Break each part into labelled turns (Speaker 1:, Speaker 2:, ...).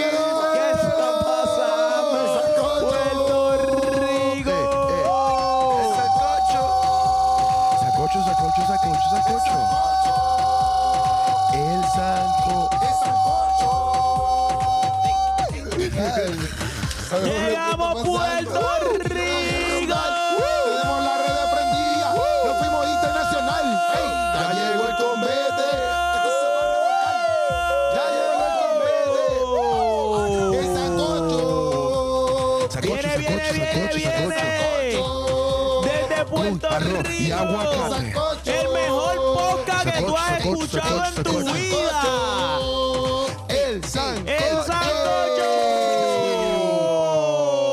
Speaker 1: Eh,
Speaker 2: Puerto
Speaker 3: arroz y
Speaker 2: Rico.
Speaker 3: aguacate.
Speaker 1: Sancocho.
Speaker 2: El mejor podcast que tú has
Speaker 3: Sancocho,
Speaker 2: escuchado en tu
Speaker 3: sancocho,
Speaker 2: vida.
Speaker 1: El sancocho.
Speaker 2: El sancocho.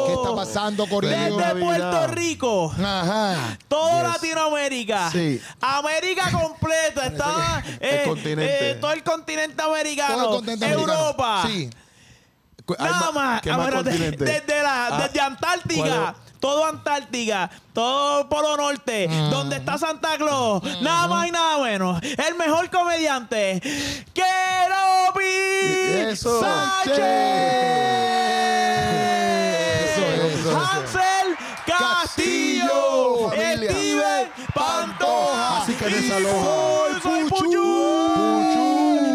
Speaker 1: ¿Qué está pasando, Corillo?
Speaker 2: Desde Puerto Rico.
Speaker 1: Ajá.
Speaker 2: Toda
Speaker 3: Yes.
Speaker 2: Latinoamérica.
Speaker 3: Sí.
Speaker 2: América completa. Está eh,
Speaker 3: continente.
Speaker 2: eh, todo el continente americano.
Speaker 1: Todo el continente americano.
Speaker 2: Europa.
Speaker 1: Sí.
Speaker 3: Cu- hay
Speaker 2: Nada
Speaker 3: ma-
Speaker 2: más.
Speaker 3: ¿Qué más
Speaker 2: Ahora, de-
Speaker 3: continente?
Speaker 2: desde, la,
Speaker 3: Ah,
Speaker 2: desde Antártica.
Speaker 3: ¿cuál
Speaker 2: Todo Antártica, todo Polo Norte,
Speaker 3: Mm.
Speaker 2: donde está Santa Claus, nada más y nada menos. El mejor comediante, Keropi
Speaker 3: Eso.
Speaker 2: Sánchez.
Speaker 1: Eso, eso, eso.
Speaker 2: Hansel
Speaker 1: Castillo,
Speaker 2: Castillo,
Speaker 1: familia.
Speaker 2: Steven Pantoja.
Speaker 3: Así que
Speaker 2: y
Speaker 3: desaloja.
Speaker 2: Soy Puchu.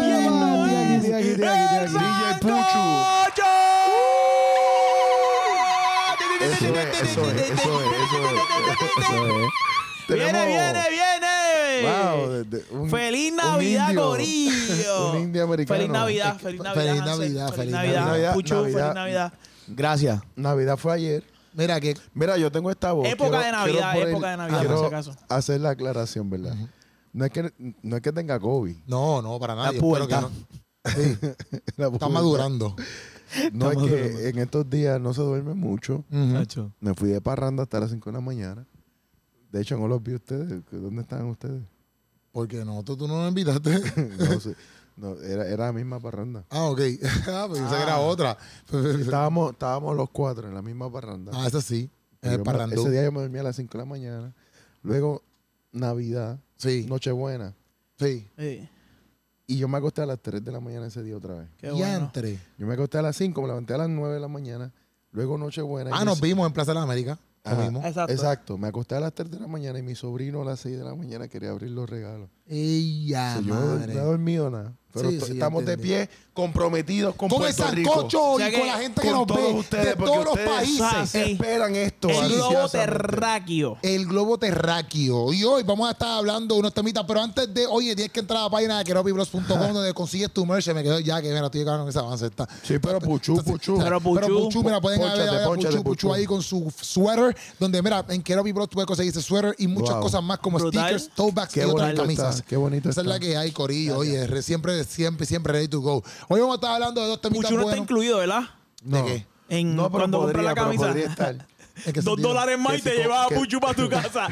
Speaker 2: Y esto
Speaker 3: Diagui, diagui, diagui,
Speaker 2: es
Speaker 3: diagui.
Speaker 2: El
Speaker 3: DJ Puchu.
Speaker 2: Sancocho.
Speaker 3: Eso es, eso es, eso es, eso es. Eso es.
Speaker 2: Viene,
Speaker 3: Tenemos-
Speaker 2: viene, viene.
Speaker 3: Wow, de- de- un-
Speaker 2: Eh, Feliz
Speaker 3: un
Speaker 2: Navidad,
Speaker 3: indio.
Speaker 2: Corillo.
Speaker 3: Un indio americano.
Speaker 2: Feliz Navidad,
Speaker 1: que-
Speaker 2: feliz
Speaker 1: feliz
Speaker 2: Navidad. Hansel.
Speaker 1: Navidad,
Speaker 2: feliz
Speaker 1: feliz
Speaker 2: Navidad.
Speaker 3: Navidad.
Speaker 2: Puchu, feliz
Speaker 3: Navidad.
Speaker 2: Navidad.
Speaker 1: Gracias.
Speaker 3: Navidad fue ayer.
Speaker 1: Mira que
Speaker 3: Mira, yo tengo esta voz.
Speaker 2: Época de Navidad,
Speaker 3: poner-
Speaker 2: época de Navidad,
Speaker 3: quiero
Speaker 2: por si acaso.
Speaker 3: hacer la aclaración, ¿verdad? No es que no es que tenga COVID.
Speaker 1: no, no para nada.
Speaker 2: La
Speaker 1: Yo espero
Speaker 2: puerta.
Speaker 1: que no.
Speaker 3: La
Speaker 1: Está
Speaker 3: pubertad. No
Speaker 1: madurando.
Speaker 3: es
Speaker 2: Está madurando.
Speaker 3: que en estos días no se duerme mucho.
Speaker 2: Chacho.
Speaker 3: Me fui de parranda hasta las 5 de la mañana. De hecho, no los vi ustedes. ¿Dónde estaban ustedes?
Speaker 1: Porque no, tú, tú no me invitaste.
Speaker 3: No sé. No, era, era la misma parranda.
Speaker 1: Ah, ok. Ah, pensé que era otra. Pues,
Speaker 3: Estábamos, estábamos los cuatro en la misma parranda.
Speaker 1: ah, esa sí. En
Speaker 3: Yo
Speaker 1: el
Speaker 3: me-
Speaker 1: parrandú.
Speaker 3: Ese día yo me dormí a las 5 de la mañana. Luego, Navidad,
Speaker 1: Sí,
Speaker 3: Nochebuena.
Speaker 1: sí.
Speaker 2: Sí,
Speaker 3: Y yo me acosté a las 3 de la mañana ese día otra vez.
Speaker 2: qué bueno.
Speaker 1: Diantre.
Speaker 3: Yo me acosté a las 5, me levanté a las 9 de la mañana. Luego Nochebuena. y
Speaker 1: Ah,
Speaker 3: mi
Speaker 1: nos
Speaker 3: so-
Speaker 1: vimos en Plaza de la América. Nos
Speaker 3: Ajá.
Speaker 1: vimos.
Speaker 2: Exacto.
Speaker 3: Exacto. Me acosté a las 3 de la mañana y mi sobrino a las 6 de la mañana quería abrir los regalos.
Speaker 1: Ella,
Speaker 3: So, yo no
Speaker 1: madre.
Speaker 3: he dormido nada. Pero
Speaker 1: Sí,
Speaker 3: to-
Speaker 1: sí,
Speaker 3: estamos de
Speaker 1: entendí.
Speaker 3: pie, comprometidos con,
Speaker 1: con el
Speaker 3: Puerto Rico.
Speaker 1: sancocho
Speaker 2: O sea
Speaker 1: y
Speaker 2: que
Speaker 1: con la gente que
Speaker 3: con
Speaker 1: nos
Speaker 3: todos
Speaker 1: ve
Speaker 3: ustedes,
Speaker 1: de
Speaker 3: porque
Speaker 1: todos los
Speaker 3: ustedes
Speaker 1: países.
Speaker 2: saben. Sí.
Speaker 3: Esperan esto.
Speaker 2: El globo
Speaker 3: ansiosamente.
Speaker 2: terráqueo.
Speaker 1: El globo terráqueo. Y hoy vamos a estar hablando de unos temitas, pero antes de, oye, tienes que entrar a la página de queropiblos.com donde consigues tu merch. Se Me quedó ya que, mira, estoy llegando con esa avance. Está,
Speaker 3: Sí, pero puchú, puchú.
Speaker 2: Pero Puchu,
Speaker 1: Pero Puchu, mira, pueden
Speaker 3: ponchate,
Speaker 1: ver, ver,
Speaker 3: ponchate,
Speaker 1: Puchu, Puchu
Speaker 3: Puchu.
Speaker 1: ahí con su suéter, donde mira, en Keropi Bros puedes conseguir ese suéter y muchas
Speaker 3: Wow.
Speaker 1: cosas más como
Speaker 2: Brutal.
Speaker 1: stickers, tote bags
Speaker 3: Qué
Speaker 1: y otras
Speaker 3: bonito
Speaker 1: camisas.
Speaker 3: está, qué bonito
Speaker 1: Esa es la
Speaker 3: está.
Speaker 1: que hay, Corillo. Oye, re- siempre, siempre, siempre ready to go. Hoy vamos a estar hablando de dos temitas
Speaker 2: Puchu no está
Speaker 1: buenos.
Speaker 2: incluido, ¿verdad?
Speaker 3: No.
Speaker 1: qué?
Speaker 2: En- cuando compras
Speaker 3: pero
Speaker 2: la camisa.
Speaker 3: podría estar.
Speaker 1: ¿En qué
Speaker 2: Dos
Speaker 1: sentido?
Speaker 2: dólares más
Speaker 3: que
Speaker 2: y te
Speaker 3: si co-
Speaker 2: llevaba
Speaker 3: que-
Speaker 2: Puchu para tu casa.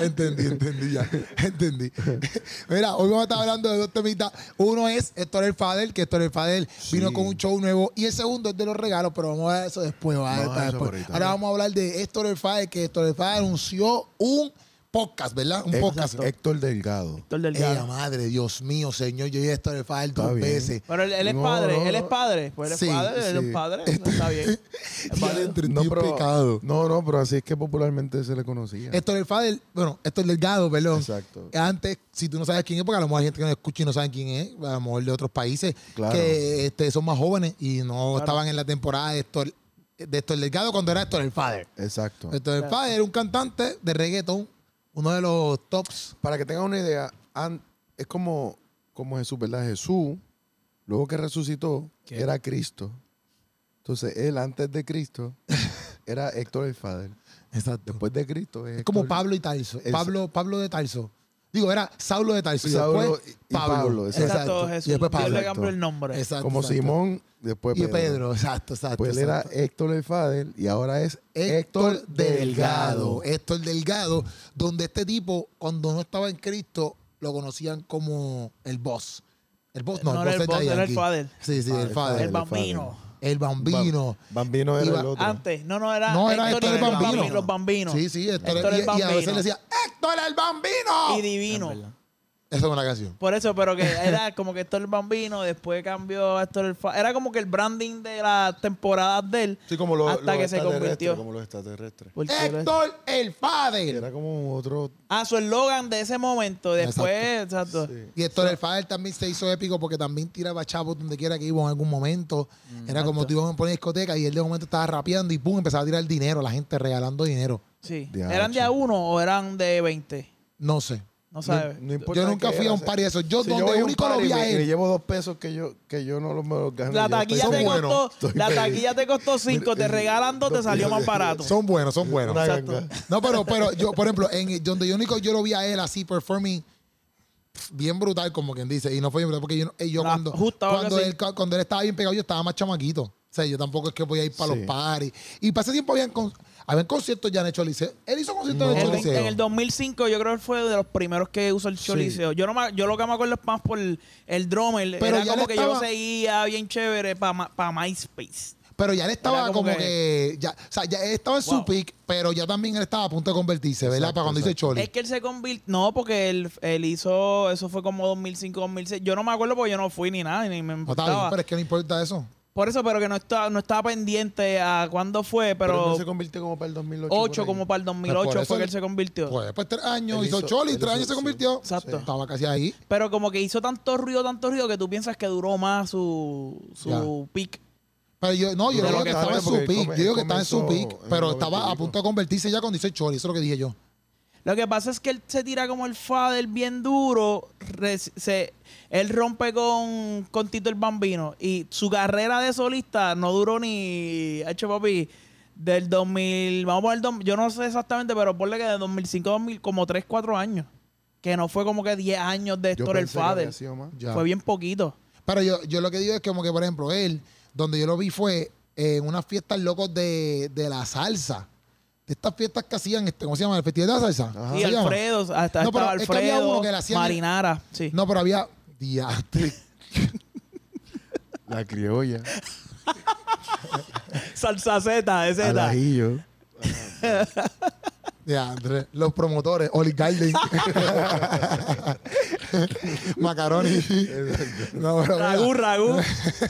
Speaker 1: entendí, entendí ya. Entendí. Mira, hoy vamos a estar hablando de dos temitas. Uno es Héctor El Fadel, que Héctor El Fadel vino con un show nuevo. Y el segundo es de los regalos, pero vamos a ver eso después. va,
Speaker 3: Vamos a
Speaker 1: está
Speaker 3: eso
Speaker 1: después.
Speaker 3: ahorita.
Speaker 1: Ahora vamos a hablar de Héctor El Fadel, que Héctor El Fadel anunció un podcast, ¿verdad? Un podcast.
Speaker 3: Héctor, Héctor Delgado.
Speaker 2: Héctor Delgado.
Speaker 1: Ella madre, Dios mío, señor, yo vi a Héctor El Fadel dos
Speaker 3: bien.
Speaker 1: veces.
Speaker 2: Pero él, él es
Speaker 3: No,
Speaker 2: padre,
Speaker 3: no,
Speaker 2: él es
Speaker 3: no.
Speaker 2: padre. Pues él es
Speaker 1: Sí,
Speaker 2: padre, él
Speaker 1: sí. Este
Speaker 2: es padre. Está bien. Es
Speaker 1: Ya le
Speaker 2: válido.
Speaker 1: entendí un pecado.
Speaker 3: no, no, pero así es que popularmente se le conocía.
Speaker 1: Héctor El Fadel, bueno, Héctor Delgado, perdón.
Speaker 3: Exacto.
Speaker 1: Antes, si tú no sabes quién es, porque a lo mejor hay gente que no escucha y no sabe quién es, a lo mejor de otros países
Speaker 3: Claro.
Speaker 1: que este, son más jóvenes y no
Speaker 2: Claro.
Speaker 1: estaban en la temporada de Héctor, de Héctor Delgado cuando era Héctor El Fader.
Speaker 3: Exacto.
Speaker 1: Héctor El Fader era un cantante de reggaeton, uno de los tops.
Speaker 3: Para que tengan una idea, an- es como, como Jesús, ¿verdad? Jesús, luego que resucitó,
Speaker 1: ¿Qué?
Speaker 3: era Cristo. Entonces, él antes de Cristo era Héctor el Fader.
Speaker 1: Exacto.
Speaker 3: Después de Cristo es
Speaker 1: es como
Speaker 3: Héctor-
Speaker 1: Pablo y Tarso.
Speaker 3: Exacto.
Speaker 1: Pablo, Pablo de Tarso. Digo, era Saulo de Tarso. y
Speaker 3: Saulo
Speaker 1: después
Speaker 3: y Pablo, exacto.
Speaker 2: Exacto, Jesús.
Speaker 1: Y después
Speaker 2: Dios
Speaker 1: Pablo.
Speaker 2: le cambió el nombre.
Speaker 1: Exacto,
Speaker 3: Como
Speaker 1: exacto.
Speaker 3: Simón, después
Speaker 1: Y Pedro, exacto, exacto.
Speaker 3: Pues él era
Speaker 1: exacto.
Speaker 3: Héctor el Fader y ahora es
Speaker 1: Héctor
Speaker 3: Héctor
Speaker 1: Delgado.
Speaker 3: Delgado.
Speaker 1: Héctor Delgado, donde este tipo, cuando no estaba en Cristo, lo conocían como el boss. El boss no,
Speaker 2: No
Speaker 1: el
Speaker 2: era
Speaker 1: boss
Speaker 2: el boss,
Speaker 1: de
Speaker 2: era el
Speaker 1: Yankee.
Speaker 2: father.
Speaker 1: Sí, sí, el
Speaker 3: Father,
Speaker 1: father.
Speaker 2: El
Speaker 1: El,
Speaker 3: father.
Speaker 2: bambino.
Speaker 1: bambino.
Speaker 3: Bambino era
Speaker 1: Iba-
Speaker 3: el otro.
Speaker 2: Antes, no, no era.
Speaker 1: No, era
Speaker 2: Héctor
Speaker 1: Héctor el
Speaker 2: los
Speaker 1: bambino.
Speaker 2: bambi- Los bambinos.
Speaker 1: Sí, sí, Héctor,
Speaker 2: Héctor
Speaker 1: el, y-
Speaker 2: el
Speaker 1: y, a veces
Speaker 2: Bambino.
Speaker 1: le decía, ¡Héctor el bambino!
Speaker 2: Y
Speaker 1: Esa
Speaker 2: divino.
Speaker 1: es una canción.
Speaker 2: Por eso, pero que era como que Héctor el Bambino, después cambió a Héctor el Fa- Era como que el branding de las temporadas de él.
Speaker 3: Sí, como los-
Speaker 2: hasta
Speaker 3: los
Speaker 2: que se
Speaker 3: extraterrestres,
Speaker 2: convirtió.
Speaker 3: Como los extraterrestres.
Speaker 2: Porque era-
Speaker 1: ¡Héctor el father!
Speaker 3: Era como otro.
Speaker 2: Ah, su eslogan de ese momento. Después, exacto.
Speaker 3: sí.
Speaker 1: Y Héctor el father también se hizo épico porque también tiraba chavos donde quiera que iba en algún momento.
Speaker 2: Mm,
Speaker 1: Era como tú ibas a poner discoteca y él de momento estaba rapeando y pum, empezaba a tirar dinero, la gente regalando dinero.
Speaker 2: Sí.
Speaker 3: De
Speaker 2: ¿Eran de a
Speaker 3: H.
Speaker 2: uno o eran de 20?
Speaker 1: No sé.
Speaker 2: No sabes.
Speaker 3: No- no importa
Speaker 1: Yo nunca
Speaker 3: qué
Speaker 1: fui a
Speaker 3: era,
Speaker 1: un
Speaker 3: o sea,
Speaker 1: par de esos. Yo
Speaker 3: si
Speaker 1: donde
Speaker 3: voy a un
Speaker 1: único lo
Speaker 3: party
Speaker 1: vi a
Speaker 3: y me- y
Speaker 1: él.
Speaker 3: llevo dos pesos que yo, que yo no los me los gano.
Speaker 2: La
Speaker 3: yo estoy-
Speaker 2: taquilla,
Speaker 1: son
Speaker 2: te
Speaker 1: buenos,
Speaker 2: costó,
Speaker 3: estoy
Speaker 2: la
Speaker 3: feliz.
Speaker 2: taquilla te costó 5, te regalan 2, te salió más barato.
Speaker 1: Son buenos, son buenos.
Speaker 3: Una
Speaker 2: Exacto.
Speaker 3: ganga.
Speaker 1: No, pero, pero yo, por ejemplo, en donde yo único yo lo vi a él así performing pf, bien brutal, como quien dice. Y no fue bien brutal porque yo, eh, yo
Speaker 2: La
Speaker 1: cuando,
Speaker 2: justa o algo
Speaker 1: cuando,
Speaker 2: así.
Speaker 1: él, ca- cuando él estaba bien pegado, yo estaba más chamaquito. O sea, yo tampoco es que voy a ir para
Speaker 3: Sí.
Speaker 1: los parties. Y para ese tiempo habían, con- habían conciertos ya en el Choliseo. Él hizo conciertos en el
Speaker 2: Él En,
Speaker 1: Choliseo.
Speaker 2: en el 2005 yo creo que fue de los primeros que usó el choliseo. Yo no me- yo lo que me acuerdo es más por el drummer.
Speaker 1: Pero
Speaker 2: Era
Speaker 1: ya
Speaker 2: como
Speaker 1: le
Speaker 2: que yo
Speaker 1: estaba-
Speaker 2: seguía bien chévere para MySpace.
Speaker 1: Pero ya él estaba
Speaker 2: Era
Speaker 1: como,
Speaker 2: como
Speaker 1: que... ya, o sea, ya él estaba en su
Speaker 2: Wow.
Speaker 1: pick, pero ya también él estaba a punto de convertirse, ¿verdad?
Speaker 3: Exacto,
Speaker 1: para cuando hizo el
Speaker 3: exacto.
Speaker 1: Choli.
Speaker 2: Es que él se convirtió. No, porque él, él hizo. Eso fue como 2005, 2006. Yo no me acuerdo porque yo no fui ni nada, ni me
Speaker 1: No está bien,
Speaker 2: importaba.
Speaker 1: pero es que no importa eso.
Speaker 2: Por eso, pero que no estaba, no estaba pendiente a cuándo fue,
Speaker 3: Pero,
Speaker 2: pero.
Speaker 3: no se convirtió como para el 2008. por
Speaker 2: 8
Speaker 3: ahí.
Speaker 2: como para el
Speaker 1: Pues
Speaker 2: 2008
Speaker 1: por eso
Speaker 2: fue que
Speaker 1: él-
Speaker 2: él se convirtió.
Speaker 1: Pues después tres años,
Speaker 3: Él
Speaker 1: hizo,
Speaker 3: hizo-
Speaker 1: Choli,
Speaker 3: él
Speaker 1: tres
Speaker 3: hizo-
Speaker 1: años se
Speaker 3: sí.
Speaker 1: convirtió.
Speaker 2: Exacto.
Speaker 1: Estaba casi ahí.
Speaker 2: Pero como que hizo tanto ruido, tanto ruido, que tú piensas que duró más su, su pick.
Speaker 1: Pero yo, no, yo
Speaker 2: De
Speaker 1: digo
Speaker 2: lo
Speaker 1: que
Speaker 2: que
Speaker 1: estaba
Speaker 2: fue,
Speaker 1: en su
Speaker 3: porque
Speaker 1: pick.
Speaker 3: come-
Speaker 1: Yo digo que estaba en su
Speaker 3: comenzó
Speaker 1: pick,
Speaker 3: en el
Speaker 1: pero
Speaker 3: 90 y
Speaker 1: estaba a
Speaker 3: pico.
Speaker 1: punto de convertirse ya cuando hizo el Choli. Eso es lo que dije yo.
Speaker 2: Lo que pasa es que él se tira como el fader bien duro. re- se, él rompe con, con Tito el Bambino. Y su carrera de solista no duró ni. Hecho, papi. Del 2000. Vamos a poner. dos- Yo no sé exactamente, pero ponle que de 2005 a 2000, como 3, 4 años. Que no fue como que 10 años de
Speaker 3: Yo
Speaker 2: Héctor el
Speaker 3: pensé que
Speaker 2: Fader.
Speaker 3: había sido más.
Speaker 1: Ya.
Speaker 2: Fue bien poquito.
Speaker 1: Pero yo, yo lo que digo es como que, por ejemplo, él, donde yo lo vi fue en unas fiestas locos de, de la salsa. De estas fiestas que hacían, este, ¿cómo se llama? El Festival de la Salsa.
Speaker 3: Ajá.
Speaker 2: Y
Speaker 1: ¿Se llama?
Speaker 2: Alfredo, hasta
Speaker 1: No,
Speaker 2: estaba
Speaker 1: pero es que había
Speaker 2: Alfredo,
Speaker 1: uno que le hacían-
Speaker 2: Marinara, sí.
Speaker 1: No, pero había... Diatre.
Speaker 3: La criolla.
Speaker 2: Salsa Z, ese
Speaker 3: Al
Speaker 2: era.
Speaker 3: ajillo.
Speaker 1: Diandre, los promotores, Oli Garden. Macaroni. no, pero mira.
Speaker 2: Ragú, Ragú.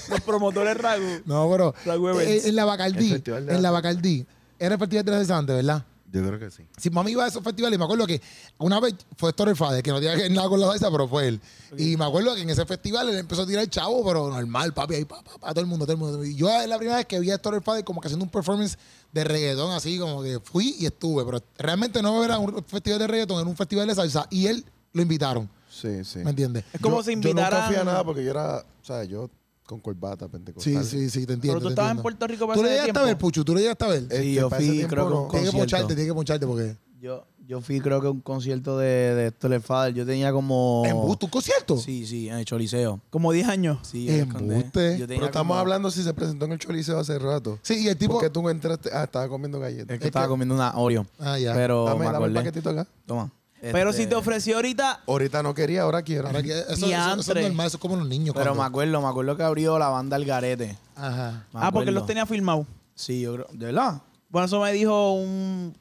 Speaker 2: Los promotores Ragú.
Speaker 1: No, pero
Speaker 2: Ragú
Speaker 1: eh,
Speaker 2: Events.
Speaker 1: en la
Speaker 3: El
Speaker 1: Bacardí,
Speaker 3: festival de
Speaker 1: en la
Speaker 3: arte.
Speaker 1: Bacardí, era el festival de las Santos, ¿verdad?
Speaker 3: Yo creo que sí.
Speaker 1: Si mami iba a esos festivales, me acuerdo que una vez fue Héctor el Fader, que no tenía que ver nada con la salsa, pero fue él. Y me acuerdo que en ese festival él empezó a tirar el chavo, pero normal, papi, ahí, pa, pa, pa, todo el mundo, todo el mundo. Y yo es la primera vez que vi a Héctor el Fader como que haciendo un performance de reggaetón, así como que fui y estuve, pero realmente no era un festival de reggaetón, era un festival de salsa. Y él lo invitaron,
Speaker 3: Sí, sí.
Speaker 1: ¿me entiendes?
Speaker 2: Es como si invitaran...
Speaker 3: Yo nunca fui a nada porque yo era, o sea, yo con corbata
Speaker 1: Sí,
Speaker 3: pentecostal.
Speaker 1: sí, sí, te entiendo.
Speaker 2: Pero tú
Speaker 1: te
Speaker 2: estabas en
Speaker 1: entiendo.
Speaker 2: Puerto Rico para
Speaker 1: Tú le
Speaker 2: ese
Speaker 1: llegaste
Speaker 2: tiempo.
Speaker 1: a ver, Puchu, tú le llegaste a ver.
Speaker 3: Este,
Speaker 4: yo
Speaker 3: para ese
Speaker 4: fui,
Speaker 3: tiempo
Speaker 4: creo que un
Speaker 3: no.
Speaker 1: Tienes que
Speaker 4: concierto.
Speaker 1: poncharte, tienes que poncharte porque...
Speaker 4: Yo, yo fui, creo que a un concierto de, de Héctor el Fader. Yo tenía como.
Speaker 1: ¿En Busto, un concierto?
Speaker 4: Oh. Sí, sí, en el Choliseo.
Speaker 2: Como 10 años.
Speaker 4: Sí, en
Speaker 1: Embuste.
Speaker 4: Escondé. Yo tenía
Speaker 3: Pero estamos
Speaker 4: como-
Speaker 3: hablando si se presentó en el Choliseo hace rato.
Speaker 1: Sí, y el
Speaker 3: Tipo,
Speaker 1: tipo...
Speaker 3: que tú entraste? Ah, estaba comiendo galletas.
Speaker 4: Es que estaba comiendo una Oreo.
Speaker 1: Ah, ya.
Speaker 4: Pero
Speaker 3: dame,
Speaker 4: me
Speaker 3: dame el
Speaker 4: acordé.
Speaker 3: paquetito acá.
Speaker 4: Toma.
Speaker 2: Pero
Speaker 4: Este,
Speaker 2: si te ofreció ahorita...
Speaker 3: Ahorita no quería, ahora quiero.
Speaker 1: Ahora que eso, eso- eso es
Speaker 2: Diantre.
Speaker 1: normal, eso es como los niños.
Speaker 4: Pero me
Speaker 1: cuando-
Speaker 4: acuerdo, me acuerdo que abrió la banda El Garete.
Speaker 1: Ajá.
Speaker 4: Me
Speaker 2: Ah, porque
Speaker 4: acuerdo.
Speaker 2: los tenía filmados.
Speaker 4: Sí, yo creo. ¿De verdad?
Speaker 2: Bueno, eso me dijo un,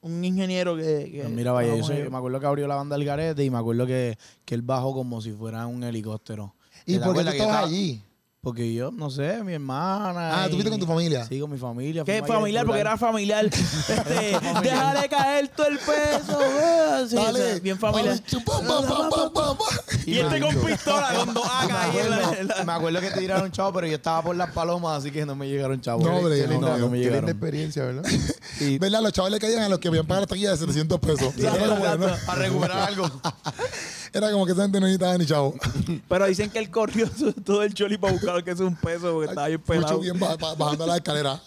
Speaker 2: un ingeniero que... que-
Speaker 4: Pues mira, vaya, yo
Speaker 2: vamos a
Speaker 4: soy-
Speaker 2: ir.
Speaker 4: me acuerdo que abrió la banda El Garete y me acuerdo que, que él bajó como si fuera un helicóptero.
Speaker 1: ¿Y por qué
Speaker 4: ¿Te
Speaker 1: tú
Speaker 4: acuerdas que yo
Speaker 1: estabas
Speaker 4: estaba-
Speaker 1: allí?
Speaker 4: Porque yo, no sé, mi hermana.
Speaker 1: Ah,
Speaker 4: y-
Speaker 1: ¿tú fuiste con tu familia?
Speaker 4: Sí, con mi familia.
Speaker 2: Que
Speaker 4: fuimos ahí a
Speaker 2: familiar, porque
Speaker 4: disfrutar.
Speaker 2: era familiar. Este, déjale caer todo el peso. güey. Sí, o sea, bien familiar.
Speaker 1: Dale, chupa, pa, pa, pa, pa, pa.
Speaker 2: Y este con pistola, con dos AK
Speaker 4: Me
Speaker 2: ahí en la- en la-
Speaker 4: acuerdo, me acuerdo que te tiraron chavo, pero yo estaba por las palomas, así que no me llegaron chavos.
Speaker 1: No, hombre,
Speaker 3: Qué
Speaker 1: no,
Speaker 3: linda,
Speaker 4: no,
Speaker 3: qué
Speaker 4: me
Speaker 3: linda
Speaker 4: llegaron.
Speaker 3: experiencia, ¿verdad?
Speaker 4: Y-
Speaker 1: ¿Verdad? Los chavales le caían a los que habían pagado la taquilla de 700 pesos.
Speaker 2: Exacto,
Speaker 1: Era como que no-
Speaker 2: exacto.
Speaker 4: Para recuperar algo.
Speaker 1: Era como que esa gente no necesitaba ni chavo.
Speaker 2: Pero dicen que él corrió su- todo el choli para buscar lo que es un peso porque estaba bien
Speaker 1: Mucho
Speaker 2: pelado.
Speaker 1: bien ba- ba- bajando la escalera.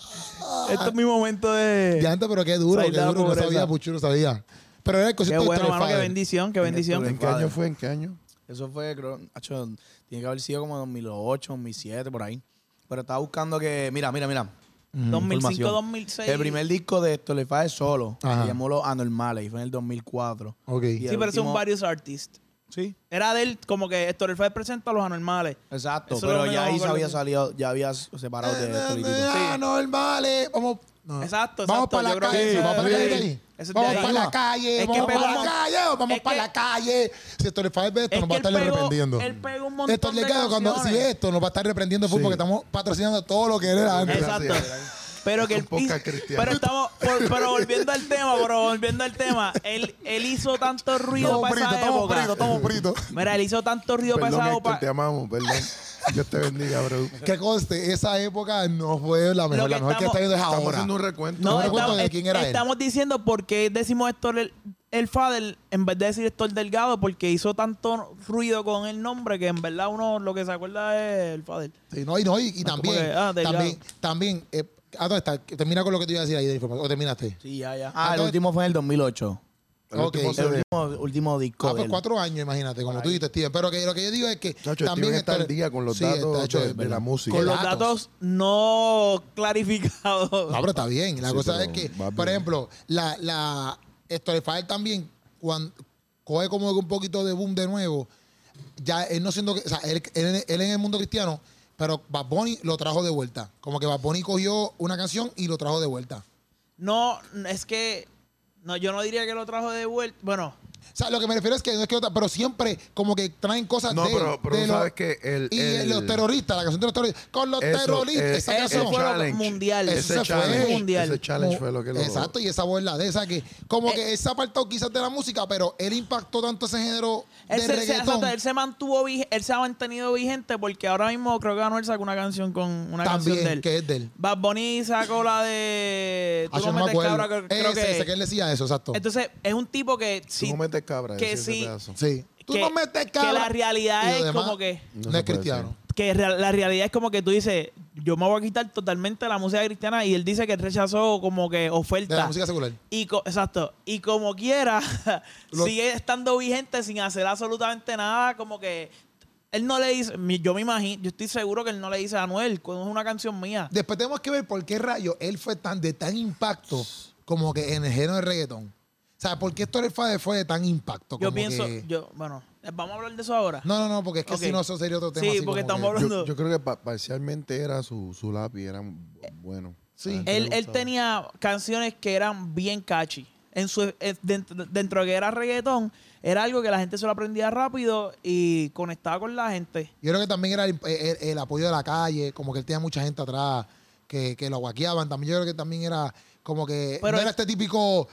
Speaker 2: Este es mi momento de...
Speaker 1: Ya antes, pero qué duro,
Speaker 2: Ahí
Speaker 1: qué
Speaker 2: la
Speaker 1: duro. No
Speaker 2: pobreza.
Speaker 1: sabía, Puchu no sabía. Pero era el
Speaker 2: Qué
Speaker 1: concierto de
Speaker 2: bueno,
Speaker 1: Héctor el
Speaker 2: mano, qué
Speaker 1: Father.
Speaker 2: bendición, qué bendición.
Speaker 3: ¿En qué año fue? ¿En qué año?
Speaker 4: Eso fue, creo, acho, tiene que haber sido como 2008, 2007, por ahí. Pero estaba buscando que, mira, mira, mira.
Speaker 2: 2005,
Speaker 3: mm,
Speaker 4: Información.
Speaker 2: 2006.
Speaker 4: El primer disco de Héctor Le Falla solo,
Speaker 1: Ajá.
Speaker 4: se llamó Los Anormales, y fue en el 2004.
Speaker 1: Ok.
Speaker 4: Y
Speaker 2: Sí,
Speaker 4: el
Speaker 2: pero es un
Speaker 4: último-
Speaker 2: varios artists.
Speaker 4: Sí,
Speaker 2: Era de él, como que Héctor el Fai presenta a los anormales.
Speaker 4: exacto.
Speaker 2: Eso es lo
Speaker 4: pero
Speaker 2: único
Speaker 4: ya
Speaker 2: que me
Speaker 4: ahí se
Speaker 2: acuerdo
Speaker 4: había
Speaker 2: que-
Speaker 4: salido, ya había separado de Héctor y Tito.
Speaker 1: Ah, normales. Vamos.
Speaker 3: Ah.
Speaker 1: no.
Speaker 2: Exacto,
Speaker 1: Vamos
Speaker 2: exacto,
Speaker 1: para
Speaker 2: yo
Speaker 1: la
Speaker 2: creo que
Speaker 1: calle.
Speaker 2: eso
Speaker 1: vamos para la
Speaker 2: es de
Speaker 1: calle.
Speaker 2: ahí.
Speaker 1: Dani.
Speaker 2: Eso es de
Speaker 1: vamos
Speaker 2: ahí.
Speaker 1: para la calle.
Speaker 2: Es que
Speaker 1: vamos para
Speaker 2: pegó-
Speaker 1: la calle. Vamos
Speaker 2: es
Speaker 1: para
Speaker 2: que-
Speaker 1: la calle. Si esto le falla de esto,
Speaker 2: Es
Speaker 1: nos
Speaker 2: que
Speaker 1: va a estar
Speaker 2: él pegó-
Speaker 1: reprendiendo.
Speaker 2: él pegó un montón
Speaker 1: Esto es
Speaker 2: de
Speaker 1: legado cuando si
Speaker 2: canciones.
Speaker 1: esto nos va a estar reprendiendo fue
Speaker 3: Sí.
Speaker 1: porque estamos patrocinando todo lo que él era antes.
Speaker 2: Exacto. Pero que
Speaker 3: Un
Speaker 2: él
Speaker 3: poco
Speaker 2: hizo-
Speaker 3: cristiano.
Speaker 2: pero estamos por- pero volviendo al tema, pero volviendo al tema, él, él hizo tanto ruido
Speaker 1: Estamos
Speaker 2: para
Speaker 1: fritos,
Speaker 2: esa
Speaker 1: estamos
Speaker 2: época.
Speaker 1: fritos, estamos fritos.
Speaker 2: Mira, él hizo tanto ruido para
Speaker 3: Perdón,
Speaker 2: esa
Speaker 3: Héctor,
Speaker 2: época.
Speaker 3: te amamos, perdón. Dios te bendiga, bro.
Speaker 1: Que conste, esa época no fue la mejor. La mejor
Speaker 2: que
Speaker 1: que
Speaker 2: estamos-
Speaker 1: está viendo es
Speaker 3: Estamos
Speaker 1: ahora.
Speaker 3: haciendo un recuento.
Speaker 2: No,
Speaker 1: me acuerdo
Speaker 2: estamos,
Speaker 1: de quién era él.
Speaker 2: estamos diciendo por qué decimos Héctor el, el Fader, en vez de decir Héctor Delgado, porque hizo tanto ruido con el nombre que en verdad uno lo que se acuerda es el Fader.
Speaker 1: Sí, no, y, no, y, y también,
Speaker 2: como que, ah, delgado.
Speaker 1: también, también, eh, ah, no, está, termina con lo que te iba a decir ahí de información, o terminaste.
Speaker 4: Sí, ya, ya. Ah, el
Speaker 1: Entonces-
Speaker 4: último fue en el 2008.
Speaker 3: El
Speaker 1: Ok.
Speaker 3: último
Speaker 4: El
Speaker 3: CD.
Speaker 4: último, último disco.
Speaker 1: Ah, pues
Speaker 4: del-
Speaker 1: cuatro años, imagínate, como tú dijiste, Steven. Pero que, lo que yo digo es que
Speaker 3: Chacho,
Speaker 1: también
Speaker 3: Steven está al
Speaker 1: Héctor-
Speaker 3: día con los
Speaker 1: Sí,
Speaker 3: datos
Speaker 1: está,
Speaker 3: de-
Speaker 1: chacho,
Speaker 3: de, la música.
Speaker 2: Con los
Speaker 1: datos.
Speaker 2: datos no clarificados.
Speaker 1: No, pero está bien. La
Speaker 3: Sí,
Speaker 1: cosa es
Speaker 3: pero
Speaker 1: que,
Speaker 3: va
Speaker 1: por
Speaker 3: bien.
Speaker 1: ejemplo, la, la Storyfile también, cuando coge como un poquito de boom de nuevo, ya él no siendo que, o sea, él, él- él en el mundo cristiano, pero Bad Bunny lo trajo de vuelta. Como que Bad Bunny cogió una canción y lo trajo de vuelta.
Speaker 2: No, es que no, yo no diría que lo trajo de vuelta. Bueno,
Speaker 1: O sea, lo que me refiero es que no es que otra, pero siempre como que traen cosas
Speaker 3: No,
Speaker 1: de
Speaker 3: pero- pero
Speaker 1: de
Speaker 3: tú sabes que el-
Speaker 1: y
Speaker 3: el-
Speaker 1: los terroristas, la canción de los terroristas, con los
Speaker 3: Eso,
Speaker 1: terroristas,
Speaker 3: eh,
Speaker 1: esa
Speaker 3: eh,
Speaker 2: eso
Speaker 1: canción.
Speaker 2: fue lo
Speaker 3: challenge.
Speaker 2: mundial.
Speaker 1: Ese
Speaker 2: Eso fue
Speaker 1: challenge,
Speaker 2: mundial.
Speaker 3: ese challenge fue lo que lo
Speaker 1: Exacto, y esa bola de esa que como que
Speaker 2: Eh,
Speaker 1: él se apartó quizás de la música, pero él impactó tanto ese género de
Speaker 2: Él se, se-
Speaker 1: reggaetón.
Speaker 2: exacto, él se mantuvo vig- él se ha mantenido vigente porque ahora mismo creo que Anuel sacó una canción con una canción de
Speaker 1: también,
Speaker 2: él.
Speaker 1: que es de él.
Speaker 2: Bad Bunny sacó la de
Speaker 1: Ah,
Speaker 2: Tú
Speaker 1: yo
Speaker 2: no
Speaker 1: no me
Speaker 2: metes
Speaker 1: acuerdo.
Speaker 2: cabra, creo, creo
Speaker 1: Ese,
Speaker 2: que,
Speaker 1: ese que él decía eso, exacto.
Speaker 2: Entonces, es un tipo que
Speaker 3: Tú
Speaker 2: sí
Speaker 3: no metes cabra.
Speaker 2: que
Speaker 3: ese
Speaker 2: sí.
Speaker 3: pedazo.
Speaker 1: sí. Tú
Speaker 2: que-
Speaker 1: no metes
Speaker 2: que
Speaker 1: cara.
Speaker 2: la realidad
Speaker 1: Y lo
Speaker 2: es
Speaker 1: demás,
Speaker 2: como que-
Speaker 1: No,
Speaker 3: No
Speaker 1: es
Speaker 3: se puede
Speaker 1: cristiano.
Speaker 3: decir.
Speaker 2: que rea- la realidad es como que tú dices, yo me voy a quitar totalmente la música cristiana y él dice que él rechazó como que
Speaker 1: De la
Speaker 2: oferta.
Speaker 1: música secular.
Speaker 2: Y co- exacto. Y como quiera,
Speaker 1: Lo-
Speaker 2: sigue estando vigente sin hacer absolutamente nada. Como que él no le dice, mi- yo me imagino, yo estoy seguro que él no le dice a Anuel, cuando es una canción mía.
Speaker 1: Después tenemos que ver por qué rayo él fue tan de tan impacto como que en el género de reggaetón. O sea, ¿por qué Story Fade fue de tan impacto?
Speaker 2: Yo
Speaker 1: Como
Speaker 2: pienso,
Speaker 1: que-
Speaker 2: yo, bueno, eh, vamos a hablar de eso ahora.
Speaker 1: No, no, no, porque es que
Speaker 2: Ok.
Speaker 1: si no, eso sería otro tema.
Speaker 2: Sí,
Speaker 1: así
Speaker 2: porque
Speaker 1: como
Speaker 2: estamos
Speaker 1: que-
Speaker 3: Yo,
Speaker 2: hablando-
Speaker 3: yo creo que pa- parcialmente era su, su lápiz, era bueno. Ah,
Speaker 1: Sí.
Speaker 3: A la gente
Speaker 2: él,
Speaker 3: le
Speaker 2: él
Speaker 3: gustaba.
Speaker 2: tenía canciones que eran bien catchy. En su, eh, dentro, dentro de que era reggaetón, era algo que la gente se lo aprendía rápido y conectaba con la gente.
Speaker 1: Yo creo que también era el, el- el apoyo de la calle, como que él tenía mucha gente atrás que, que lo guaqueaban. También yo creo que también era como que
Speaker 2: Pero
Speaker 1: no era
Speaker 2: es-
Speaker 1: este típico,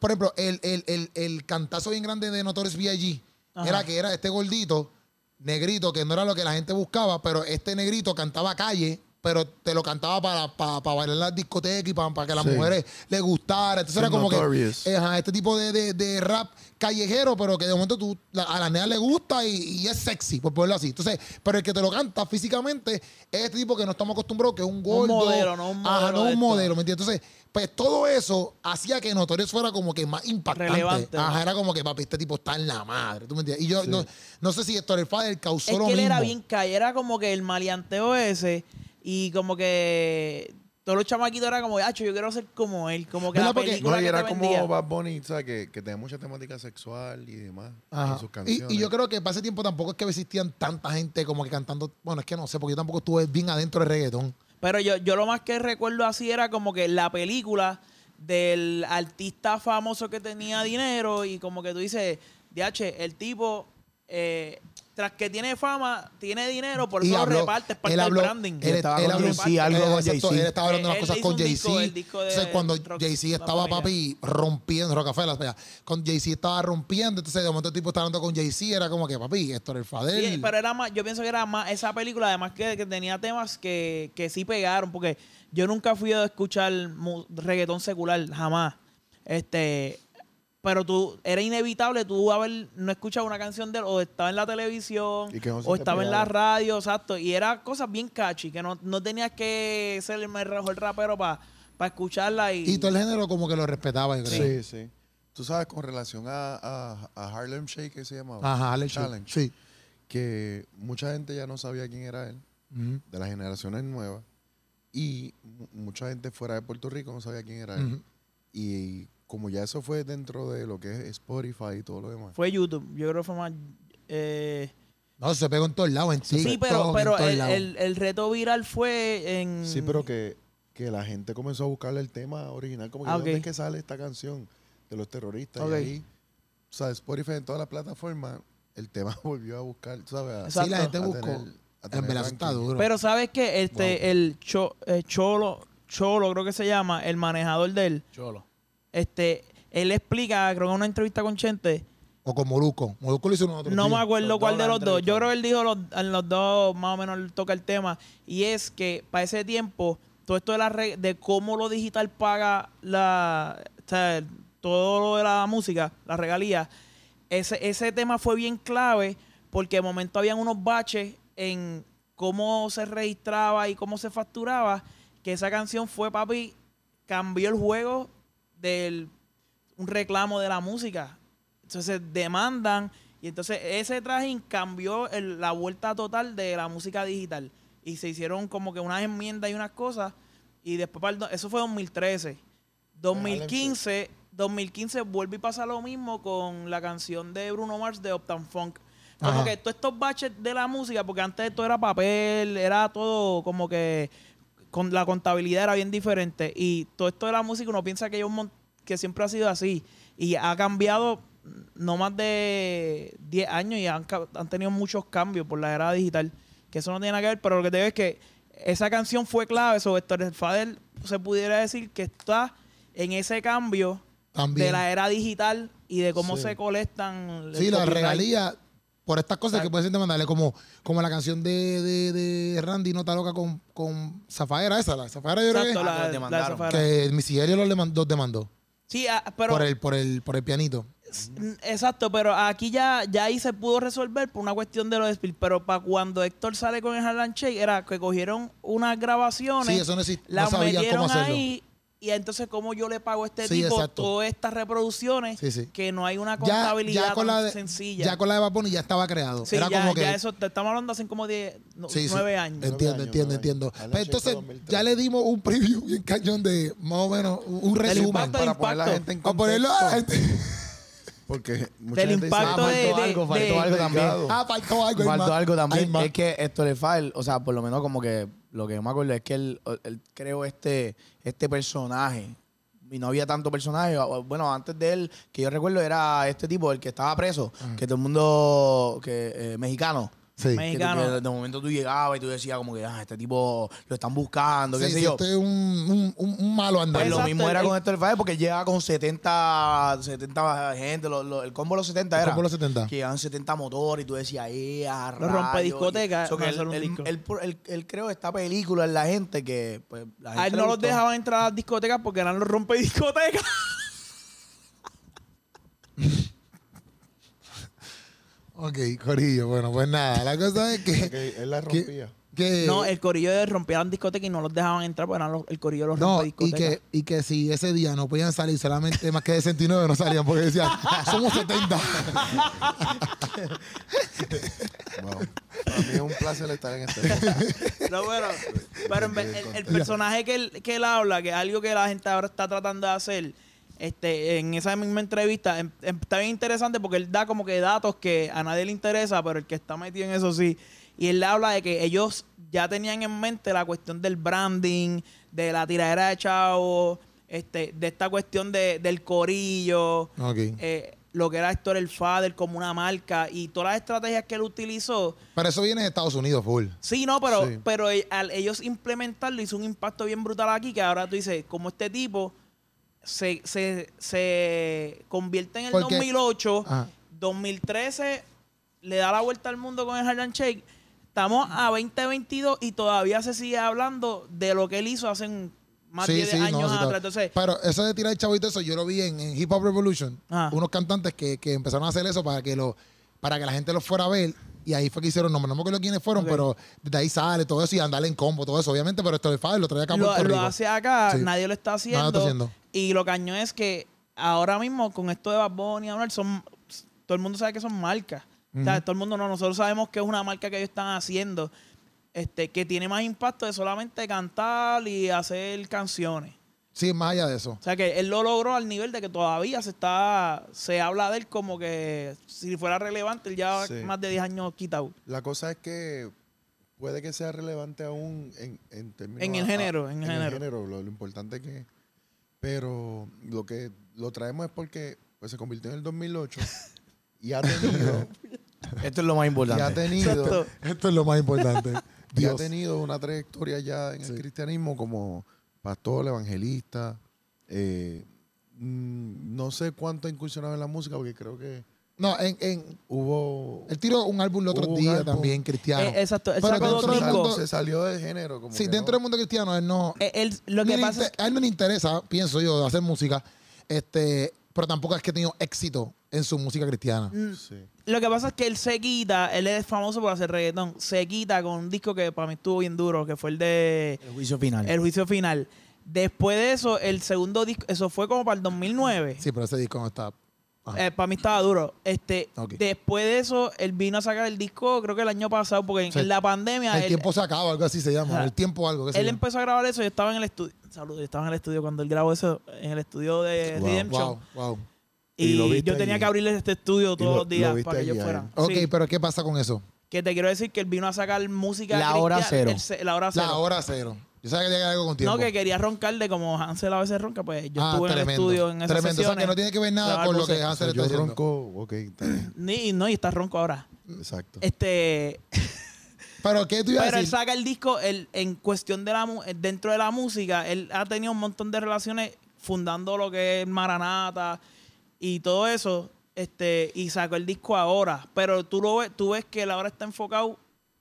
Speaker 1: por ejemplo, el, el- el- el cantazo bien grande de Notorious B.I.G.
Speaker 2: Ajá.
Speaker 1: era que era este gordito, negrito, que no era lo que la gente buscaba, pero este negrito cantaba calle, pero te lo cantaba para, para, para bailar en las discotecas y para, para que a las
Speaker 3: Sí.
Speaker 1: mujeres les gustara. Entonces era
Speaker 3: El
Speaker 1: como
Speaker 3: Notorious.
Speaker 1: que ajá, este tipo de, de- de rap callejero, pero que de momento tú, la- a la nena le gusta y, y es sexy, por ponerlo así. Entonces, pero el que te lo canta físicamente es este tipo que no estamos acostumbrados, que es un gordo.
Speaker 2: modelo, no un
Speaker 1: Ajá,
Speaker 2: modelo
Speaker 1: no
Speaker 2: de
Speaker 1: un
Speaker 2: esto.
Speaker 1: modelo, ¿me entiendes? Entonces, pues todo eso hacía que Notorious fuera como que más impactante.
Speaker 2: Relevante.
Speaker 1: Ajá, era como que, papi, este tipo está en la madre, ¿tú me entiendes? Y yo no, no sé si Héctor el Fader causó
Speaker 2: es
Speaker 1: lo
Speaker 2: que él
Speaker 1: mismo.
Speaker 2: era bien calle, era como que el maleanteo ese y como que todos los chamaquitos eran como, "Acho, yo quiero ser como él, como que
Speaker 1: ¿Verdad?
Speaker 2: la
Speaker 1: Porque-
Speaker 2: película
Speaker 3: No, y
Speaker 2: que
Speaker 3: era
Speaker 2: te
Speaker 3: como
Speaker 2: vendía.
Speaker 3: Bad Bunny, ¿sabes? Que, que tenía mucha temática sexual y demás
Speaker 1: Ajá.
Speaker 3: en sus
Speaker 1: Y,
Speaker 3: canciones.
Speaker 1: y yo creo que para ese tiempo tampoco es que existían tanta gente como que cantando. Bueno, es que no sé, porque yo tampoco estuve bien adentro del reggaetón.
Speaker 2: Pero yo, yo lo más que recuerdo así era como que la película del artista famoso que tenía dinero y como que tú dices, DH, el tipo, eh, tras que tiene fama, tiene dinero, por
Speaker 1: Y
Speaker 2: eso
Speaker 1: habló-
Speaker 2: lo reparte, es parte
Speaker 1: él
Speaker 2: del
Speaker 1: habló-
Speaker 2: branding.
Speaker 4: él estaba con
Speaker 1: habló-
Speaker 2: Jay-Z,
Speaker 1: él-
Speaker 4: algo con
Speaker 1: exacto,
Speaker 4: Jay-Z.
Speaker 1: Él estaba hablando unas
Speaker 2: Él
Speaker 1: cosas
Speaker 2: hizo
Speaker 1: con
Speaker 2: un disco,
Speaker 1: Jay-Z.
Speaker 2: el disco de
Speaker 1: Entonces, cuando
Speaker 2: Rock-
Speaker 1: Jay-Z
Speaker 2: Rock
Speaker 1: estaba,
Speaker 2: Familia.
Speaker 1: papi, rompiendo, Rockefeller, o sea, con Jay-Z estaba rompiendo. Entonces, de momento el tipo estaba hablando con Jay-Z, era como que, papi, esto era el Fadel.
Speaker 2: Sí, eh, pero era más, yo pienso que era más esa película, además que, que tenía temas que, que sí pegaron, porque yo nunca fui a escuchar mu- reggaetón secular, jamás. Este, pero tú, era inevitable tú haber no escuchado una canción de él, o estaba en la televisión,
Speaker 3: Y que no se
Speaker 2: o
Speaker 3: te
Speaker 2: estaba en la
Speaker 3: pegaba.
Speaker 2: radio, exacto. Y era cosas bien catchy, que no, no tenías que ser el mejor rapero para escucharla y,
Speaker 1: y todo el género como que lo respetaba, yo
Speaker 3: Sí,
Speaker 1: creo.
Speaker 3: sí. Tú sabes, con relación a, a, a Harlem Shake, que se llamaba.
Speaker 1: Ajá, Alex.
Speaker 3: Challenge.
Speaker 1: Sí.
Speaker 3: Que mucha gente ya no sabía quién era él,
Speaker 1: Ujú.
Speaker 3: de las generaciones nuevas. Y mu- mucha gente fuera de Puerto Rico no sabía quién era él.
Speaker 1: Ujú.
Speaker 3: Y como ya eso fue dentro de lo que es Spotify y todo lo demás.
Speaker 2: fue YouTube. Yo creo que fue más... eh,
Speaker 1: No, se pegó en todos lados, en TikTok,
Speaker 2: sí, pero, pero
Speaker 1: en todos
Speaker 2: el,
Speaker 1: lados.
Speaker 2: el- el reto viral fue en...
Speaker 3: Sí, pero que, que la gente comenzó a buscarle el tema original, como que
Speaker 2: Ah,
Speaker 3: ¿de
Speaker 2: ok.
Speaker 3: dónde es que sale esta canción de los terroristas.
Speaker 2: Ok.
Speaker 3: Y ahí, o sea, Spotify en todas las plataformas, el tema volvió a buscar, tú ¿sabes? A-
Speaker 2: Exacto.
Speaker 1: Sí, la gente
Speaker 3: a
Speaker 1: buscó.
Speaker 3: tener- a
Speaker 1: en
Speaker 3: tener
Speaker 1: verdad, eso
Speaker 3: ranking.
Speaker 1: está duro.
Speaker 2: Pero sabes que este, el Cho- eh, Cholo, Cholo creo que se llama, el manejador de él,
Speaker 4: Cholo.
Speaker 2: este, él explica, creo que en una entrevista con Chente,
Speaker 1: o con Moruco. Moruco lo hizo nosotros.
Speaker 2: no me acuerdo
Speaker 4: Los
Speaker 2: cuál
Speaker 4: dos
Speaker 2: de
Speaker 4: la
Speaker 2: los dos, yo
Speaker 4: entrevistaron.
Speaker 2: creo que él dijo los, en los dos más o menos él toca el tema, y es que para ese tiempo, todo esto de, la re- de cómo lo digital paga la, o sea, todo lo de la música, la regalía, ese, ese tema fue bien clave porque de momento habían unos baches en cómo se registraba y cómo se facturaba, que esa canción fue, papi, cambió el juego del un reclamo de la música. Entonces demandan y entonces ese trajín cambió el- la vuelta total de la música digital y se hicieron como que unas enmiendas y unas cosas y después para el do- eso fue 2013. 2015, 2015 vuelve y pasa lo mismo con la canción de Bruno Mars de Uptown Funk. Como
Speaker 1: Ajá.
Speaker 2: que todos estos baches de la música, porque antes esto era papel, era todo como que con la contabilidad era bien diferente y todo esto de la música uno piensa que hay un mon- que siempre ha sido así y ha cambiado no más de 10 años y han, ca- han tenido muchos cambios por la era digital que eso no tiene nada que ver pero lo que te digo es que esa canción fue clave sobre esto el Fader se pudiera decir que está en ese cambio
Speaker 1: También.
Speaker 2: de la era digital y de cómo
Speaker 3: Sí.
Speaker 2: se colectan el
Speaker 1: Sí, la
Speaker 2: copyright.
Speaker 1: regalía por estas cosas que
Speaker 2: Exacto.
Speaker 1: pueden ser demandables, como, como la canción de, de, de Randy Nota Loca con, con Zafaera, esa, la Zafaera yo creo
Speaker 2: Exacto,
Speaker 4: Ah,
Speaker 2: la-
Speaker 4: los
Speaker 2: la
Speaker 4: demandaron.
Speaker 2: Zafara.
Speaker 1: que, que Misigerio los, deman- los demandó
Speaker 2: sí ah, pero
Speaker 1: por, el, por, el, por el pianito.
Speaker 2: S- n- Exacto, pero aquí ya, ya ahí se pudo resolver por una cuestión de los spill. Pero para cuando Héctor sale con el Harlem Shake, era que cogieron unas grabaciones,
Speaker 1: Sí, eso no existe, no
Speaker 2: las
Speaker 1: sabían
Speaker 2: metieron
Speaker 1: cómo hacerlo.
Speaker 2: ahí, y entonces, ¿cómo yo le pago a este
Speaker 1: Sí,
Speaker 2: tipo
Speaker 1: exacto.
Speaker 2: todas estas reproducciones?
Speaker 1: Sí, sí.
Speaker 2: Que no hay una
Speaker 1: Ya,
Speaker 2: contabilidad
Speaker 1: ya con
Speaker 2: tan
Speaker 1: la de,
Speaker 2: sencilla.
Speaker 1: ya con la de Bad Bunny ya estaba creado.
Speaker 2: Sí,
Speaker 1: Era
Speaker 2: ya-
Speaker 1: como que
Speaker 2: ya eso te estamos hablando hace como 10, no,
Speaker 1: Sí, sí.
Speaker 2: 9 años.
Speaker 3: Eh,
Speaker 1: Entiendo,
Speaker 3: años,
Speaker 1: entiendo,
Speaker 3: nueve
Speaker 1: entiendo.
Speaker 3: años.
Speaker 1: Pero
Speaker 3: Alan Shea fue
Speaker 1: entonces
Speaker 3: 2003.
Speaker 1: ya le dimos un preview bien cañón de más o menos un un
Speaker 2: Del
Speaker 1: resumen.
Speaker 2: impacto, del
Speaker 3: Para poner la
Speaker 2: impacto.
Speaker 3: gente en
Speaker 1: Para ponerlo a la
Speaker 3: contexto.
Speaker 1: gente-
Speaker 3: Porque mucha
Speaker 2: Del
Speaker 3: gente dice,
Speaker 2: impacto
Speaker 3: "Ah,
Speaker 2: de-
Speaker 4: faltó
Speaker 2: de-
Speaker 4: algo,
Speaker 2: de-
Speaker 4: faltó algo también.
Speaker 3: Delgado.
Speaker 1: Ah, faltó algo. hay
Speaker 4: Faltó
Speaker 1: más.
Speaker 4: algo
Speaker 1: Hay
Speaker 4: también.
Speaker 1: más.
Speaker 4: Es que esto le file, o sea, por lo menos como que lo que yo me acuerdo es que él, él creó este, este personaje. Y no había tanto personaje. Bueno, antes de él, que yo recuerdo, era este tipo, el que estaba preso, que todo el mundo, que eh, mexicano.
Speaker 1: Sí.
Speaker 2: Me-
Speaker 4: Que tú-
Speaker 2: Mexicano.
Speaker 4: que de momento tú llegabas y tú decías como que, ah, este tipo lo están buscando, qué
Speaker 1: Sí,
Speaker 4: sé
Speaker 1: sí,
Speaker 4: yo.
Speaker 1: este es un, un- un- un malo
Speaker 4: Pues
Speaker 1: andando.
Speaker 4: lo
Speaker 2: Exacto,
Speaker 4: mismo era
Speaker 2: el-
Speaker 4: con Héctor Faez porque él llegaba con 70, 70 gente, lo- lo- el combo de los 70
Speaker 1: El
Speaker 4: era.
Speaker 1: combo de los 70.
Speaker 4: Que llegaban 70 motores y tú decías, ¡eh, a
Speaker 2: Los
Speaker 4: rayos".
Speaker 2: rompediscotecas,
Speaker 4: Y- so que
Speaker 2: no
Speaker 4: él,
Speaker 2: solo un
Speaker 4: él-
Speaker 2: disco.
Speaker 4: él por- él- él creó esta película en la gente que pues, la gente
Speaker 2: A Ah, él
Speaker 4: le
Speaker 2: no los
Speaker 4: gustó.
Speaker 2: dejaban entrar a las discotecas porque eran los rompe discotecas.
Speaker 1: Ok, Corillo, bueno, pues nada. La cosa es que.
Speaker 3: Ok, él la
Speaker 1: que-
Speaker 3: rompía.
Speaker 1: que-
Speaker 2: No, el corillo de rompían discotecas y no los dejaban entrar porque eran los- el corillo de los
Speaker 1: no,
Speaker 2: rompe
Speaker 1: y
Speaker 2: discotecas.
Speaker 1: que, y que si ese día no podían salir, solamente más que de 69 no salían porque decían, "Ah, somos 70.
Speaker 3: Wow. Para mí es un placer estar en este podcast.
Speaker 2: No, pero, pero en vez- el, el personaje que él, que él habla, que es algo que la gente ahora está tratando de hacer, este, en esa misma entrevista, em- em- está bien interesante porque él da como que datos que a nadie le interesa, pero el que está metido en eso sí. Y él habla de que ellos ya tenían en mente la cuestión del branding, de la tiradera de chavo, este, de esta cuestión de, del corillo
Speaker 1: Ok.
Speaker 2: eh, lo que era Héctor el Fader como una marca y todas las estrategias que él utilizó.
Speaker 1: Pero eso viene de Estados Unidos, full.
Speaker 2: Sí, no, pero,
Speaker 3: Sí.
Speaker 2: pero el- al ellos implementarlo hizo un impacto bien brutal aquí que ahora tú dices, como este tipo se, se, se convierte en el
Speaker 1: Porque-
Speaker 2: 2008,
Speaker 1: Ajá.
Speaker 2: 2013 le da la vuelta al mundo con el Harlem Shake. Estamos a 2022 y todavía se sigue hablando de lo que él hizo hace un- más de 10
Speaker 1: no,
Speaker 2: años
Speaker 1: sí,
Speaker 2: atrás.
Speaker 1: está-
Speaker 2: Entonces,
Speaker 1: pero eso de tirar el chavito, eso yo lo vi en, en Hip Hop Revolution.
Speaker 2: Ajá.
Speaker 1: Unos cantantes que, que empezaron a hacer eso para que lo para que la gente los fuera a ver. Y ahí fue que hicieron nombres. No me acuerdo quiénes fueron,
Speaker 2: Ok.
Speaker 1: pero de ahí sale todo eso y andar en combo, todo eso, obviamente. Pero esto de Fabio lo trae acá a
Speaker 2: lo,
Speaker 1: Puerto
Speaker 2: lo
Speaker 1: Rico.
Speaker 2: hace acá,
Speaker 1: Sí.
Speaker 2: nadie lo está haciendo.
Speaker 1: Nadie lo está haciendo.
Speaker 2: Y lo cañón es que ahora mismo con esto de Bad Bunny, Anuel, son, todo el mundo sabe que son marcas. O sea, todo el mundo no, nosotros sabemos que es una marca que ellos están haciendo, este, que tiene más impacto de solamente cantar y hacer canciones.
Speaker 1: Sí, más allá de eso.
Speaker 2: O sea que él lo logró al nivel de que todavía se está, se habla de él como que si fuera relevante, él ya
Speaker 3: Sí.
Speaker 2: más de 10 años quitado.
Speaker 3: La cosa es que puede que sea relevante aún en, en términos...
Speaker 2: En el
Speaker 3: a-
Speaker 2: género, en el género.
Speaker 3: lo, lo importante que es. Pero lo que lo traemos es porque pues, se convirtió en el 2008 y ha tenido,
Speaker 4: Esto es lo más
Speaker 3: y ha
Speaker 4: importante.
Speaker 3: tenido,
Speaker 1: Esto es lo más importante.
Speaker 3: y ha
Speaker 1: Dios.
Speaker 3: tenido una trayectoria ya en el cristianismo como pastor, evangelista. eh, mm, no sé cuánto ha incursionado en la música porque creo que
Speaker 1: No, en, en,
Speaker 3: hubo...
Speaker 1: él tiró un álbum el otro
Speaker 3: Hubo un
Speaker 1: día
Speaker 3: álbum.
Speaker 1: también, cristiano.
Speaker 2: Eh, exacto, él
Speaker 1: Pero
Speaker 2: sacó dos
Speaker 1: dentro del
Speaker 3: se,
Speaker 2: discos.
Speaker 1: mundo-
Speaker 3: se salió del género. Como
Speaker 1: sí,
Speaker 3: que
Speaker 1: dentro
Speaker 3: no.
Speaker 1: del mundo cristiano, él no.
Speaker 2: Eh, él- lo que
Speaker 1: Ni le
Speaker 2: pasa es
Speaker 1: inter- A él no le interesa, pienso yo, hacer música. Este, pero tampoco es que ha tenido éxito en su música cristiana.
Speaker 2: Mm,
Speaker 3: Sí.
Speaker 2: Lo que pasa es que él se quita, él es famoso por hacer reggaetón, se quita con un disco que para mí estuvo bien duro, que fue el de
Speaker 4: El juicio final.
Speaker 2: El Juicio Final. Después de eso, el segundo disco, eso fue como para el 2009.
Speaker 1: Sí, pero ese disco no está. Ajá.
Speaker 2: Eh, para mí estaba duro. Este,
Speaker 1: Ok.
Speaker 2: Después de eso, él vino a sacar el disco, creo que el año pasado, porque en,
Speaker 1: Sí.
Speaker 2: en la pandemia...
Speaker 1: el
Speaker 2: él-
Speaker 1: tiempo se acaba, algo así se llama.
Speaker 2: Ajá.
Speaker 1: El tiempo algo. que se
Speaker 2: Él
Speaker 1: llama.
Speaker 2: empezó a grabar eso, yo estaba en el estudio. Saludos, yo estaba en el estudio cuando él grabó eso, en el estudio de
Speaker 3: Wow,
Speaker 2: Redemption.
Speaker 1: Wow, wow.
Speaker 2: Y,
Speaker 3: Y lo viste
Speaker 2: yo tenía
Speaker 3: allí.
Speaker 2: que abrirles este estudio todos
Speaker 3: lo-
Speaker 2: los días
Speaker 3: lo viste
Speaker 2: para que ellos
Speaker 3: allí a
Speaker 2: fueran.
Speaker 3: él.
Speaker 1: Ok,
Speaker 2: Sí.
Speaker 1: pero ¿qué pasa con eso?
Speaker 2: Que te quiero decir que él vino a sacar música.
Speaker 4: La hora
Speaker 2: cristiana-
Speaker 4: cero.
Speaker 2: el ce- la hora cero.
Speaker 1: La hora cero. Yo sabía que tenía algo con tiempo.
Speaker 2: No, que quería roncarle como Hansel a veces ronca, pues yo
Speaker 1: Ah,
Speaker 2: estuve en el estudio en esas
Speaker 1: tremendo. O sea,
Speaker 2: sesiones.
Speaker 1: que no tiene que ver nada
Speaker 2: Grabar
Speaker 1: con lo que
Speaker 2: voces.
Speaker 3: O sea,
Speaker 1: Hansel está
Speaker 3: yo
Speaker 1: diciendo.
Speaker 3: ronco, ok, está bien,
Speaker 2: Ni- no, y está ronco ahora.
Speaker 3: exacto.
Speaker 2: Este,
Speaker 1: Pero ¿qué tú ibas
Speaker 2: pero
Speaker 1: a
Speaker 2: él
Speaker 1: decir?
Speaker 2: saca el disco él, en cuestión de la mu- dentro de la música, él ha tenido un montón de relaciones fundando lo que es Maranata y todo eso, este, y sacó el disco ahora, pero tú lo ves, tú ves que él ahora está enfocado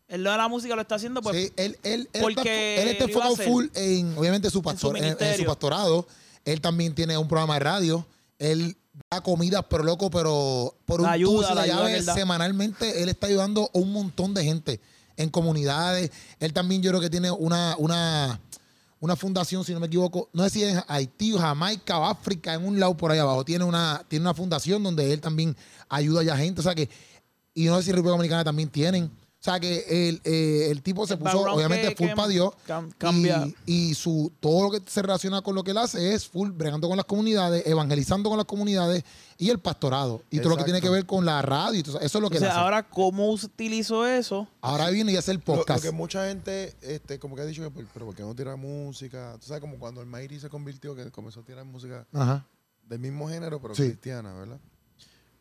Speaker 2: en lo de la música lo está haciendo pues
Speaker 1: Sí, él, él, él,
Speaker 2: porque
Speaker 1: está, él está
Speaker 2: lo iba a
Speaker 1: enfocado
Speaker 2: hacer.
Speaker 1: full en, obviamente, su, pastor, en- en su
Speaker 2: ministerio.
Speaker 1: pastorado. Él también tiene un programa de radio. Él da comidas, pero loco, pero por un
Speaker 2: La ayuda,
Speaker 1: tubo se
Speaker 2: la ayuda
Speaker 1: llave,
Speaker 2: que él da.
Speaker 1: semanalmente. Él está ayudando a un montón de gente en comunidades. Él también, yo creo que tiene una, una, una fundación, si no me equivoco. No sé si es en Haití, Jamaica o África, en un lado por ahí abajo. Tiene una, tiene una fundación donde él también ayuda a la gente. O sea que y no sé si República Dominicana también tienen. O sea que el, eh, el tipo se
Speaker 2: El
Speaker 1: puso
Speaker 2: background
Speaker 1: obviamente
Speaker 2: que-
Speaker 1: full
Speaker 2: que
Speaker 1: para Dios.
Speaker 2: cam- cambia.
Speaker 1: Y, y su, todo lo que se relaciona con lo que él hace es full bregando con las comunidades, evangelizando con las comunidades y el pastorado. Y todo lo que
Speaker 3: Exacto.
Speaker 1: tiene que ver con la radio. y todo eso, eso es lo que
Speaker 2: o
Speaker 1: él
Speaker 2: sea,
Speaker 1: hace. Ahora,
Speaker 2: ahora cómo utilizo eso
Speaker 1: viene y hace el
Speaker 3: Lo-
Speaker 1: podcast.
Speaker 3: Lo, que mucha gente, este, como que ha dicho, que, "Pero- pero ¿por qué no tira música? Tú sabes, como cuando el Mayri se convirtió, que comenzó a tirar música
Speaker 1: Ajá.
Speaker 3: del mismo género, pero
Speaker 1: Sí.
Speaker 3: cristiana, ¿verdad?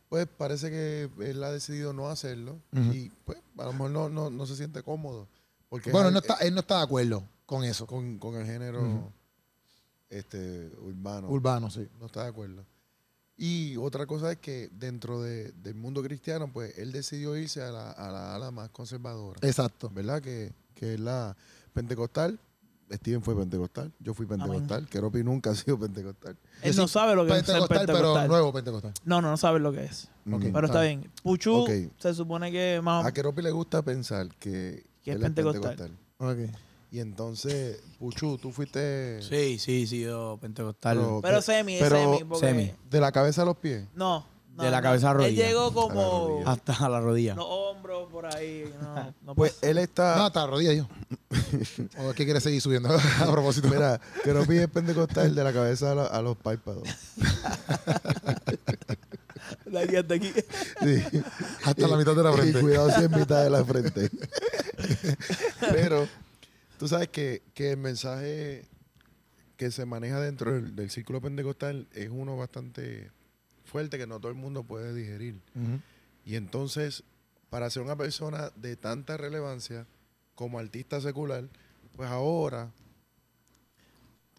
Speaker 3: Pues parece que él ha decidido no hacerlo
Speaker 1: Ujú.
Speaker 3: y pues a lo mejor no, no, no se siente cómodo. Porque
Speaker 1: Bueno,
Speaker 3: es
Speaker 1: él no,
Speaker 3: al- e
Speaker 1: está, él no está de acuerdo con eso.
Speaker 3: con, con el género
Speaker 1: Ujú.
Speaker 3: este, urbano.
Speaker 1: Urbano, sí.
Speaker 3: No está de acuerdo. Y otra cosa es que dentro de- del mundo cristiano, pues él decidió irse a la, a la ala más conservadora.
Speaker 1: Exacto.
Speaker 3: ¿verdad? Que, que es la pentecostal. Steven fue pentecostal, yo fui pentecostal, Keropi nunca ha sido pentecostal.
Speaker 2: él
Speaker 1: Yo
Speaker 2: no
Speaker 1: sí,
Speaker 2: sabe lo que es ser
Speaker 1: Pentecostal, pero
Speaker 2: pentecostal.
Speaker 1: nuevo Ah. pentecostal.
Speaker 2: no no no sabe lo que es
Speaker 3: Ujú.
Speaker 2: pero está bien Puchu
Speaker 3: Ok.
Speaker 2: se supone que más
Speaker 1: Ah,
Speaker 3: A Keropi Ah, le gusta pensar que,
Speaker 2: Um, Que es
Speaker 3: él
Speaker 2: pentecostal.
Speaker 3: Y entonces, Puchu, tú fuiste
Speaker 4: Sí, sí, sí, yo pentecostal.
Speaker 3: Pero-
Speaker 2: pero semi
Speaker 3: Pero-
Speaker 2: semi, porque-
Speaker 4: semi.
Speaker 3: de la cabeza a los pies.
Speaker 2: No, no,
Speaker 4: De
Speaker 2: no.
Speaker 4: la cabeza a la
Speaker 2: Él
Speaker 4: rodilla.
Speaker 2: llegó
Speaker 3: A la
Speaker 2: como
Speaker 3: rodilla.
Speaker 4: Hasta la rodilla.
Speaker 2: los hombros por ahí. No, no
Speaker 3: Pues
Speaker 2: pasa.
Speaker 3: él
Speaker 1: No,
Speaker 3: está...
Speaker 1: hasta la rodilla yo. ¿O es que quiere seguir subiendo? a propósito.
Speaker 3: Mira, Keropi es pentecostal de la cabeza a, la- a los párpados.
Speaker 2: De aquí hasta aquí.
Speaker 3: Sí.
Speaker 1: Hasta la
Speaker 3: Y-
Speaker 1: mitad de la frente.
Speaker 3: Y cuidado si es mitad de la frente. Pero tú sabes que, que el mensaje que se maneja dentro del, del círculo pentecostal es uno bastante fuerte que no todo el mundo puede digerir. Y entonces, para ser una persona de tanta relevancia como artista secular, pues ahora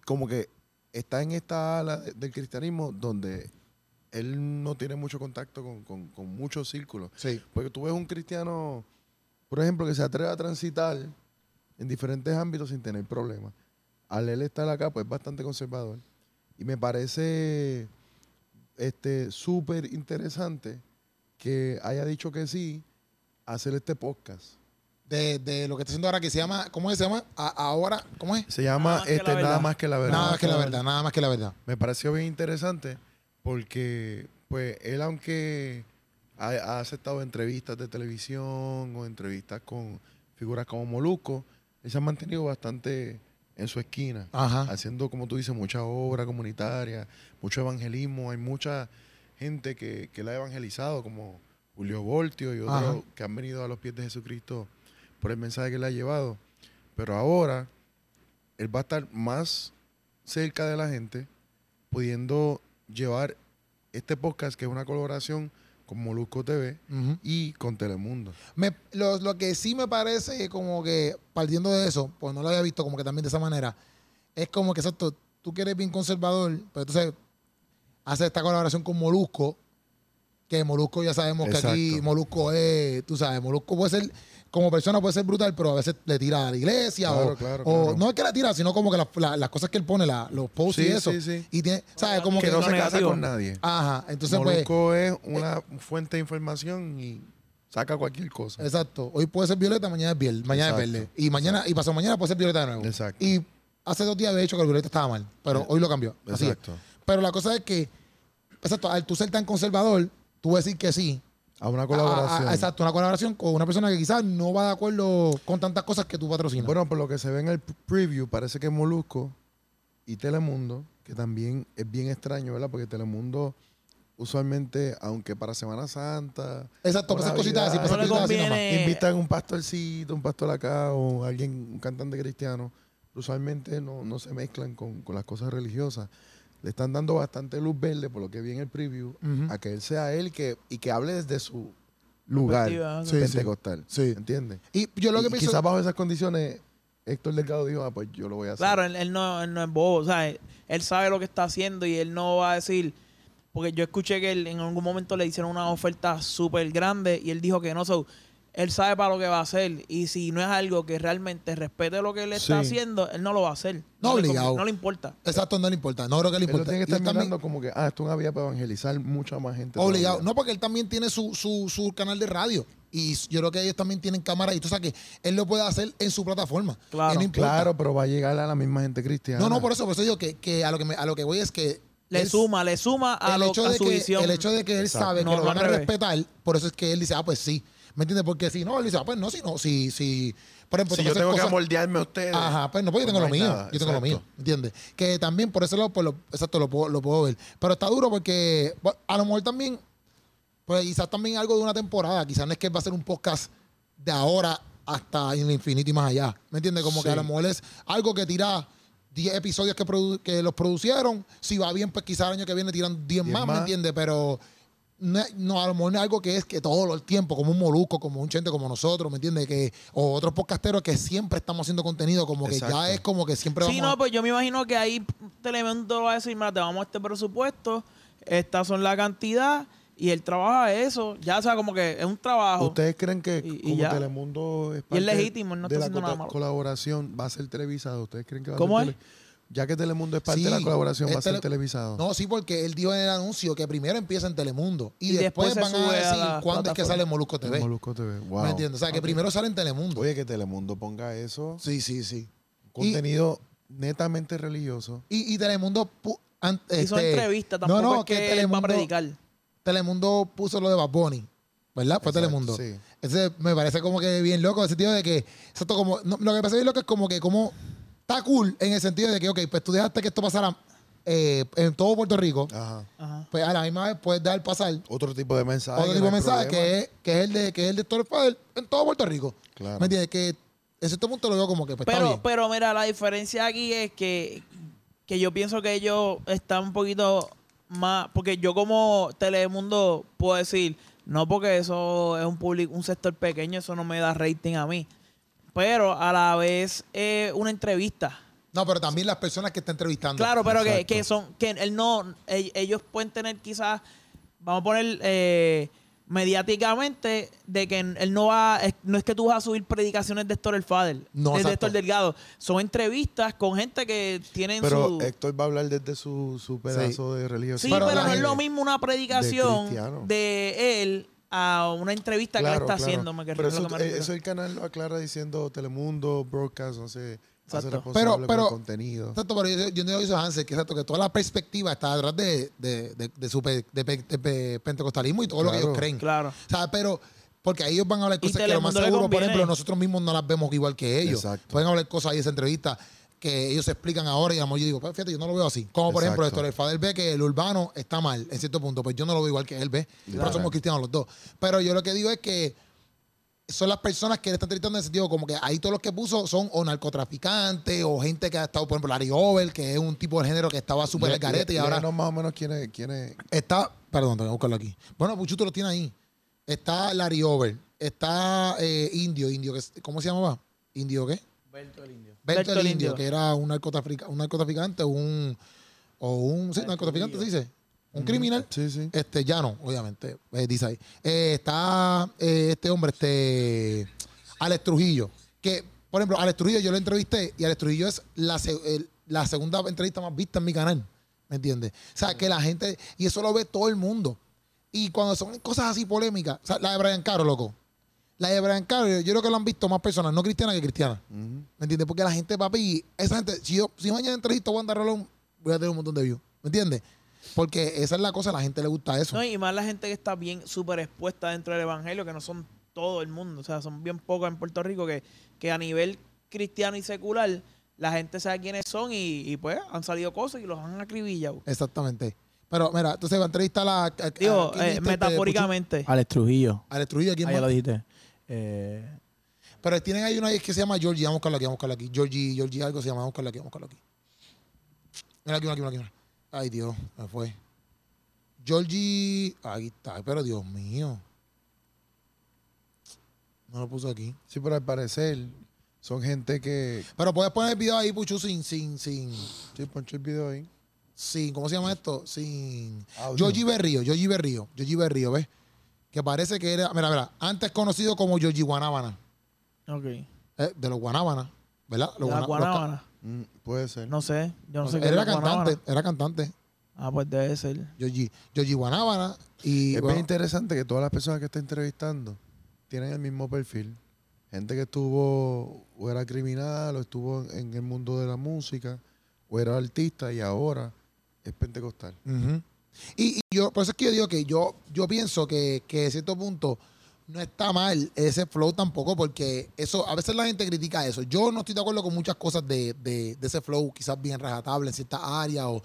Speaker 3: como que está en esta ala de- del cristianismo donde él no tiene mucho contacto con- con- con muchos círculos.
Speaker 1: Sí.
Speaker 3: Porque tú ves un cristiano, por ejemplo, que se atreve a transitar en diferentes ámbitos sin tener problemas. Al él estar acá, pues es bastante conservador. Y me parece este súper interesante que haya dicho que sí a hacer este podcast.
Speaker 1: de, de lo que está haciendo ahora que se llama, ¿cómo es que se llama? A- ahora, ¿cómo es?
Speaker 3: Se
Speaker 2: Nada
Speaker 3: llama
Speaker 2: más que
Speaker 3: este
Speaker 2: la
Speaker 3: Nada
Speaker 2: verdad.
Speaker 3: más que la verdad.
Speaker 1: nada más que la verdad, nada más que la verdad.
Speaker 3: Me pareció bien interesante porque, pues, él aunque ha, ha aceptado entrevistas de televisión o entrevistas con figuras como Molusco, él se ha mantenido bastante en su esquina,
Speaker 1: Ajá.
Speaker 3: haciendo, como tú dices, mucha obra comunitaria, mucho evangelismo. Hay mucha gente que, que la ha evangelizado, como Julio Voltio y otros
Speaker 1: Ajá.
Speaker 3: que han venido a los pies de Jesucristo por el mensaje que le ha llevado. Pero ahora él va a estar más cerca de la gente, pudiendo llevar este podcast, que es una colaboración con Molusco TV
Speaker 1: Ujú.
Speaker 3: y con Telemundo.
Speaker 1: Me- lo, lo que sí me parece como que, partiendo de eso, pues no lo había visto como que también de esa manera, es como que, exacto, tú que eres bien conservador, pero entonces hace esta colaboración con Molusco, que Molusco ya sabemos que aquí
Speaker 3: Exacto.
Speaker 1: Molusco es, tú sabes, Molusco puede ser como persona puede ser brutal, pero a veces le tira a la iglesia.
Speaker 3: Claro,
Speaker 1: o,
Speaker 3: claro,
Speaker 1: o-
Speaker 3: claro.
Speaker 1: no es que la tira, sino como que la- la- las cosas que él pone, la- los posts
Speaker 3: Sí,
Speaker 1: y Oh, eso.
Speaker 3: sí, sí.
Speaker 1: Y tiene, ¿sabes? Como
Speaker 3: que
Speaker 1: que.
Speaker 3: no
Speaker 2: no
Speaker 3: se casa
Speaker 2: negativo.
Speaker 3: con nadie.
Speaker 1: Ajá. Entonces, pues.
Speaker 3: Molusco es una fuente de información y saca cualquier cosa.
Speaker 1: Exacto. Hoy puede ser violeta, mañana es piel, mañana es
Speaker 3: Exacto.
Speaker 1: verde. Y mañana, y pasado mañana puede ser violeta de nuevo.
Speaker 3: Exacto. Eh,
Speaker 1: Y hace dos días había dicho que el violeta estaba mal, pero hoy lo cambió. Así es.
Speaker 3: Exacto.
Speaker 1: Pero la cosa es que, exacto, al tú ser tan conservador, tú decir que sí.
Speaker 3: A una
Speaker 1: A-
Speaker 3: colaboración.
Speaker 1: a- a- exacto, una colaboración con una persona que quizás no va de acuerdo con tantas cosas que tú patrocinas.
Speaker 3: Bueno, por lo que se ve en el p- preview, parece que Molusco y Telemundo, que también es bien extraño, ¿verdad? Porque Telemundo, usualmente, aunque para Semana Santa,
Speaker 1: exacto,
Speaker 3: por
Speaker 1: esas cositas así,
Speaker 3: Navidad,
Speaker 1: esas
Speaker 2: No le
Speaker 1: cositas así nomás.
Speaker 2: conviene. Eh.
Speaker 3: invitan un pastorcito, un pastor acá, o alguien, un cantante cristiano, usualmente no, no se mezclan con, con las cosas religiosas. Le están dando bastante luz verde, por lo que vi en el preview,
Speaker 1: Ujú.
Speaker 3: a que él sea él que, y que hable desde su lugar
Speaker 2: Perspectiva,
Speaker 1: Sí, sí.
Speaker 3: pentecostal.
Speaker 1: Sí.
Speaker 3: ¿Entiendes?
Speaker 1: Y yo lo que
Speaker 3: Y
Speaker 1: pienso.
Speaker 3: quizás bajo esas condiciones, Héctor Delgado dijo, ah, pues yo lo voy a hacer.
Speaker 2: Claro, él, él no, él no es bobo, o sea, él sabe lo que está haciendo y él no va a decir, porque yo escuché que él en algún momento le hicieron una oferta súper grande y él dijo que no, so, él sabe para lo que va a hacer y si no es algo que realmente respete lo que él está
Speaker 3: Sí.
Speaker 2: haciendo, él no lo va a hacer.
Speaker 1: No
Speaker 2: le,
Speaker 1: obligado.
Speaker 2: convi- no le importa.
Speaker 1: exacto, no le importa. No creo que le
Speaker 3: Él lo
Speaker 1: importa.
Speaker 3: tiene que
Speaker 1: Y
Speaker 3: estar
Speaker 1: él también-
Speaker 3: mirando como que, ah, esto es una vía para evangelizar mucha más gente.
Speaker 1: Obligado.
Speaker 3: todavía.
Speaker 1: No, porque él también tiene su, su, su canal de radio. Y yo creo que ellos también tienen cámaras. Y tú sabes que él lo puede hacer en su plataforma.
Speaker 2: Claro.
Speaker 1: Él no importa.
Speaker 3: Claro, pero va a llegar a la misma gente cristiana.
Speaker 1: No, no, por eso, por eso digo que, que a lo que me- a lo que voy es que
Speaker 2: Le
Speaker 1: él-
Speaker 2: suma, le suma a,
Speaker 1: el
Speaker 2: lo,
Speaker 1: hecho
Speaker 2: a
Speaker 1: de
Speaker 2: su
Speaker 1: que,
Speaker 2: visión.
Speaker 1: El hecho de que él
Speaker 3: Exacto.
Speaker 1: sabe que
Speaker 2: No,
Speaker 1: lo
Speaker 2: no
Speaker 1: van
Speaker 2: al
Speaker 1: a
Speaker 2: revés.
Speaker 1: respetar, por eso es que él dice, ah, pues sí. ¿Me entiendes? Porque si no, él dice, ah, pues no, si no, si, si, por ejemplo,
Speaker 3: Si
Speaker 1: tú
Speaker 3: yo
Speaker 1: haces
Speaker 3: tengo que
Speaker 1: cosas-
Speaker 3: moldearme a ustedes.
Speaker 1: Ajá, pues no,
Speaker 3: pues
Speaker 1: porque yo tengo
Speaker 3: no
Speaker 1: lo
Speaker 3: hay
Speaker 1: mío.
Speaker 3: nada,
Speaker 1: yo tengo lo mío,
Speaker 3: exacto.
Speaker 1: ¿entiendes? Que también por eso, lo, pues, lo- exacto, lo puedo, lo puedo ver. Pero está duro porque bueno, a lo mejor también, pues quizás también algo de una temporada. Quizás no es que va a ser un podcast de ahora hasta el infinito y más allá. ¿Me entiendes? Como que a lo mejor es algo que tira 10 episodios que, produ- que los producieron. Si va bien, pues quizás el año que viene tiran 10
Speaker 3: 10
Speaker 1: más, ¿me
Speaker 3: más.
Speaker 1: entiendes? Pero no, es- no, a lo mejor no es algo que es que todo el tiempo, como un molusco, como un chente como nosotros, ¿me entiendes? Que, o otros podcasteros que siempre estamos haciendo contenido, como que
Speaker 3: Exacto.
Speaker 1: ya es como que siempre
Speaker 2: Sí,
Speaker 1: vamos
Speaker 2: no, pues yo me imagino que ahí Telemundo va a decir, mira, te vamos a este presupuesto, estas son la cantidad y él trabaja eso. Ya, o sea, como que es un trabajo.
Speaker 3: ¿Ustedes creen que
Speaker 2: Y- y
Speaker 3: como
Speaker 2: ya.
Speaker 3: Telemundo es
Speaker 2: Y es
Speaker 3: parte
Speaker 2: legítimo, no
Speaker 3: de
Speaker 2: está
Speaker 3: la
Speaker 2: haciendo nada malo.
Speaker 3: colaboración, va a ser televisado? ¿Ustedes creen que va
Speaker 2: ¿Cómo
Speaker 3: a ser
Speaker 2: es?
Speaker 3: tele- Ya que Telemundo es parte
Speaker 1: Sí, este
Speaker 3: de la colaboración, va a
Speaker 1: es
Speaker 3: ser
Speaker 1: tele-
Speaker 3: televisado.
Speaker 1: No, sí, porque él dijo en el anuncio que primero empieza en Telemundo y,
Speaker 2: Y
Speaker 1: después,
Speaker 2: después se
Speaker 1: van a
Speaker 2: sube a
Speaker 1: decir
Speaker 2: la
Speaker 1: cuándo es que
Speaker 2: plataforma.
Speaker 1: sale Molusco
Speaker 3: En
Speaker 1: TV.
Speaker 3: Molusco TV. Wow.
Speaker 1: ¿Me entiendes? O sea, que primero sale en Telemundo.
Speaker 3: Oye, que Telemundo ponga eso.
Speaker 1: Sí, sí, sí. Y,
Speaker 3: Contenido netamente religioso.
Speaker 1: y- y Telemundo... pu- an-
Speaker 2: Hizo
Speaker 1: este,
Speaker 2: entrevista, tampoco
Speaker 1: no, este no,
Speaker 2: es que, él
Speaker 1: Telemundo,
Speaker 2: va a predicar.
Speaker 1: Telemundo puso lo de Bad Bunny, ¿verdad? Fue
Speaker 3: Exacto,
Speaker 1: Telemundo.
Speaker 3: sí.
Speaker 1: Ese me parece como que bien loco, en el sentido de que, exacto, como, no, lo que pasa es loco es como que como está cool en el sentido de que, ok, pues tú dejaste que esto pasara eh, en todo Puerto Rico,
Speaker 3: Ajá.
Speaker 2: Ajá.
Speaker 1: pues a la misma vez puedes dar pasar
Speaker 3: Otro tipo de mensaje.
Speaker 1: otro
Speaker 3: que
Speaker 1: tipo de
Speaker 3: no hay
Speaker 1: mensaje
Speaker 3: problema.
Speaker 1: que es, que es el de que es el de Torres Padel en todo Puerto Rico.
Speaker 3: Claro.
Speaker 1: ¿Me entiendes? Que en cierto punto lo veo como que pues, está
Speaker 2: Pero,
Speaker 1: bien.
Speaker 2: pero mira, la diferencia aquí es que, que yo pienso que ellos están un poquito más, porque yo como Telemundo puedo decir, no porque eso es un público, un sector pequeño, eso no me da rating a mí. Pero a la vez eh, una entrevista.
Speaker 1: no, pero también las personas que está entrevistando.
Speaker 2: Claro, pero que,
Speaker 3: Exacto.
Speaker 2: que son, que él no, ell- ellos pueden tener quizás, vamos a poner eh, mediáticamente, de que él no va, es- no es que tú vas a subir predicaciones de Héctor el Fader,
Speaker 1: No,
Speaker 2: de, de
Speaker 1: exacto.
Speaker 2: Héctor Delgado, son entrevistas con gente que tienen
Speaker 3: Pero eh,
Speaker 2: su...
Speaker 3: Héctor va a hablar desde su, su pedazo de religión.
Speaker 2: sí,
Speaker 1: pero
Speaker 2: pero,
Speaker 1: la
Speaker 2: no es lo
Speaker 1: gente-
Speaker 2: mismo una
Speaker 3: cristiano.
Speaker 2: predicación de, él a una entrevista que
Speaker 3: Claro,
Speaker 2: él está
Speaker 3: claro.
Speaker 2: haciendo. me que-
Speaker 3: Pero
Speaker 2: es lo
Speaker 3: eso,
Speaker 2: que me
Speaker 3: eh,
Speaker 2: refiero.
Speaker 3: eso el canal lo aclara diciendo Telemundo, Broadcast, no sé, hace
Speaker 2: Exacto.
Speaker 3: responsable
Speaker 1: Pero-
Speaker 3: con
Speaker 1: pero-
Speaker 3: el contenido.
Speaker 1: Exacto, pero yo, yo no digo eso, Hansel, que exacto, que toda la perspectiva está detrás de, de, de, de su pe- de pe- de pe- pentecostalismo y todo lo que
Speaker 3: Claro.
Speaker 1: ellos creen.
Speaker 2: Claro.
Speaker 1: O sea, pero porque ahí ellos van a hablar
Speaker 2: Y
Speaker 1: cosas que lo más
Speaker 2: Telemundo le
Speaker 1: seguro, por
Speaker 2: conviene.
Speaker 1: ejemplo, nosotros mismos no las vemos igual que ellos.
Speaker 3: Exacto.
Speaker 1: Pueden hablar cosas ahí en esa entrevista que ellos se explican ahora y a lo mejor yo digo, pues fíjate, yo no lo veo así. Como por ejemplo,
Speaker 3: Exacto.
Speaker 1: esto, el Fader ve que el urbano está mal en cierto punto, pues yo no lo veo igual que él ve. Pero somos cristianos los dos. Pero yo lo que digo es que son las personas que le están tratando en el sentido como que ahí todos los que puso son o narcotraficantes o gente que ha estado, por ejemplo, Larry Over, que es un tipo de género que estaba súper al garete y ahora
Speaker 3: no más o menos quién es, quién es-
Speaker 1: Está, perdón, tengo que buscarlo aquí. Bueno, Puchuto lo tiene ahí. Está Larry Over. Está eh, Indio, Indio, que es- ¿cómo se llamaba? ¿Indio qué?
Speaker 4: Berto el Indio.
Speaker 1: Berto el
Speaker 2: el
Speaker 1: Indio,
Speaker 2: Indio.
Speaker 1: que era un, narcotrafica- un narcotraficante, un. O un. sí, narcotraficante se dice. Un criminal.
Speaker 3: Sí, sí.
Speaker 1: Este, llano, obviamente, eh, dice ahí. Eh, está eh, este hombre, este. Alex Trujillo. Que, por ejemplo, Alex Trujillo yo lo entrevisté y Alex Trujillo es la, se- el- la segunda entrevista más vista en mi canal. ¿Me entiendes? O sea, que la gente. Y eso lo ve todo el mundo. Y cuando son cosas así polémicas, o sea, la de Brian Caro, loco. La de Brian Caro, yo creo que lo han visto más personas, no cristiana que cristiana. ¿Me entiendes? Porque la gente, papi, esa gente, si yo, si mañana entrevisto a Wanda Rolón, voy a tener un montón de views. ¿Me entiendes? Porque esa es la cosa, a la gente le gusta eso.
Speaker 2: No, y más la gente que está bien súper expuesta dentro del evangelio, que no son todo el mundo, o sea, son bien pocas en Puerto Rico que, que a nivel cristiano y secular la gente sabe quiénes son y, y, pues han salido cosas y los han acribillado.
Speaker 1: Exactamente. Pero mira, entonces va a entrevistar a. a- a- ¿quién
Speaker 2: Digo,
Speaker 1: dijiste,
Speaker 2: eh,
Speaker 1: este,
Speaker 2: metafóricamente.
Speaker 4: Alex Trujillo.
Speaker 1: Puchu? Alex Trujillo, ¿quién
Speaker 4: Ah, ya
Speaker 1: más?
Speaker 4: lo dijiste. Eh,
Speaker 1: Pero tienen ahí una que se llama Georgie, vamos a buscarla aquí, vamos a buscarla aquí. Georgie, Georgie algo se llama, vamos a buscarla aquí, vamos a buscarla aquí. Mira aquí, mira aquí, mira aquí. mira. Ay, Dios, me fue. Georgie, ahí está, pero Dios mío. No lo puso aquí.
Speaker 3: Sí, pero al parecer son gente que.
Speaker 1: Pero puedes poner el video ahí, Puchu, sin, sin, sin,
Speaker 3: Sí, poncho el video ahí.
Speaker 1: sin, ¿cómo se llama esto? Sin.
Speaker 3: Audio.
Speaker 1: Georgie Berrío, Georgie Berrío, Georgie Berrío, ¿ves? Que parece que era, mira, mira, antes conocido como Georgie Guanábana,
Speaker 2: Ok.
Speaker 1: eh, de los Guanábana, ¿verdad? Los
Speaker 2: La
Speaker 1: guana- los ca-
Speaker 2: guanábana.
Speaker 3: Mm, puede ser.
Speaker 2: No sé, yo no sé qué
Speaker 1: Él
Speaker 2: es
Speaker 1: era
Speaker 2: la guanábana.
Speaker 1: cantante, era cantante.
Speaker 2: Ah, pues debe ser.
Speaker 1: Yogi, Yogi Guanábana y
Speaker 3: es
Speaker 1: bueno,
Speaker 3: bien interesante que todas las personas que está entrevistando tienen el mismo perfil. Gente que estuvo o era criminal o estuvo en, en el mundo de la música o era artista y ahora es pentecostal.
Speaker 1: ujú. y, y yo por eso es que yo digo que yo yo pienso que que de cierto punto no está mal ese flow tampoco porque eso a veces la gente critica eso yo no estoy de acuerdo con muchas cosas de, de- de ese flow quizás bien rajatable en ciertas áreas o,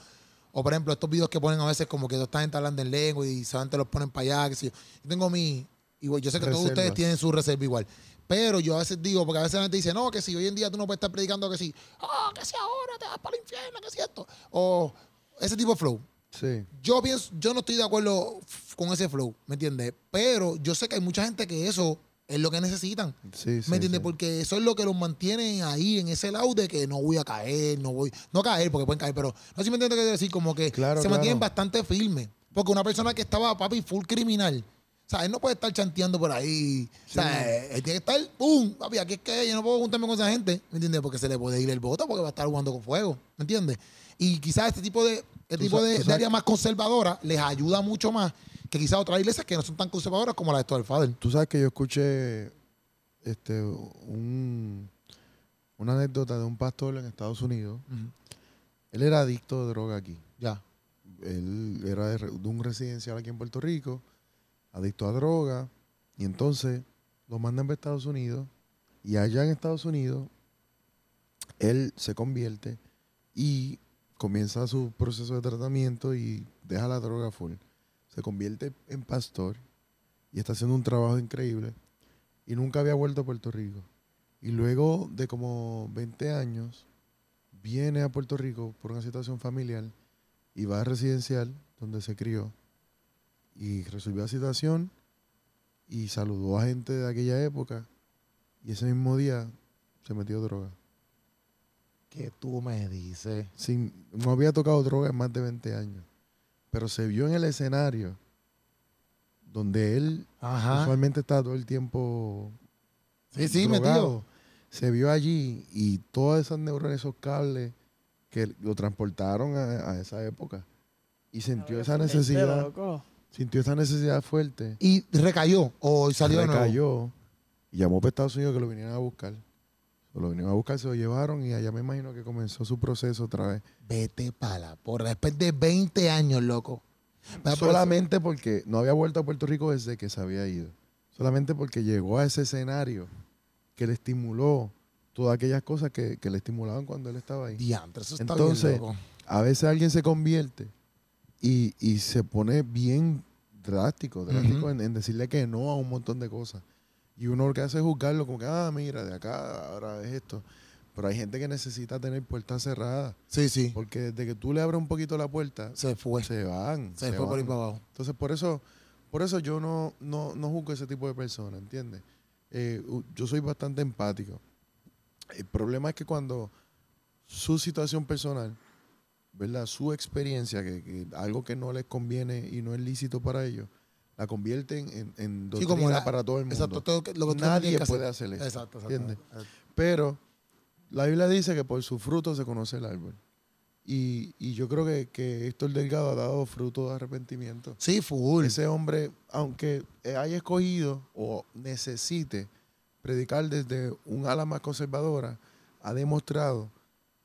Speaker 1: o por ejemplo estos videos que ponen a veces como que esta gente hablando en lengua y solamente los ponen para allá que sé yo. yo tengo mi y bueno, yo sé que todos
Speaker 3: Reservas.
Speaker 1: ustedes tienen su reserva igual pero yo a veces digo, porque a veces la gente dice, no, que si hoy en día tú no puedes estar predicando que si, ah, que si ahora te vas para el infierno, que si esto. O ese tipo de flow.
Speaker 3: Sí.
Speaker 1: Yo pienso, yo no estoy de acuerdo f- con ese flow, ¿me entiendes? Pero yo sé que hay mucha gente que eso es lo que necesitan.
Speaker 3: Sí, sí,
Speaker 1: ¿Me entiendes?
Speaker 3: sí.
Speaker 1: Porque eso es lo que los mantiene ahí en ese lado de que no voy a caer, no voy. No caer, porque pueden caer, pero no sé si me entiendes qué quiero decir, como que
Speaker 3: Claro,
Speaker 1: se
Speaker 3: claro.
Speaker 1: mantienen bastante firmes. Porque una persona que estaba, papi, full criminal, o sea, él no puede estar chanteando por ahí. O sea, él él tiene que estar, ¡pum! Papi, aquí es que yo no puedo juntarme con esa gente, ¿me entiendes? Porque se le puede ir el voto porque va a estar jugando con fuego, ¿me entiendes? Y quizás este tipo de, este
Speaker 3: Tú
Speaker 1: tipo
Speaker 3: sa-
Speaker 1: de,
Speaker 3: tú
Speaker 1: de
Speaker 3: sabes-
Speaker 1: áreas más conservadoras les ayuda mucho más que quizás otras iglesias que no son tan conservadoras como la de Stuart Fader.
Speaker 3: Tú sabes que yo escuché este un- una anécdota de un pastor en Estados Unidos. Él era adicto de droga aquí.
Speaker 1: Ya.
Speaker 3: él era de, re- de un residencial aquí en Puerto Rico, adicto a droga, y entonces lo mandan para Estados Unidos, y allá en Estados Unidos, él se convierte y comienza su proceso de tratamiento y deja la droga full. Se convierte en pastor y está haciendo un trabajo increíble, y nunca había vuelto a Puerto Rico. Y luego de como 20 años, viene a Puerto Rico por una situación familiar y va a residencial donde se crió y resolvió la situación y saludó a gente de aquella época y ese mismo día se metió droga.
Speaker 1: ¿Qué tú me dices?
Speaker 3: Sin, no había tocado droga en más de 20 años, pero se vio en el escenario donde él
Speaker 1: Ajá.
Speaker 3: usualmente está todo el tiempo
Speaker 1: Ah. Sí, sí,
Speaker 3: drogado.
Speaker 1: metido.
Speaker 3: Se vio allí y todas esas neuronas, esos cables que lo transportaron a, a esa época y sintió esa necesidad. sintió esa necesidad fuerte,
Speaker 1: Y recayó o salió de nuevo.
Speaker 3: cayó y llamó para Estados Unidos que lo vinieran a buscar. Lo vinieron a buscar, se lo llevaron y allá me imagino que comenzó su proceso otra vez.
Speaker 1: Vete pala. Por después de 20 años, loco. Va, por
Speaker 3: Solamente porque no había vuelto a Puerto Rico desde que se había ido. Solamente porque llegó a ese escenario que le estimuló todas aquellas cosas que, que le estimulaban cuando él estaba
Speaker 1: eso-
Speaker 3: ahí.
Speaker 1: Diantre, eso está
Speaker 3: Entonces,
Speaker 1: bien, loco.
Speaker 3: A veces alguien se convierte y, y se pone bien drástico, drástico
Speaker 1: Ujú.
Speaker 3: en, en decirle que no a un montón de cosas. Y uno lo que hace es juzgarlo como que, ah, mira, de acá ahora es esto. Pero hay gente que necesita tener puertas cerradas.
Speaker 1: Sí, sí.
Speaker 3: Porque desde que tú le abres un poquito la puerta,
Speaker 1: Se fue. Se,
Speaker 3: se van.
Speaker 1: fue por
Speaker 3: van.
Speaker 1: ahí para abajo.
Speaker 3: Entonces, por eso, por eso yo no, no, no juzgo ese tipo de personas, ¿entiendes? Eh, u- yo soy bastante empático. El problema es que cuando su situación personal, ¿verdad? Su experiencia, que, que algo que no les conviene y no es lícito para ellos, la convierten en, en
Speaker 1: Sí,
Speaker 3: doctrina
Speaker 1: como la-
Speaker 3: para todo el mundo.
Speaker 1: Exacto, todo lo que- lo que tú
Speaker 3: Nadie
Speaker 1: tienes que
Speaker 3: puede
Speaker 1: hacer.
Speaker 3: hacer eso.
Speaker 1: Exacto, exacto.
Speaker 3: ¿entiendes? Pero la Biblia dice que por sus frutos se conoce el árbol. Y, y yo creo que, que Héctor Delgado ha dado fruto de arrepentimiento.
Speaker 1: Sí, full.
Speaker 3: Ese hombre, aunque eh, haya escogido o necesite predicar desde un ala más conservadora, ha demostrado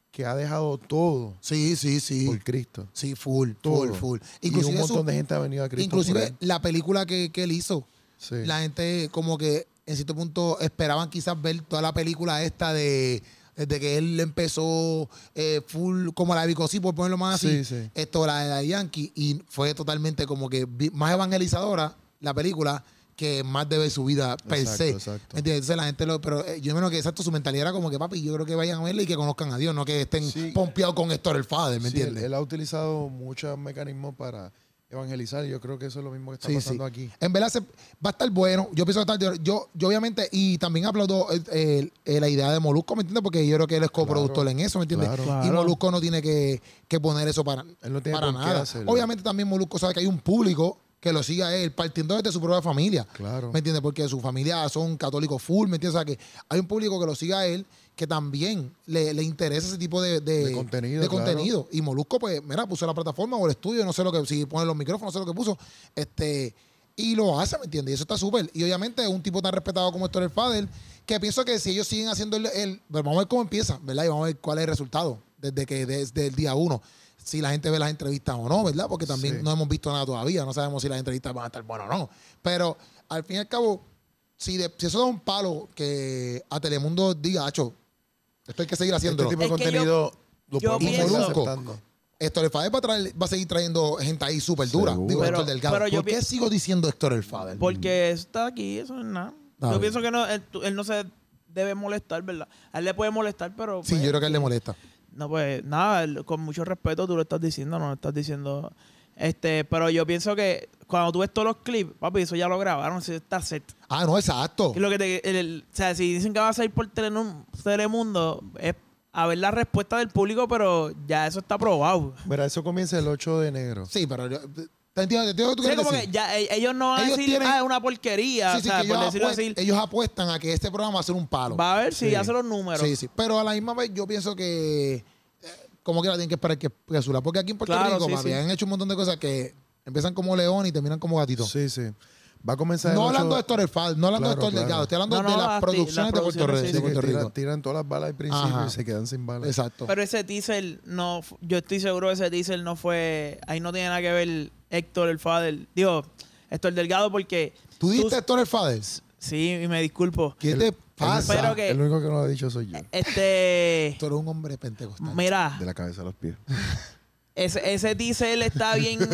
Speaker 3: que ha dejado todo
Speaker 1: Sí, sí, sí.
Speaker 3: por Cristo.
Speaker 1: Sí, full,
Speaker 3: Todo.
Speaker 1: full, full.
Speaker 3: y un
Speaker 1: Inclusive,
Speaker 3: montón
Speaker 1: su-
Speaker 3: de gente ¿eh? ha venido a Cristo. por
Speaker 1: inclusive
Speaker 3: él.
Speaker 1: la película que, que él hizo,
Speaker 3: Sí.
Speaker 1: la gente como que en cierto punto esperaban quizás ver toda la película esta de desde que él empezó eh, full como la de Vico, sí, por ponerlo más así,
Speaker 3: Sí, sí.
Speaker 1: esto la de la Yankee y fue totalmente como que vi- más evangelizadora la película que más debe su vida per
Speaker 3: Exacto,
Speaker 1: se.
Speaker 3: exacto.
Speaker 1: ¿Me entiendes? Entonces la gente lo pero eh, yo menos que exacto su mentalidad era como que papi, yo creo que vayan a verla y que conozcan a Dios, no que estén
Speaker 3: Sí.
Speaker 1: pompeados con Héctor el Father, ¿me
Speaker 3: Sí, él,
Speaker 1: entiendes?
Speaker 3: él ha utilizado muchos mecanismos para evangelizar y yo creo que eso es lo mismo que está
Speaker 1: Sí,
Speaker 3: pasando
Speaker 1: sí.
Speaker 3: aquí.
Speaker 1: En verdad se- va a estar bueno. Yo pienso que va a estar. Yo, yo obviamente, y también aplaudo eh, eh, eh, la idea de Molusco, ¿me entiendes? Porque yo creo que él es coproductor en eso, ¿me entiendes?
Speaker 3: claro.
Speaker 1: Y
Speaker 2: Claro.
Speaker 1: Molusco no tiene que, que poner eso para,
Speaker 3: Él no tiene
Speaker 1: para
Speaker 3: por qué
Speaker 1: nada.
Speaker 3: hacerlo.
Speaker 1: Obviamente también Molusco sabe que hay un público que lo sigue a él, partiendo desde su propia familia.
Speaker 3: Claro.
Speaker 1: ¿Me entiendes? Porque su familia son católicos full, ¿me entiendes? O sea, que hay un público que lo sigue a él que también le, le interesa ese tipo de, de-
Speaker 3: De contenido,
Speaker 1: de
Speaker 3: claro.
Speaker 1: contenido. Y Molusco, pues, mira, puso la plataforma o el estudio, no sé lo que, si pone los micrófonos, no sé lo que puso. Este, y lo hace, ¿me entiendes? Y eso está súper. Y obviamente un tipo tan respetado como Héctor El Fader, que pienso que si ellos siguen haciendo el, el- pero Vamos a ver cómo empieza, ¿verdad? Y vamos a ver cuál es el resultado desde que desde el día uno. Si la gente ve las entrevistas o no, ¿verdad? Porque también
Speaker 3: Sí.
Speaker 1: no hemos visto nada todavía. No sabemos si las entrevistas van a estar buenas o no. Pero al fin y al cabo, si, de- si eso da un palo que a Telemundo diga, hacho, esto hay que seguir haciéndolo.
Speaker 3: Este tipo de
Speaker 2: Es que
Speaker 3: contenido lo
Speaker 2: yo
Speaker 3: podemos seguir
Speaker 1: pienso-
Speaker 3: aceptando.
Speaker 1: Esto el Fader va a, traer- va a seguir trayendo gente ahí súper dura.
Speaker 3: Seguro.
Speaker 1: Digo,
Speaker 2: Pero-
Speaker 1: Héctor Delgado.
Speaker 2: pero yo
Speaker 1: ¿Por qué
Speaker 2: pi- Pues,
Speaker 1: sigo diciendo Héctor el Fader?
Speaker 2: Porque eso está aquí, eso no es nada.
Speaker 1: Ah,
Speaker 2: yo
Speaker 1: bien.
Speaker 2: pienso que no, él, tú- él no se debe molestar, ¿verdad? A él le puede molestar, pero.
Speaker 1: Sí,
Speaker 2: pues,
Speaker 1: yo creo que a él le molesta.
Speaker 2: No, pues nada, él- con mucho respeto tú lo estás diciendo, no lo estás diciendo. Este, pero yo pienso que cuando tú ves todos los clips, papi, eso ya lo grabaron, eso está set.
Speaker 1: Ah, no, exacto.
Speaker 2: Que Lo que te- el- el- o sea, si dicen que va a salir por Telenum- Telemundo, es a ver la respuesta del público, pero ya eso está probado.
Speaker 3: Mira, eso comienza el 8 de enero.
Speaker 1: Sí, pero yo- te entiendo, te entiendo lo que tú
Speaker 2: O sea,
Speaker 1: quieres
Speaker 2: como
Speaker 1: decir.
Speaker 2: que ya e- ellos no van
Speaker 1: Ellos
Speaker 2: a decir,
Speaker 1: tienen-
Speaker 2: ah, es una porquería,
Speaker 1: Sí,
Speaker 2: o
Speaker 1: sí,
Speaker 2: sea,
Speaker 1: que
Speaker 2: por
Speaker 1: ellos
Speaker 2: decirlo
Speaker 1: apuest-
Speaker 2: así.
Speaker 1: elellos apuestan a que este programa va a ser un palo.
Speaker 2: Va a ver si
Speaker 1: Sí.
Speaker 2: hace los números.
Speaker 1: Sí, sí. Pero a la misma vez yo pienso que eh, como que la tienen que esperar que, que azula. Porque aquí en Puerto
Speaker 2: Claro,
Speaker 1: Rico,
Speaker 2: sí,
Speaker 1: papi,
Speaker 2: sí.
Speaker 1: han hecho un montón de cosas que empiezan como león y terminan como gatito.
Speaker 3: Sí, sí. Va a comenzar
Speaker 1: No
Speaker 3: el 8
Speaker 1: hablando de Héctor El Fal, no hablando
Speaker 3: Claro,
Speaker 1: de Héctor Delgado,
Speaker 3: claro.
Speaker 1: estoy hablando
Speaker 2: No, no,
Speaker 1: de las
Speaker 2: las ti-
Speaker 1: producciones,
Speaker 2: las
Speaker 1: de Puerto,
Speaker 2: producciones,
Speaker 1: Re-
Speaker 2: sí,
Speaker 1: de
Speaker 3: Sí, que
Speaker 1: Puerto
Speaker 3: tiran,
Speaker 1: Rico.
Speaker 3: tiran todas las balas al principio
Speaker 1: Ajá.
Speaker 3: y se quedan sin balas.
Speaker 1: Exacto.
Speaker 2: Pero ese teaser no, fu- yo estoy seguro que ese teaser no fue, ahí no tiene nada que ver Héctor el Fader, digo, Héctor Delgado porque...
Speaker 1: ¿Tú diste
Speaker 2: tú-
Speaker 1: Héctor El Fader?
Speaker 2: Sí, y me disculpo.
Speaker 1: ¿Qué
Speaker 3: El-
Speaker 1: te
Speaker 3: el-
Speaker 1: pasa?
Speaker 2: Pero que-
Speaker 3: El único que no lo ha dicho soy yo.
Speaker 2: Este,
Speaker 1: Héctor es un hombre pentecostal.
Speaker 2: mira,
Speaker 3: De la cabeza a los pies.
Speaker 2: ese, ese teaser está bien,
Speaker 3: De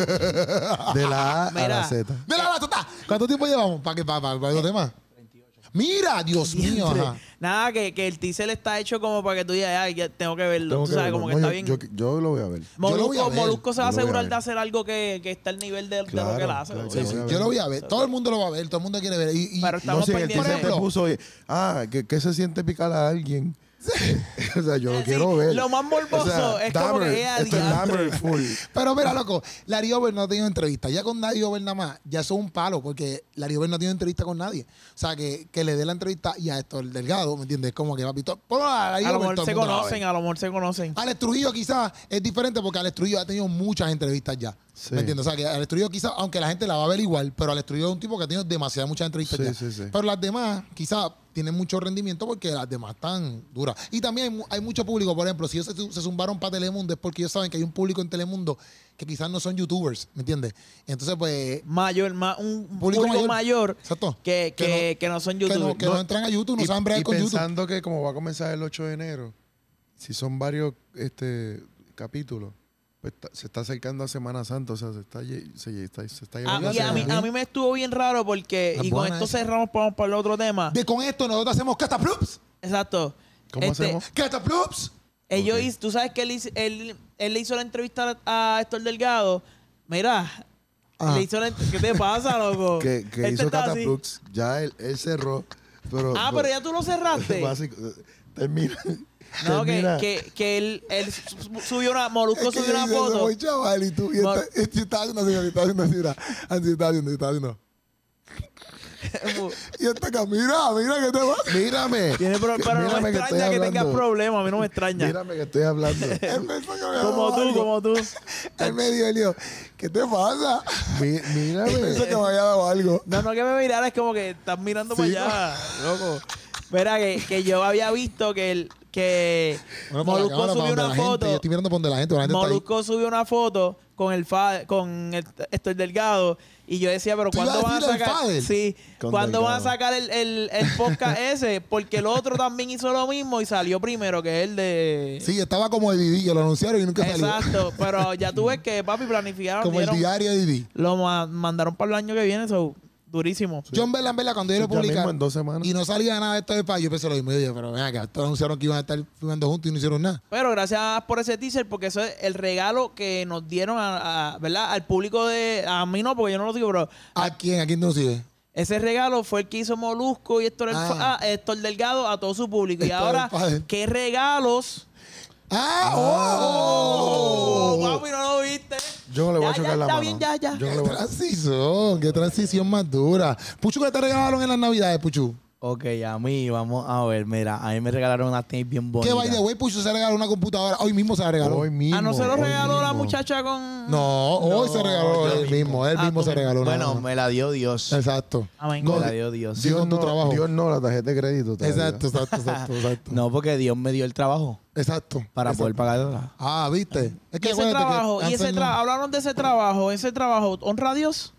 Speaker 3: la A a la
Speaker 2: Mira.
Speaker 3: Z.
Speaker 1: Mira, la tota. ¿Cuánto tiempo llevamos para que para, para,
Speaker 2: Eh,
Speaker 1: para los demás? 38. Mira, Dios mío, ajá.
Speaker 2: nada, que, que el teaser está hecho como para que tú digas, ay, ya tengo que verlo,
Speaker 3: Tengo
Speaker 2: tú sabes,
Speaker 3: verlo.
Speaker 2: como que
Speaker 3: No,
Speaker 2: está
Speaker 3: yo,
Speaker 2: bien...
Speaker 3: Yo, yo lo voy a ver.
Speaker 1: Yo lo voy a
Speaker 2: Molusco,
Speaker 1: ver.
Speaker 2: Molusco se va a
Speaker 3: Yo lo voy a
Speaker 2: asegurar de
Speaker 3: ver.
Speaker 2: hacer algo que, que está al nivel de, de lo
Speaker 3: Claro,
Speaker 2: que él hace.
Speaker 3: claro,
Speaker 2: o
Speaker 3: sí,
Speaker 2: sea,
Speaker 3: sí.
Speaker 1: Yo lo voy a ver. Todo el mundo lo va a ver. Todo el mundo quiere ver. Y, y-
Speaker 2: Pero
Speaker 1: y-
Speaker 2: estamos
Speaker 3: no, si el
Speaker 2: pendientes.
Speaker 3: teaser te puso, oye, ah, que, que se siente picar a alguien. o sea, yo lo
Speaker 2: Sí,
Speaker 3: quiero ver.
Speaker 2: lo más morboso es como que, eh,
Speaker 3: esto este es
Speaker 2: adiantre.
Speaker 3: Dahmer full.
Speaker 1: Pero mira, loco, Larry Over no ha tenido entrevista. Ya con Larry Over nada más, ya eso es un palo, porque Larry Over no ha tenido entrevista con nadie. O sea, que, que le dé la entrevista y a Héctor Delgado, ¿me entiendes? Como que papi, to- ponlo a Larry
Speaker 2: a lo
Speaker 1: Over,
Speaker 2: mejor
Speaker 1: todo el
Speaker 2: se
Speaker 1: mundo lo va a ver.
Speaker 2: conocen, a lo mejor se conocen.
Speaker 1: Alex Trujillo quizás es diferente porque Alex Trujillo ha tenido muchas entrevistas ya.
Speaker 3: Sí.
Speaker 1: ¿Me entiendes? O sea, que Alex Trujillo quizás, aunque la gente la va a ver igual, pero Alex Trujillo es un tipo que ha tenido demasiadas muchas entrevistas
Speaker 3: Sí,
Speaker 1: ya.
Speaker 3: sí, sí.
Speaker 1: Pero las demás quizás tienen mucho rendimiento porque las demás están duras. Y también hay, mu- hay mucho público, por ejemplo, si ellos se, se zumbaron para Telemundo es porque ellos saben que hay un público en Telemundo que quizás no son youtubers, ¿me entiendes? Entonces, pues...
Speaker 2: Mayor, ma- un
Speaker 1: Público
Speaker 2: público,
Speaker 1: mayor.
Speaker 2: mayor,
Speaker 1: Exacto.
Speaker 2: que,
Speaker 1: Que
Speaker 2: que,
Speaker 1: no-
Speaker 2: que no son
Speaker 1: Que
Speaker 2: youtubers.
Speaker 1: no, que no entran a YouTube, no
Speaker 3: y,
Speaker 1: saben bregar
Speaker 3: y
Speaker 1: con YouTube.
Speaker 3: pensando que como va a comenzar el 8 de enero, si son varios este capítulos, pues ta- se está acercando a Semana Santa, o sea, se está, lle- se, lle- está- se está
Speaker 2: A,
Speaker 3: llevando
Speaker 2: Ah, y a mí,
Speaker 3: Semana
Speaker 2: a mí me estuvo bien raro porque,
Speaker 1: Ah,
Speaker 2: y con
Speaker 1: buena
Speaker 2: esto
Speaker 1: esa.
Speaker 2: cerramos, vamos para el otro tema.
Speaker 1: De con esto nosotros hacemos cataplups.
Speaker 2: Exacto. Este,
Speaker 3: ¿Cómo hacemos?
Speaker 1: Cataplups.
Speaker 2: Ellos,
Speaker 3: Ok.
Speaker 2: hizo- Tú sabes que él, hizo- él, él le hizo la entrevista a Héctor Delgado. Mira,
Speaker 1: Ajá.
Speaker 2: le hizo la ent- ¿qué te pasa, loco?
Speaker 3: que, que
Speaker 2: Este
Speaker 3: hizo
Speaker 2: está así.
Speaker 3: Cataplux, ya él, él cerró, pero...
Speaker 2: Ah, pero ya tú lo cerraste.
Speaker 3: básico, termina.
Speaker 2: No, que,
Speaker 3: termina.
Speaker 2: que, que él, él su- subió una, Molusco
Speaker 1: Es que
Speaker 2: subió
Speaker 1: yo
Speaker 2: una
Speaker 1: digo,
Speaker 2: foto.
Speaker 1: "Soy chaval", y este, tú, y
Speaker 2: Mor-
Speaker 1: esta- y yo estaba haciendo así, yo estaba haciendo así, mira. Así estaba haciendo, yo estaba haciendo. Y esta acá, mira, mira que te va.
Speaker 3: Mírame.
Speaker 2: Tiene pro- pero no me
Speaker 3: Mírame que estoy
Speaker 2: extraña que, tengas
Speaker 3: hablando.
Speaker 2: problemas, a mí no me extraña.
Speaker 3: Mírame que estoy hablando.
Speaker 1: Él pensó que me
Speaker 2: como
Speaker 1: daba
Speaker 2: tú,
Speaker 1: algo.
Speaker 2: como tú.
Speaker 1: Él me dijo, él dijo, ¿qué te pasa?
Speaker 3: Mi-
Speaker 1: Él
Speaker 3: mírame.
Speaker 1: pensó que me había dado algo.
Speaker 2: No, no que me mirara, es como que estás mirando para allá, loco. Verá que, que yo había visto que el que Molusco subió una
Speaker 1: yo
Speaker 2: foto.
Speaker 1: estoy mirando por donde la gente, la gente está ahí.
Speaker 2: Molusco subió una foto con el fa- con el, Héctor Delgado y yo decía, pero
Speaker 1: ¿Tú ibas
Speaker 2: ¿cuándo
Speaker 1: a
Speaker 2: van a
Speaker 1: decir el
Speaker 2: sacar?
Speaker 1: Fadel?
Speaker 2: Sí,
Speaker 3: Con
Speaker 2: ¿cuándo van a
Speaker 3: Delgado.
Speaker 2: sacar el, el, el podcast ese? Porque el otro también hizo lo mismo y salió primero, que es el de
Speaker 1: Sí, estaba como el Didi, que lo anunciaron y nunca salió.
Speaker 2: Exacto, pero ya tú ves que papi planificaron,
Speaker 1: Como el
Speaker 2: dieron-
Speaker 1: diario de Didi.
Speaker 2: lo ma- mandaron para el año que viene, eso durísimo.
Speaker 1: Yo en verdad, en verdad, cuando yo lo
Speaker 3: Ya
Speaker 1: publiqué
Speaker 3: mismo en dos semanas.
Speaker 1: y no salía nada de esto de país, yo pensé lo mismo. Yo dije, pero ven acá, todos anunciaron que iban a estar filmando juntos y no hicieron nada.
Speaker 2: Pero gracias por ese teaser, porque eso es el regalo que nos dieron a, a- ¿verdad? al público de. A mí no, porque yo no lo digo, pero
Speaker 1: ¿A quién? ¿A quién tú nos sigues?
Speaker 2: ese regalo fue el que hizo Molusco y Héctor, el
Speaker 1: Ah.
Speaker 2: Fa- ah, Héctor Delgado a todo su público. Y
Speaker 1: Héctor
Speaker 2: ahora,
Speaker 1: el Fadel.
Speaker 2: ¿qué regalos?
Speaker 1: ¡Ah!
Speaker 2: Oh,
Speaker 1: ¡Oh!
Speaker 2: papi, no lo viste.
Speaker 3: Yo no le voy
Speaker 2: Ya,
Speaker 3: a chocar
Speaker 2: ya,
Speaker 3: la
Speaker 2: está
Speaker 3: mano.
Speaker 2: bien, ya, ya.
Speaker 3: Yo no
Speaker 1: ¡Qué
Speaker 3: le voy a-
Speaker 1: transición! ¡Qué transición más dura! Puchu, ¿qué te regalaron en las navidades, Puchu?
Speaker 4: Ok, a mí, vamos a ver, mira, a mí me regalaron unas tenis bien
Speaker 1: Que
Speaker 4: bonitas.
Speaker 1: by the way, Puchu se regaló una computadora. Hoy mismo se la regaló.
Speaker 3: Hoy mismo.
Speaker 2: Ah, no se lo
Speaker 3: hoy
Speaker 2: regaló la
Speaker 3: mismo.
Speaker 2: muchacha con.
Speaker 1: No, hoy
Speaker 4: No,
Speaker 1: se regaló
Speaker 4: yo
Speaker 1: él mismo. Él
Speaker 2: Ah,
Speaker 1: mismo
Speaker 2: tú
Speaker 1: se
Speaker 2: mismo. Ah,
Speaker 1: regaló una.
Speaker 4: bueno, me la dio Dios.
Speaker 1: Exacto.
Speaker 2: Amén.
Speaker 4: Me
Speaker 1: No,
Speaker 4: la dio Dios.
Speaker 1: Sí,
Speaker 3: Dios
Speaker 1: con tu
Speaker 3: no,
Speaker 1: trabajo.
Speaker 3: Dios no, la tarjeta de crédito. todavía.
Speaker 1: Exacto, exacto, exacto, exacto.
Speaker 4: No, porque Dios me dio el trabajo
Speaker 1: Exacto.
Speaker 4: para
Speaker 1: exacto.
Speaker 4: poder pagarla.
Speaker 1: Ah, ¿viste? Es
Speaker 2: Y ese
Speaker 1: acuérdate que
Speaker 2: trabajo, y ese
Speaker 1: Hansel no-
Speaker 2: trabajo, hablaron de ese trabajo, ese trabajo, honra a Dios.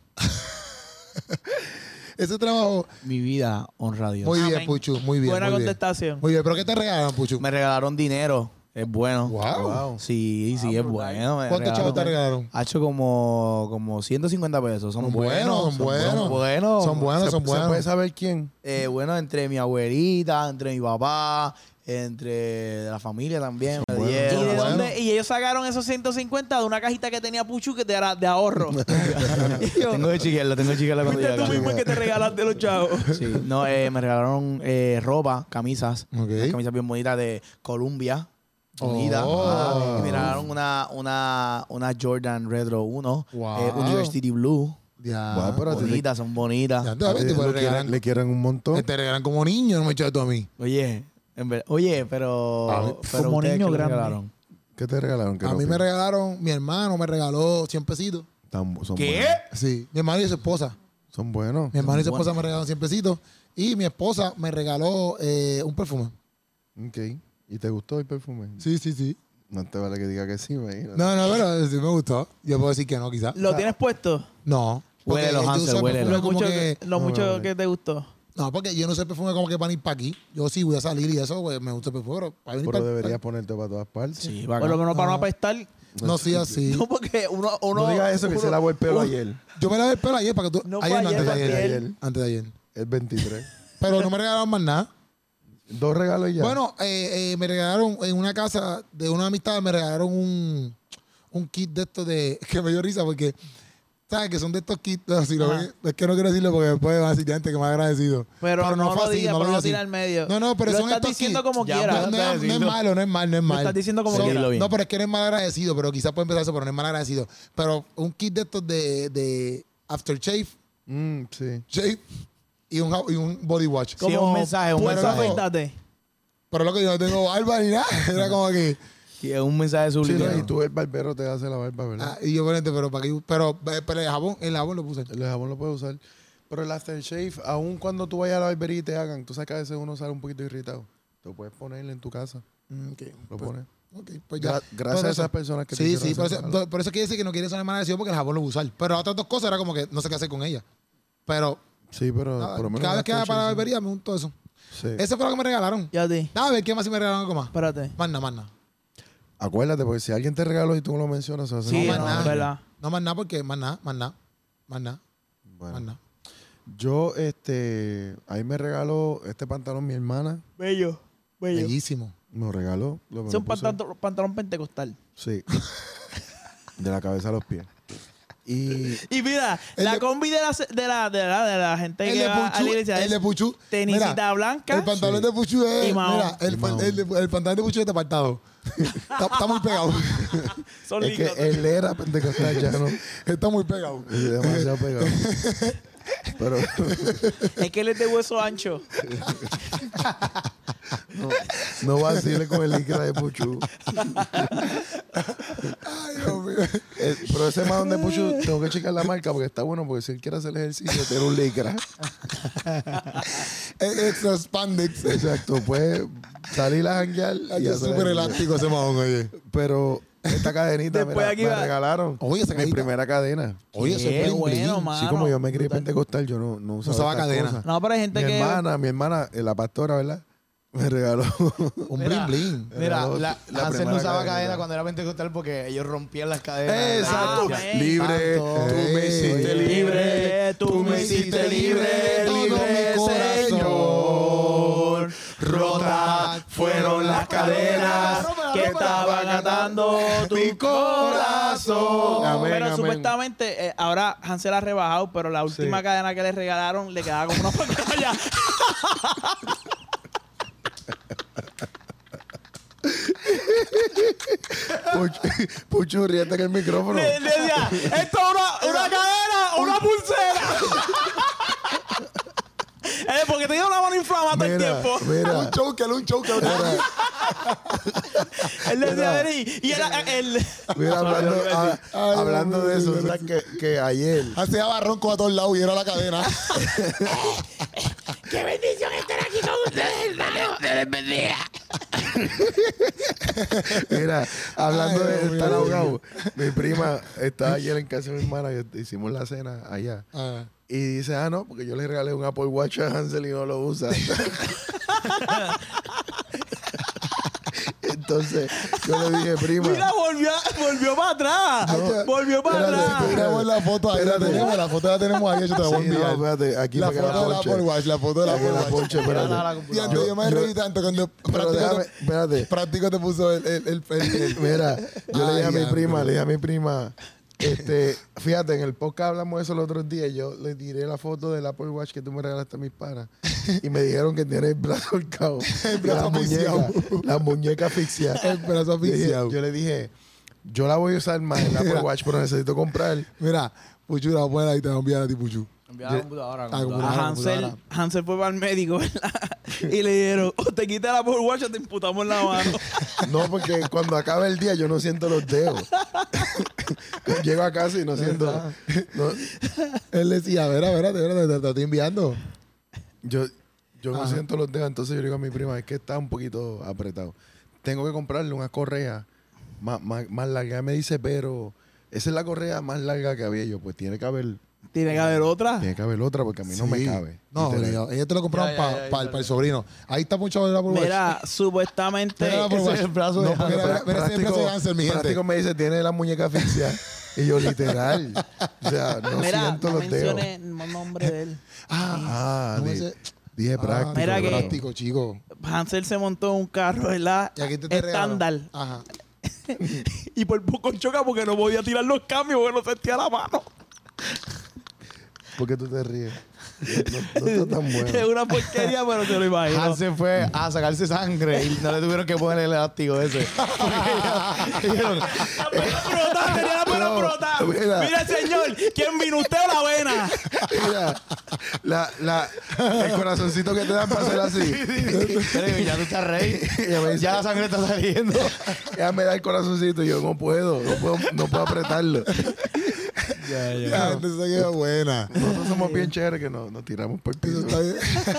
Speaker 1: Ese trabajo...
Speaker 4: Mi vida honra a Dios.
Speaker 1: Muy bien,
Speaker 2: Amén.
Speaker 1: Puchu. Muy bien,
Speaker 2: Buena
Speaker 1: muy bien.
Speaker 2: contestación.
Speaker 1: Muy bien. ¿Pero qué te regalan, Puchu?
Speaker 4: Me regalaron dinero. Es bueno.
Speaker 1: Wow. Ah,
Speaker 3: Wow.
Speaker 4: Sí, sí, es bueno. me
Speaker 1: ¿Cuántos chavos te regalaron?
Speaker 4: Ha hecho como, como 150 pesos. Son,
Speaker 1: Son
Speaker 4: buenos,
Speaker 1: buenos, son buenos.
Speaker 4: buenos.
Speaker 1: Son buenos, son
Speaker 3: ¿Se puede
Speaker 1: buenos.
Speaker 3: saber quién?
Speaker 4: Eh, bueno, entre mi abuelita, entre mi papá, entre la familia también. me
Speaker 2: ¿Y,
Speaker 4: dieron.
Speaker 2: de
Speaker 1: bueno.
Speaker 2: dónde- y ellos sacaron esos 150 de una cajita que tenía Puchu que te era de ahorro. Y yo,
Speaker 4: Tengo que chiquearlo, tengo que chiquearlo cuando
Speaker 2: Fuiste
Speaker 4: llegue
Speaker 2: tú
Speaker 4: acá.
Speaker 2: mismo el que te regalaste los chavos.
Speaker 4: Sí, no, eh, me regalaron eh, ropa, camisas.
Speaker 1: Ok.
Speaker 4: unas camisas bien bonitas de Columbia.
Speaker 1: Oh.
Speaker 4: Unidas. Ah, y me regalaron una, una, una Jordan Retro 1,
Speaker 1: Wow.
Speaker 4: eh, University Blue.
Speaker 1: Ya.
Speaker 3: Guau, pero- te-
Speaker 4: bonitas, son bonitas.
Speaker 1: Ya, te- te-
Speaker 3: Lo
Speaker 1: te-
Speaker 3: quieren-
Speaker 1: regalan-
Speaker 3: le quieren un montón.
Speaker 1: Te regalan como niño, no me echas tú a mí.
Speaker 4: Oye, en ver- oye,
Speaker 3: A mí,
Speaker 4: pero, pero
Speaker 2: como
Speaker 4: ustedes,
Speaker 2: niño
Speaker 4: ¿qué les
Speaker 2: grande.
Speaker 4: regalaron?
Speaker 3: ¿Qué te regalaron?
Speaker 1: A mí me regalaron, mi hermano me regaló 100 pesitos.
Speaker 3: regalaron. Son
Speaker 4: ¿Qué?
Speaker 3: buenos.
Speaker 1: Sí, mi hermano y su esposa.
Speaker 3: Son buenos.
Speaker 1: Mi hermano y su
Speaker 4: buenos.
Speaker 1: esposa me regalaron 100 pesitos. Y mi esposa me regaló eh, un perfume.
Speaker 3: Ok. ¿Y te gustó el perfume?
Speaker 1: Sí, sí, sí.
Speaker 3: No te vale que diga que sí, imagínate.
Speaker 1: No, no, pero sí me gustó. Yo puedo decir que no, quizás.
Speaker 2: ¿Lo tienes puesto?
Speaker 1: No. porque
Speaker 4: Huélelo,
Speaker 1: yo
Speaker 4: Hansel,
Speaker 1: uso el
Speaker 4: huélelo.
Speaker 1: perfume
Speaker 2: Lo
Speaker 1: como
Speaker 2: mucho,
Speaker 1: que-
Speaker 2: lo
Speaker 3: no,
Speaker 2: mucho
Speaker 3: no, no.
Speaker 2: que te gustó.
Speaker 1: No, porque yo no sé perfume como que para ir para aquí. Yo sí voy a salir y eso, pues, me gusta el perfume, pero para venir
Speaker 3: Pero
Speaker 1: pa-
Speaker 3: deberías ponerte para todas partes.
Speaker 4: Sí, bacán.
Speaker 2: Por lo menos para no
Speaker 1: No.
Speaker 2: apestar.
Speaker 1: pa- No, sí, así.
Speaker 2: No, porque uno. uno
Speaker 3: No digas eso que
Speaker 2: uno-
Speaker 3: se lavó el pelo
Speaker 1: Uy.
Speaker 3: ayer.
Speaker 1: Yo me lavé el pelo ayer para que tú.
Speaker 2: No fue
Speaker 1: ayer, no,
Speaker 2: ayer,
Speaker 1: antes de
Speaker 2: fue
Speaker 1: ayer,
Speaker 3: ayer.
Speaker 1: Antes de ayer.
Speaker 3: El 23.
Speaker 1: Pero no me regalaron más nada.
Speaker 3: Dos regalos y ya.
Speaker 1: Bueno, eh, eh, me regalaron en una casa de una amistad, me regalaron un, un kit de estos de. que me dio risa porque. ¿Sabes? Que son de estos kits. no, si lo
Speaker 2: Ajá.
Speaker 1: ven- es que no quiero decirlo porque después van a decir gente que me ha agradecido.
Speaker 2: Pero, no,
Speaker 1: fue
Speaker 2: lo
Speaker 1: así,
Speaker 2: digas,
Speaker 1: no
Speaker 2: pero
Speaker 1: lo
Speaker 2: no
Speaker 1: así.
Speaker 2: tira al medio.
Speaker 1: No, no, pero
Speaker 2: lo
Speaker 1: son
Speaker 2: estás
Speaker 1: estos
Speaker 2: diciendo
Speaker 1: kits.
Speaker 2: como
Speaker 4: Ya,
Speaker 2: quiera.
Speaker 1: No, no es, no es malo, no es mal, no es
Speaker 2: Lo
Speaker 1: mal.
Speaker 2: estás diciendo como
Speaker 1: Son-
Speaker 2: quiera.
Speaker 4: Dilo bien.
Speaker 1: No, pero es que no es mal agradecido, pero quizás puede empezar eso, pero no es mal agradecido. Pero un kit de estos de, de Aftershave,
Speaker 3: Mm, sí.
Speaker 1: shave y un, ja- y un body wash.
Speaker 4: Sí, es un mensaje, un
Speaker 2: pues,
Speaker 1: mensaje.
Speaker 2: afeítate.
Speaker 1: Pero lo que yo no tengo barba ni nada, era como que...
Speaker 4: Sí, es un mensaje
Speaker 3: Sí,
Speaker 4: subliminal.
Speaker 3: no, y tú el barbero te hace la barba, ¿verdad?
Speaker 1: ah, y yo, espérate, pero para que... Pero, eh, pero el jabón, el jabón lo puse.
Speaker 3: El jabón lo puedes usar. Pero el aftershave, aun cuando tú vayas a la barbería y te hagan, tú sabes que a veces uno sale un poquito irritado. Te lo puedes ponerle en tu casa.
Speaker 1: Ok,
Speaker 3: Lo
Speaker 1: pues,
Speaker 3: pones.
Speaker 1: ok, pues ya.
Speaker 3: Gra- gracias
Speaker 1: Por
Speaker 3: a
Speaker 1: eso.
Speaker 3: esas personas que te
Speaker 1: Sí,
Speaker 3: hicieron
Speaker 1: pues, sí,
Speaker 3: ese
Speaker 1: por eso,
Speaker 3: regalo.
Speaker 1: por eso quiere decir que no quiere sonar mal agradecido porque el jabón lo voy a usar. Pero las otras dos cosas era como que no sé qué hacer con ellas. Pero
Speaker 3: Sí, pero
Speaker 1: nada,
Speaker 3: por lo menos.
Speaker 1: cada vez que vaya
Speaker 3: aftershave,
Speaker 1: para la
Speaker 3: sí.
Speaker 1: barbería me unto eso.
Speaker 3: Sí.
Speaker 1: Eso fue lo que me regalaron.
Speaker 2: Ya di.
Speaker 1: Nada, a ver qué más si me regalaron algo más.
Speaker 2: Espérate.
Speaker 1: Más nada, más nada.
Speaker 3: Acuérdate, porque si alguien te regaló y tú no lo mencionas, se va a hacer
Speaker 2: Sí,
Speaker 3: mal.
Speaker 2: no,
Speaker 1: nada.
Speaker 2: es verdad.
Speaker 1: Pues No más nada porque más nada, más nada, más nada,
Speaker 3: Bueno.
Speaker 1: más nada.
Speaker 3: Yo, este, ahí me regaló este pantalón mi hermana.
Speaker 2: Bello. Bello.
Speaker 1: Bellísimo.
Speaker 3: Me lo regaló. Lo, me
Speaker 2: Es
Speaker 3: lo
Speaker 2: un
Speaker 3: puse.
Speaker 2: pantalón, pantalón pentecostal.
Speaker 3: Sí. De la cabeza a los pies. Y
Speaker 2: Y mira,
Speaker 1: El
Speaker 2: la
Speaker 1: de-
Speaker 2: combi de la, de la, de la, de la gente
Speaker 1: El
Speaker 2: que
Speaker 1: de
Speaker 2: va a la
Speaker 1: Puchu,
Speaker 2: iglesia
Speaker 1: el de
Speaker 2: es
Speaker 1: Puchu.
Speaker 2: tenisita
Speaker 1: mira,
Speaker 2: blanca.
Speaker 1: El pantalón
Speaker 3: Sí.
Speaker 1: de Puchu
Speaker 2: Y
Speaker 1: es,
Speaker 2: Mahón.
Speaker 1: mira, el,
Speaker 3: Y
Speaker 1: pan-
Speaker 3: Mahón.
Speaker 1: el de- el pantalón de Puchu está apartado. está, está muy pegado.
Speaker 2: son
Speaker 3: es que
Speaker 2: lindos.
Speaker 3: él era pentecostal ya, ¿no?
Speaker 1: Está muy pegado.
Speaker 3: Y demasiado pegado. Pero
Speaker 2: Es que él es de hueso ancho.
Speaker 3: no, no vacile con el licra de Puchu.
Speaker 1: Ay, Dios mío.
Speaker 3: Eh, pero ese man de Puchu, tengo que checar la marca porque está bueno. Porque si él quiere hacer ejercicio, tiene un licra.
Speaker 1: Eh, Extra spandex.
Speaker 3: Exacto, puede salir a janguear. y
Speaker 1: Ay, es
Speaker 3: hacer
Speaker 1: súper
Speaker 3: ejercicio.
Speaker 1: elástico ese mahón, oye.
Speaker 3: Pero esta cadenita
Speaker 2: Después
Speaker 3: mira,
Speaker 2: aquí
Speaker 3: me
Speaker 2: va-
Speaker 3: regalaron.
Speaker 1: Oye, esa
Speaker 3: mi
Speaker 1: cadenita.
Speaker 3: primera cadena.
Speaker 1: Oye, eso
Speaker 2: Qué
Speaker 1: es bling,
Speaker 2: bueno,
Speaker 1: bling.
Speaker 2: man.
Speaker 3: sí,
Speaker 2: Mano,
Speaker 3: como yo me crié
Speaker 2: brutal.
Speaker 3: pentecostal, yo no, no usaba,
Speaker 1: Usaba
Speaker 3: estas
Speaker 1: cadena.
Speaker 3: cosas.
Speaker 2: No, pero hay gente
Speaker 3: mi
Speaker 2: que.
Speaker 3: hermana, mi hermana, eh, la pastora, ¿verdad? Me regaló.
Speaker 1: Un bling
Speaker 4: Mira.
Speaker 1: bling.
Speaker 4: Mira,
Speaker 3: Pero
Speaker 4: la,
Speaker 3: la
Speaker 4: Hansel
Speaker 3: primera
Speaker 4: no usaba
Speaker 3: cadena.
Speaker 4: cadena, cuando era pentecostal porque ellos rompían las cadenas.
Speaker 3: Exacto.
Speaker 2: Ah, ven.
Speaker 3: libre.
Speaker 4: Tanto.
Speaker 3: Tú me hiciste
Speaker 1: Ey,
Speaker 3: libre.
Speaker 2: tú me hiciste libre,
Speaker 1: Todo
Speaker 2: libre
Speaker 1: mi corazón.
Speaker 2: Señor.
Speaker 3: Rotas fueron
Speaker 2: Las cadenas que estaban atando
Speaker 3: Mi
Speaker 2: tu
Speaker 3: corazón.
Speaker 2: corazón.
Speaker 3: Amén,
Speaker 2: pero
Speaker 3: amén.
Speaker 2: supuestamente eh, ahora Hansel ha rebajado, pero la última
Speaker 3: Sí.
Speaker 2: cadena que le regalaron le quedaba como una pantalla.
Speaker 3: Pucho, Pucho ríete que el micrófono.
Speaker 2: Le, le decía, esto es una, una cadena, una pulsera. eh, porque tenía una mano inflamada todo el
Speaker 3: Mira,
Speaker 2: tiempo.
Speaker 3: mira.
Speaker 1: Un choker, un choker.
Speaker 2: Él le decía, vení. Y era él.
Speaker 3: Mira, hablando, ha-
Speaker 1: Ay,
Speaker 3: hablando de eso,
Speaker 1: Dios mío. Ah,
Speaker 3: ¿sabes que, que ayer,
Speaker 1: Hacía barronco a todos lados y era la cadena.
Speaker 5: ¡Qué bendición estar aquí con ustedes, hermano! ¡Dios les bendiga!
Speaker 3: mira, hablando
Speaker 1: Ay, Dios
Speaker 3: de
Speaker 1: mío,
Speaker 3: estar
Speaker 1: Dios
Speaker 3: ahogado, mi prima estaba ayer en casa de mi hermana, y hicimos la cena allá.
Speaker 1: Ah.
Speaker 3: Y dice, ah, no, porque yo le regalé un Apple Watch a Hansel y no lo usa. Entonces, yo le dije, prima.
Speaker 2: Mira, volvió, volvió para atrás.
Speaker 3: No.
Speaker 2: volvió para
Speaker 3: Espérate,
Speaker 2: atrás.
Speaker 3: espérate.
Speaker 1: Tenemos la foto ahí, la
Speaker 3: Espérate.
Speaker 1: tenemos, la foto la tenemos ahí, yo te la voy a
Speaker 3: Sí, no,
Speaker 1: enviar.
Speaker 3: espérate, aquí
Speaker 1: la
Speaker 3: para que la
Speaker 1: foto de la
Speaker 3: ponche.
Speaker 1: Apple Watch, la foto de la
Speaker 3: Para que la
Speaker 1: Apple Watch.
Speaker 3: ponche, espérate.
Speaker 4: Mira la
Speaker 1: Y antes
Speaker 4: computadora.
Speaker 1: yo, me
Speaker 3: Yo-
Speaker 1: reí tanto cuando
Speaker 3: Pero
Speaker 1: práctico,
Speaker 3: déjame,
Speaker 1: te,
Speaker 3: espérate.
Speaker 1: práctico te puso el... el, el, el- el-
Speaker 3: Mira, yo le dije a
Speaker 1: Ay,
Speaker 3: mi
Speaker 1: ya,
Speaker 3: prima,
Speaker 1: bro.
Speaker 3: le dije a mi prima, este, fíjate, en el podcast hablamos de eso los otros días. Yo le tiré la foto del Apple Watch que tú me regalaste a mis panas y me dijeron que tiene el brazo horcado,
Speaker 1: brazo
Speaker 3: la muñeca,
Speaker 1: asfixiado.
Speaker 3: la muñeca asfixiada.
Speaker 1: El
Speaker 3: Yo
Speaker 1: brazo
Speaker 3: dije-
Speaker 1: asfixiado.
Speaker 3: Yo le dije, yo la voy a usar más el Apple
Speaker 1: Mira.
Speaker 3: Watch, pero necesito comprar.
Speaker 1: Mira, Puchu, la buena y te la voy a enviar a ti, Puchu.
Speaker 4: Enviaba la computadora.
Speaker 1: Ah, como-
Speaker 2: A
Speaker 1: Ahora,
Speaker 2: Hansel,
Speaker 1: ahora.
Speaker 2: Hansel fue para el médico, ¿verdad? Y le dijeron, o te quita la por watch o te imputamos la mano.
Speaker 3: No, porque cuando acaba el día yo no siento los dedos. Llego a casa y no siento. no,
Speaker 1: Él decía, verá, verá, te, te, te, te estoy enviando.
Speaker 3: Yo, yo no
Speaker 1: Ajá.
Speaker 3: siento los dedos, entonces yo le digo a mi prima, es que está un poquito apretado. Tengo que comprarle una correa más, más, más larga. Ella me dice, pero esa es la correa más larga que había. Yo, pues tiene que haber,
Speaker 2: Tiene que haber otra.
Speaker 3: tiene que haber otra porque a mí no me
Speaker 1: Sí.
Speaker 3: cabe.
Speaker 1: No,
Speaker 3: literal.
Speaker 1: obligado. ellos te lo compraron
Speaker 4: Ya, ya,
Speaker 1: para
Speaker 4: ya, ya, ya.
Speaker 1: el sobrino. Ahí está mucho de la Apple Watch.
Speaker 2: Mira, supuestamente.
Speaker 1: Mira la Apple
Speaker 4: eh, ese
Speaker 1: Watch.
Speaker 4: es el brazo
Speaker 1: no,
Speaker 4: de
Speaker 1: porque
Speaker 3: Pero
Speaker 1: mira,
Speaker 3: prá-
Speaker 1: mira, ese es el brazo de Hansel, mi gente.
Speaker 3: práctico me dice, tiene la muñeca asfixia. y yo, literal. o sea, no
Speaker 2: eh, Mira,
Speaker 3: siento
Speaker 2: no
Speaker 3: los dedos.
Speaker 2: menciones el nombre de él.
Speaker 3: Ah,
Speaker 1: No me
Speaker 3: di-
Speaker 1: sé-
Speaker 3: dije práctico.
Speaker 2: Mira que-
Speaker 1: práctico, chico.
Speaker 2: Hansel se montó en un carro, ¿verdad?
Speaker 1: Y aquí te, te regalo.
Speaker 2: Estándar.
Speaker 1: Ajá.
Speaker 2: Y por poco choca porque no podía tirar los cambios porque no sentía la mano.
Speaker 3: ¿Por qué tú te ríes? No, no, no está tan
Speaker 2: Es
Speaker 3: bueno.
Speaker 2: una porquería, pero te lo imagino.
Speaker 4: Hansel fue a sacarse sangre y no le tuvieron que poner el elástico ese. Porque dijeron,
Speaker 2: La pena frota, Ah, tenía la pena
Speaker 3: No,
Speaker 2: frota.
Speaker 3: mira.
Speaker 2: Mira, señor, ¿quién vino usted o la vena?
Speaker 3: Mira, la, la, el corazoncito que te dan para hacer así.
Speaker 4: "Pero ya tú estás rey.
Speaker 3: Ella me dice,
Speaker 4: Ya la sangre está saliendo.
Speaker 3: ya me da el corazoncito. y Yo no puedo, no puedo, no puedo apretarlo.
Speaker 1: La gente se quedó buena.
Speaker 3: Nosotros somos bien chéveres que nos, nos tiramos por el
Speaker 1: Eso
Speaker 3: piso
Speaker 1: está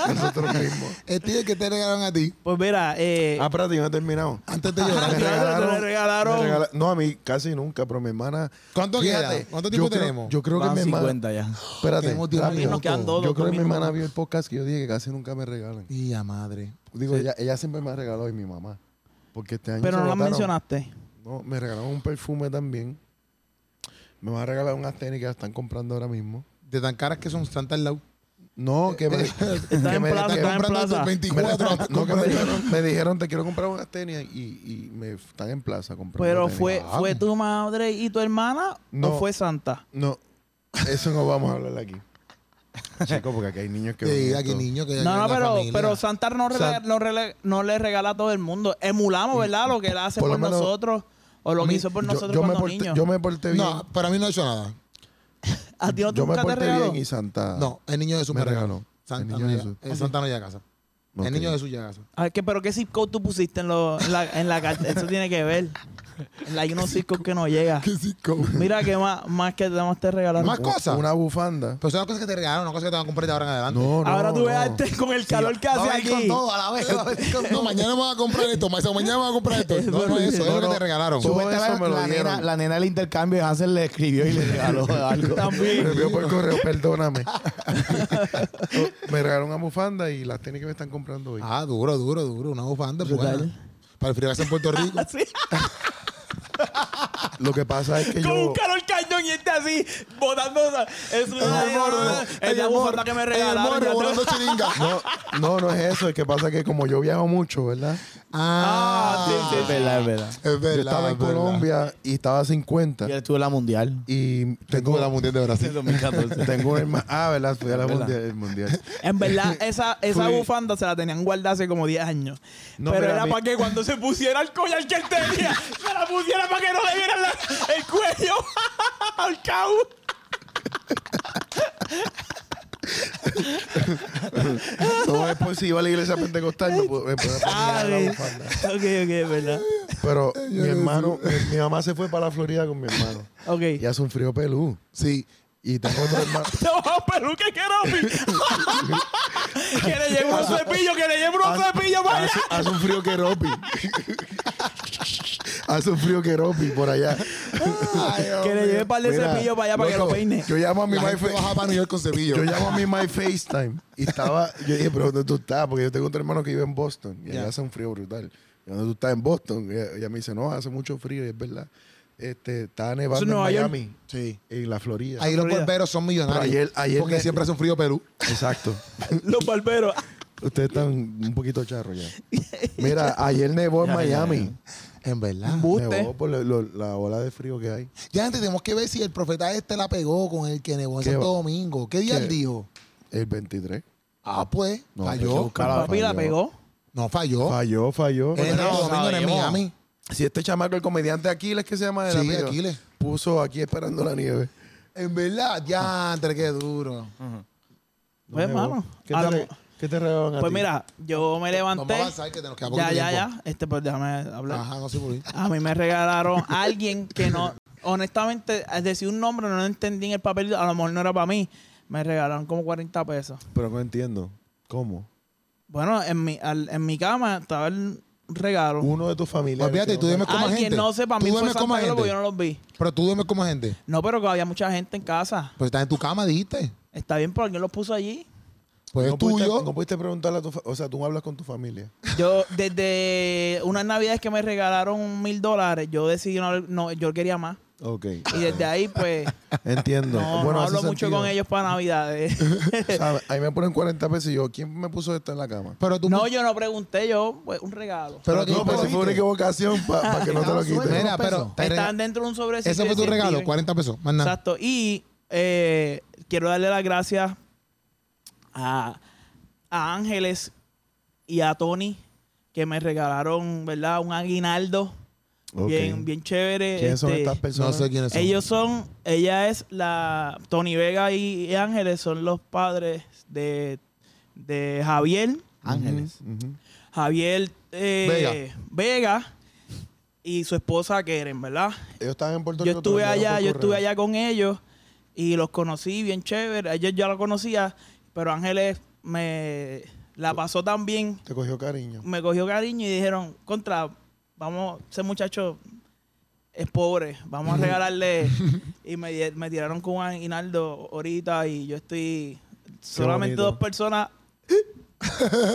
Speaker 1: bien.
Speaker 3: nosotros mismos.
Speaker 1: Steve, ¿qué te regalaron a ti?
Speaker 2: Pues mira, eh,
Speaker 3: Ah, espérate, yo no he terminado.
Speaker 1: Antes de
Speaker 2: Ajá.
Speaker 1: llorar.
Speaker 3: Me
Speaker 2: claro, Ah, te le regalaron.
Speaker 3: me regala- no, a mí casi nunca, pero mi hermana.
Speaker 1: ¿Cuánto
Speaker 3: Fíjate,
Speaker 1: queda? ¿Cuánto
Speaker 3: yo
Speaker 1: tiempo
Speaker 3: creo-
Speaker 1: tenemos?
Speaker 3: Yo creo que
Speaker 4: Van
Speaker 3: mi hermana.
Speaker 4: 50 ya.
Speaker 3: Espérate,
Speaker 1: Tenemos diez
Speaker 3: rápido.
Speaker 2: nos quedan dos,
Speaker 3: yo
Speaker 2: dos
Speaker 3: creo que mi
Speaker 2: minutos.
Speaker 3: hermana vio el podcast que yo dije que casi nunca me regalan.
Speaker 1: Y la madre.
Speaker 3: Digo, ella, ella siempre me ha regalado y mi mamá. Porque este año
Speaker 2: pero
Speaker 3: se
Speaker 2: no la
Speaker 3: botaron.
Speaker 2: mencionaste.
Speaker 3: No, me regalaron un perfume también. Me van a regalar unas tenis que las están comprando ahora mismo.
Speaker 1: De tan caras que son, están tan lado.
Speaker 2: Eh,
Speaker 3: No, que me,
Speaker 2: Está
Speaker 3: que
Speaker 2: en
Speaker 3: me-
Speaker 2: plaza,
Speaker 3: que
Speaker 2: está en
Speaker 1: comprando
Speaker 2: plaza.
Speaker 1: de 24.
Speaker 3: me- no, que me, dijeron, me dijeron, te quiero comprar unas tenis y, y me f- están en plaza comprando.
Speaker 2: Pero
Speaker 3: tenis.
Speaker 2: fue,
Speaker 1: Ah.
Speaker 2: fue tu madre y tu hermana
Speaker 3: No.
Speaker 2: o fue Santa.
Speaker 3: No, eso no vamos a hablar aquí. Chico, porque aquí hay niños que... ven
Speaker 1: Sí, aquí
Speaker 3: esto.
Speaker 1: niño que
Speaker 2: No, no,
Speaker 1: la
Speaker 2: pero,
Speaker 1: familia.
Speaker 2: pero Santa no, rela-
Speaker 3: San-
Speaker 2: no, rela- no le regala a todo el mundo. Emulamos, ¿verdad? Lo que él hace
Speaker 3: Por
Speaker 2: por,
Speaker 3: lo menos-
Speaker 2: nosotros o lo
Speaker 3: Mi-
Speaker 2: que hizo por
Speaker 3: yo-
Speaker 2: nosotros
Speaker 3: yo, me
Speaker 2: cuando
Speaker 3: porté,
Speaker 2: niños.
Speaker 3: Yo me porté bien.
Speaker 1: No, para mí no ha hecho nada.
Speaker 2: ¿A ti no te
Speaker 3: Yo me
Speaker 2: nunca te
Speaker 3: porté bien
Speaker 2: regaló?
Speaker 3: y Santa.
Speaker 1: No, el niño Jesús me,
Speaker 3: Ah. Me
Speaker 1: regaló.
Speaker 3: regaló.
Speaker 1: Santa,
Speaker 3: El niño
Speaker 1: no llega-
Speaker 3: Jesús.
Speaker 1: eh, Santa no llega a casa.
Speaker 3: Ok.
Speaker 1: El niño Jesús llega a casa.
Speaker 2: Ah, ¿qué- ¿Pero qué zip code tú pusiste en, lo- en la, en la carta? Eso tiene que ver. En la- Hay unos zip code que no llega. Mira que más, más que más te regalaron.
Speaker 1: Más
Speaker 3: Una-
Speaker 1: cosas.
Speaker 3: Una bufanda.
Speaker 1: Pero son las cosas que te regalaron, no cosas que te van a comprar de ahora en adelante.
Speaker 3: No, no.
Speaker 2: Ahora tú
Speaker 3: no.
Speaker 2: ves a este con el calor que hace
Speaker 1: Vamos a ir
Speaker 2: aquí.
Speaker 1: con todo a la vez. vamos a ir con
Speaker 6: No,
Speaker 1: todo.
Speaker 6: mañana vamos a comprar esto, maestro, mañana vamos a comprar esto.
Speaker 1: No, no es eso, es lo que te regalaron.
Speaker 3: Todo
Speaker 4: Supuestamente
Speaker 3: eso me lo
Speaker 4: la, nena,
Speaker 3: dieron.
Speaker 4: la nena del intercambio, Hansel le escribió y le regaló algo.
Speaker 3: Me
Speaker 2: También.
Speaker 3: envió por correo, perdóname. Oh, me regalaron una bufanda y las tenis que me están comprando hoy.
Speaker 1: Ah, duro, duro, duro. Una bufanda
Speaker 2: Brutal.
Speaker 1: buena. Para el frío que hace en Puerto Rico.
Speaker 2: Así,
Speaker 3: Lo que pasa es que
Speaker 2: con un
Speaker 3: yo.
Speaker 2: calor cañón y este así, botando. Es una
Speaker 1: el morro,
Speaker 2: es
Speaker 1: en
Speaker 2: la
Speaker 1: el
Speaker 2: bufanda que me regalaron.
Speaker 1: morro,
Speaker 2: ya te-
Speaker 1: volando chiringa.
Speaker 3: No, no, no es eso. Es que pasa que como yo viajo mucho, ¿verdad?
Speaker 2: Ah, sí, sí,
Speaker 4: Es verdad, es verdad.
Speaker 1: Es verdad.
Speaker 3: yo estaba en
Speaker 1: es verdad.
Speaker 3: Colombia y estaba a 50.
Speaker 4: Yo estuve en la mundial.
Speaker 3: Y
Speaker 1: Tengo
Speaker 3: tengo,
Speaker 1: la mundial de
Speaker 4: En
Speaker 1: Brasil.
Speaker 4: 2014.
Speaker 3: tengo un hermano. Ah, ¿verdad? Fui a la
Speaker 4: ¿Verdad?
Speaker 3: mundial. el mundial.
Speaker 2: En verdad, esa, esa
Speaker 3: Fui-
Speaker 2: bufanda se la tenían guardada hace como 10 años.
Speaker 3: No,
Speaker 2: pero
Speaker 3: pero a
Speaker 2: era
Speaker 3: mí-
Speaker 2: para que cuando se pusiera el collar que él tenía, se la pusiera para que no le vieran la- el cuello al cabo.
Speaker 3: No es por si iba a la iglesia pentecostal. Me, pu- me, puedo eh, poner
Speaker 2: Ah,
Speaker 3: la
Speaker 2: ok,
Speaker 3: bufanda.
Speaker 2: ok, ok, es verdad.
Speaker 3: Pero mi hermano, mi, mi mamá se fue para la Florida con mi hermano.
Speaker 2: Ok.
Speaker 3: Y hace un frío pelú.
Speaker 1: Sí.
Speaker 3: Y tengo otro hermano.
Speaker 2: Te vas a peluca que Ropi. que le lleve un cepillo, que le lleve un cepillo para allá.
Speaker 3: Hace, hace un frío que ropi. hace un Ah, frío que ropi por allá.
Speaker 2: Que le lleve un par de
Speaker 3: Mira,
Speaker 2: cepillos para allá para que lo
Speaker 3: loco,
Speaker 2: peine.
Speaker 3: Yo llamo a mi
Speaker 1: Mi
Speaker 3: my
Speaker 1: madre fue
Speaker 3: Fa-
Speaker 1: baja para New York con Sevilla.
Speaker 3: yo llamo a mi my FaceTime y estaba, yo dije, pero ¿dónde tú estás? Porque yo tengo otro hermano que vive en Boston y allá hace un frío brutal. Y ¿Dónde tú estás en Boston? Y Ella, ella me dice, no, hace mucho frío y es verdad. Este, estaba nevando
Speaker 2: ¿Eso es
Speaker 3: en
Speaker 2: Nueva York?
Speaker 3: Miami,
Speaker 1: Sí.
Speaker 3: en la Florida.
Speaker 1: Ahí los
Speaker 2: Florida.
Speaker 1: barberos son millonarios.
Speaker 3: Pero ayer- ayer
Speaker 1: porque
Speaker 3: me-
Speaker 1: siempre hace un frío Perú.
Speaker 3: Exacto.
Speaker 2: Los barberos.
Speaker 3: Ustedes están un poquito charros ya. Mira, ayer nevó en
Speaker 4: Ya, ya, ya.
Speaker 3: Miami.
Speaker 1: En verdad.
Speaker 3: Nevó por lo- lo- la ola de frío que hay.
Speaker 1: Ya antes tenemos que ver si el profeta este la pegó con el que nevó en
Speaker 3: ¿Qué
Speaker 1: Santo
Speaker 3: va?
Speaker 1: Domingo. ¿Qué día
Speaker 3: ¿Qué?
Speaker 1: él dijo?
Speaker 3: El 23.
Speaker 1: Ah, pues.
Speaker 3: No, hay que
Speaker 1: falló.
Speaker 3: buscar.
Speaker 2: Papi la pegó.
Speaker 1: No falló.
Speaker 3: Falló, falló.
Speaker 1: En
Speaker 4: Bueno,
Speaker 1: Santo Domingo, en
Speaker 4: sabemos.
Speaker 1: Miami.
Speaker 3: Eh, Si este chamaco, el comediante Aquiles, que se llama el
Speaker 1: Sí,
Speaker 3: amigo,
Speaker 1: Aquiles.
Speaker 3: puso aquí esperando la nieve.
Speaker 1: En verdad, ya, entre qué duro.
Speaker 2: Pues, hermano.
Speaker 3: ¿Qué
Speaker 2: a
Speaker 3: te,
Speaker 2: lo-
Speaker 3: re- qué te regalan a
Speaker 2: Pues
Speaker 3: ti?
Speaker 2: mira, yo me
Speaker 1: Vamos a
Speaker 2: levanté.
Speaker 1: avanzar que te nos queda poquito
Speaker 2: Ya, ya,
Speaker 1: tiempo.
Speaker 2: ya. Este, pues déjame hablar.
Speaker 1: Ajá, no sé por qué.
Speaker 2: A mí me regalaron a alguien que no, honestamente, al decir un nombre no lo entendí en el papel, a lo mejor no era para mí. Me regalaron como 40 pesos.
Speaker 3: Pero no entiendo. ¿Cómo?
Speaker 2: Bueno, en mi, al- en mi cama estaba el regalo.
Speaker 3: Uno de tus familiares.
Speaker 1: Olvídate,
Speaker 3: que
Speaker 1: tú
Speaker 3: no-
Speaker 1: dime- coma
Speaker 2: Alguien,
Speaker 1: gente.
Speaker 2: no sé, para
Speaker 1: Tú
Speaker 2: mí fue
Speaker 1: duermes
Speaker 2: Santa
Speaker 1: coma
Speaker 2: Claus
Speaker 1: gente.
Speaker 2: porque yo no los vi.
Speaker 1: Pero tú duermes como gente.
Speaker 2: No, pero que había mucha gente en casa.
Speaker 1: Pues estás en tu cama, dijiste.
Speaker 2: Está bien, pero alguien los puso allí.
Speaker 1: Pues
Speaker 3: no
Speaker 1: es
Speaker 3: pudiste-
Speaker 1: tuyo.
Speaker 3: No pudiste preguntarle a tu fa- O sea, tú no hablas con tu familia.
Speaker 2: Yo, desde unas navidades que me regalaron mil dólares, yo decidí no, no, yo quería más.
Speaker 3: Ok.
Speaker 2: Y desde ahí, pues,
Speaker 3: Entiendo.
Speaker 2: no,
Speaker 3: bueno,
Speaker 2: no
Speaker 3: hace
Speaker 2: hablo mucho
Speaker 3: sentido.
Speaker 2: con ellos para navidades.
Speaker 3: O sea, ahí me ponen 40 pesos y yo, ¿quién me puso esto en la cama?
Speaker 1: Pero tú.
Speaker 2: no, yo no pregunté, yo, pues, un regalo.
Speaker 1: pero tú
Speaker 3: no, pero si fue una
Speaker 1: cogiste.
Speaker 3: equivocación para que no te lo quiten.
Speaker 1: Mira, pero. te
Speaker 2: Estaban
Speaker 1: rega-
Speaker 2: dentro de un sobrecito.
Speaker 1: Ese fue
Speaker 2: y
Speaker 1: tu
Speaker 2: decía,
Speaker 1: regalo,
Speaker 2: "Steven".
Speaker 1: 40 pesos. Más nada.
Speaker 2: Exacto. Y eh, quiero darle las gracias a, a Ángeles y a Tony que me regalaron, ¿verdad? Un aguinaldo
Speaker 3: Ok.
Speaker 2: bien, bien chévere.
Speaker 3: ¿Quiénes son
Speaker 2: Este,
Speaker 3: estas personas?
Speaker 1: No sé quiénes son.
Speaker 2: Ellos son, ella es la, Tony Vega y, y Ángeles son los padres de, de Javier.
Speaker 4: Ángeles.
Speaker 3: Ujú.
Speaker 2: Javier eh, Vega. y su esposa Keren, ¿verdad?
Speaker 3: Ellos estaban en Puerto
Speaker 2: yo
Speaker 3: Rico. te lo
Speaker 2: estuve
Speaker 3: enviaron
Speaker 2: allá,
Speaker 3: por
Speaker 2: yo
Speaker 3: correo.
Speaker 2: estuve allá con ellos y los conocí bien chévere. Ellos ya lo conocía, pero Ángeles me la pasó tan bien,
Speaker 3: Te cogió cariño.
Speaker 2: me cogió cariño y dijeron, contra, vamos, ese muchacho es pobre, vamos a regalarle. y me, di- me tiraron con un aguinaldo ahorita y yo estoy solamente
Speaker 3: bonito.
Speaker 2: dos personas.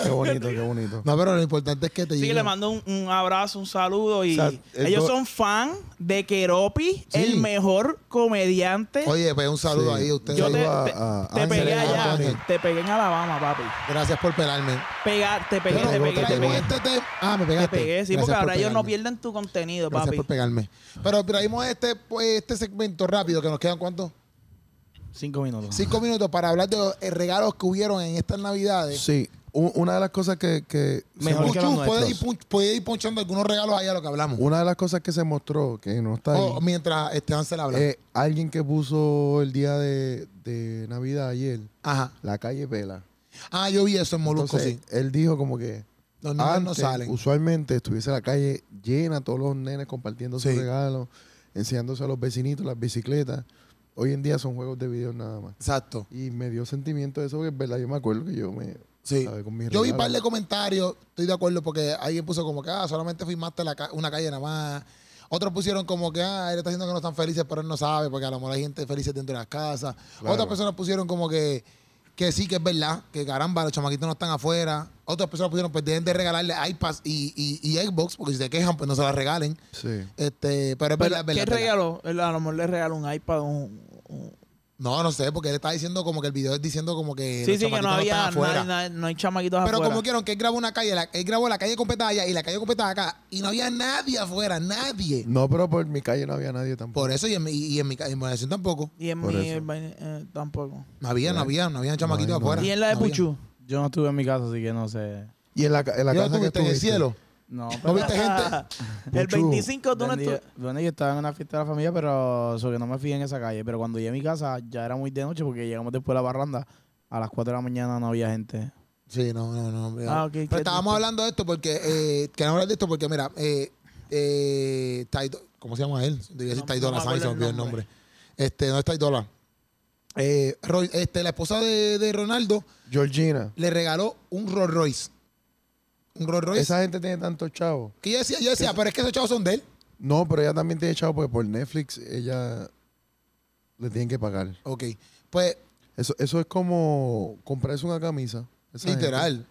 Speaker 3: Qué bonito, qué bonito.
Speaker 1: No, pero lo importante es que te
Speaker 2: Así que
Speaker 1: llegue.
Speaker 2: le mando un, un abrazo, un saludo. Y
Speaker 3: O sea, el
Speaker 2: ellos
Speaker 3: do-
Speaker 2: son fan de Keropi,
Speaker 1: Sí.
Speaker 2: el mejor comediante.
Speaker 1: Oye, pues un saludo
Speaker 3: Sí.
Speaker 1: ahí a ustedes.
Speaker 2: Yo te,
Speaker 3: Saludo a-
Speaker 2: te-
Speaker 3: a
Speaker 2: te
Speaker 3: Ángel,
Speaker 2: pegué
Speaker 1: a Ángel.
Speaker 2: allá, te pegué en Alabama, papi.
Speaker 1: Gracias por pelarme.
Speaker 2: Pega, te pegué,
Speaker 1: Pero
Speaker 2: te
Speaker 3: luego
Speaker 2: pegué,
Speaker 3: te
Speaker 2: te
Speaker 1: traigo
Speaker 3: pegó.
Speaker 2: pegué.
Speaker 1: este tema. Ah, me
Speaker 2: Te
Speaker 1: pegaste.
Speaker 2: pegué, sí,
Speaker 1: Gracias
Speaker 2: porque
Speaker 1: por
Speaker 2: ahora ellos no
Speaker 1: pegarme.
Speaker 2: pierden tu contenido,
Speaker 1: Gracias
Speaker 2: papi.
Speaker 1: por pegarme. Pero traímos este, pues, este segmento rápido, que nos quedan cuántos?
Speaker 4: Cinco minutos.
Speaker 1: Cinco minutos para hablar de los eh, regalos que hubieron en estas navidades.
Speaker 3: Sí, u- una de las cosas que, que se
Speaker 4: Mejor
Speaker 3: mo-
Speaker 4: que los
Speaker 1: Puchu, puede ir,
Speaker 4: nuestros.
Speaker 1: pon- puede ir ponchando algunos regalos ahí a lo que hablamos.
Speaker 3: una de las cosas que se mostró que no está ahí,
Speaker 1: O mientras Esteban se la habla.
Speaker 3: eh, alguien que puso el día de, de Navidad ayer
Speaker 1: Ajá.
Speaker 3: la calle Vela.
Speaker 1: Ah, yo vi eso en Molusco,
Speaker 3: Entonces,
Speaker 1: sí.
Speaker 3: él dijo como que
Speaker 1: Los niños no
Speaker 3: antes,
Speaker 1: salen.
Speaker 3: usualmente estuviese la calle llena, todos los nenes compartiendo
Speaker 1: Sí.
Speaker 3: sus regalos, enseñándose a los vecinitos las bicicletas. Hoy en día son juegos de video nada más.
Speaker 1: Exacto.
Speaker 3: Y me dio sentimiento de eso, porque es verdad, yo me acuerdo que yo me...
Speaker 1: Sí.
Speaker 3: ¿sabe? con mis
Speaker 1: Yo vi un
Speaker 3: regalos.
Speaker 1: par de comentarios, estoy de acuerdo, porque alguien puso como que, ah, solamente firmaste la ca- una calle nada más. Otros pusieron como que, ah, él está diciendo que no están felices, pero él no sabe, porque a lo mejor hay gente feliz dentro de las casas.
Speaker 3: Claro.
Speaker 1: Otras personas pusieron como que, que sí, que es verdad, que caramba, los chamaquitos no están afuera. Otras personas pusieron, pues deben de regalarle iPads y, y, y Xbox, porque si se quejan, pues no se las regalen.
Speaker 3: Sí.
Speaker 1: Este, pero es verdad, es verdad.
Speaker 2: ¿Qué
Speaker 1: es verdad.
Speaker 2: regaló? Él A lo mejor le regaló un iPad, un... un-
Speaker 1: No, no sé, porque él está diciendo como que el video es diciendo como que
Speaker 2: Sí,
Speaker 1: los
Speaker 2: sí, que no
Speaker 1: chamaquitos están
Speaker 2: había...
Speaker 1: afuera.
Speaker 2: na- na- no hay chamaquitos
Speaker 1: Pero
Speaker 2: afuera.
Speaker 1: como quieren que él grabó una calle, la- él grabó la calle completa allá y la calle completa acá y no había nadie afuera, nadie.
Speaker 3: No, pero por mi calle no había nadie tampoco.
Speaker 1: Por eso y en mi, y en mi, ca- en mi organización tampoco.
Speaker 2: Y en
Speaker 3: Por
Speaker 2: mi...
Speaker 3: eso.
Speaker 2: eh, tampoco.
Speaker 1: No había, no había, no había chamaquitos
Speaker 3: No hay, no
Speaker 1: afuera.
Speaker 2: Y en la de
Speaker 1: No había.
Speaker 2: Puchu.
Speaker 4: Yo no estuve en mi casa, así que no sé.
Speaker 3: Y en la, ca- en la
Speaker 1: ¿Y no
Speaker 3: casa que
Speaker 1: estuviste en el
Speaker 3: estuviste,
Speaker 1: cielo?
Speaker 4: No,
Speaker 1: ¿No
Speaker 4: pero.
Speaker 1: viste gente?
Speaker 2: El
Speaker 3: Puchu.
Speaker 2: 25 tú no
Speaker 4: Bueno, yo-
Speaker 2: estuviste...
Speaker 4: bueno, yo estaba en una fiesta de la familia, pero eso que no me fui en esa calle. Pero cuando llegué a mi casa ya era muy de noche porque llegamos después de la barranda. A las 4 de la mañana no había gente.
Speaker 1: Sí, no, no, no. mira.
Speaker 2: Ah, ok, qué
Speaker 1: Pero estábamos
Speaker 2: triste.
Speaker 1: hablando de esto porque eh, queremos hablar de esto porque mira, eh, eh, Taito- ¿cómo se llama él? Debía decir
Speaker 2: No,
Speaker 1: Taito
Speaker 2: no me
Speaker 1: Dola, Sánchez, se me
Speaker 2: acuerdo
Speaker 1: olvidó
Speaker 2: el
Speaker 1: el nombre. Este, no es Taito Dola. Eh, Roy- este, la esposa de, de Ronaldo
Speaker 3: Georgina.
Speaker 1: le regaló un Rolls Royce. Un Rolls Royce.
Speaker 3: Esa gente tiene tantos chavos.
Speaker 1: Que yo decía, yo decía, pero es que esos chavos son de él.
Speaker 3: No, pero ella también tiene chavos porque por Netflix ella le tienen que pagar.
Speaker 1: Ok. Pues,
Speaker 3: Eso, eso es como comprarse una camisa. Esa
Speaker 1: literal.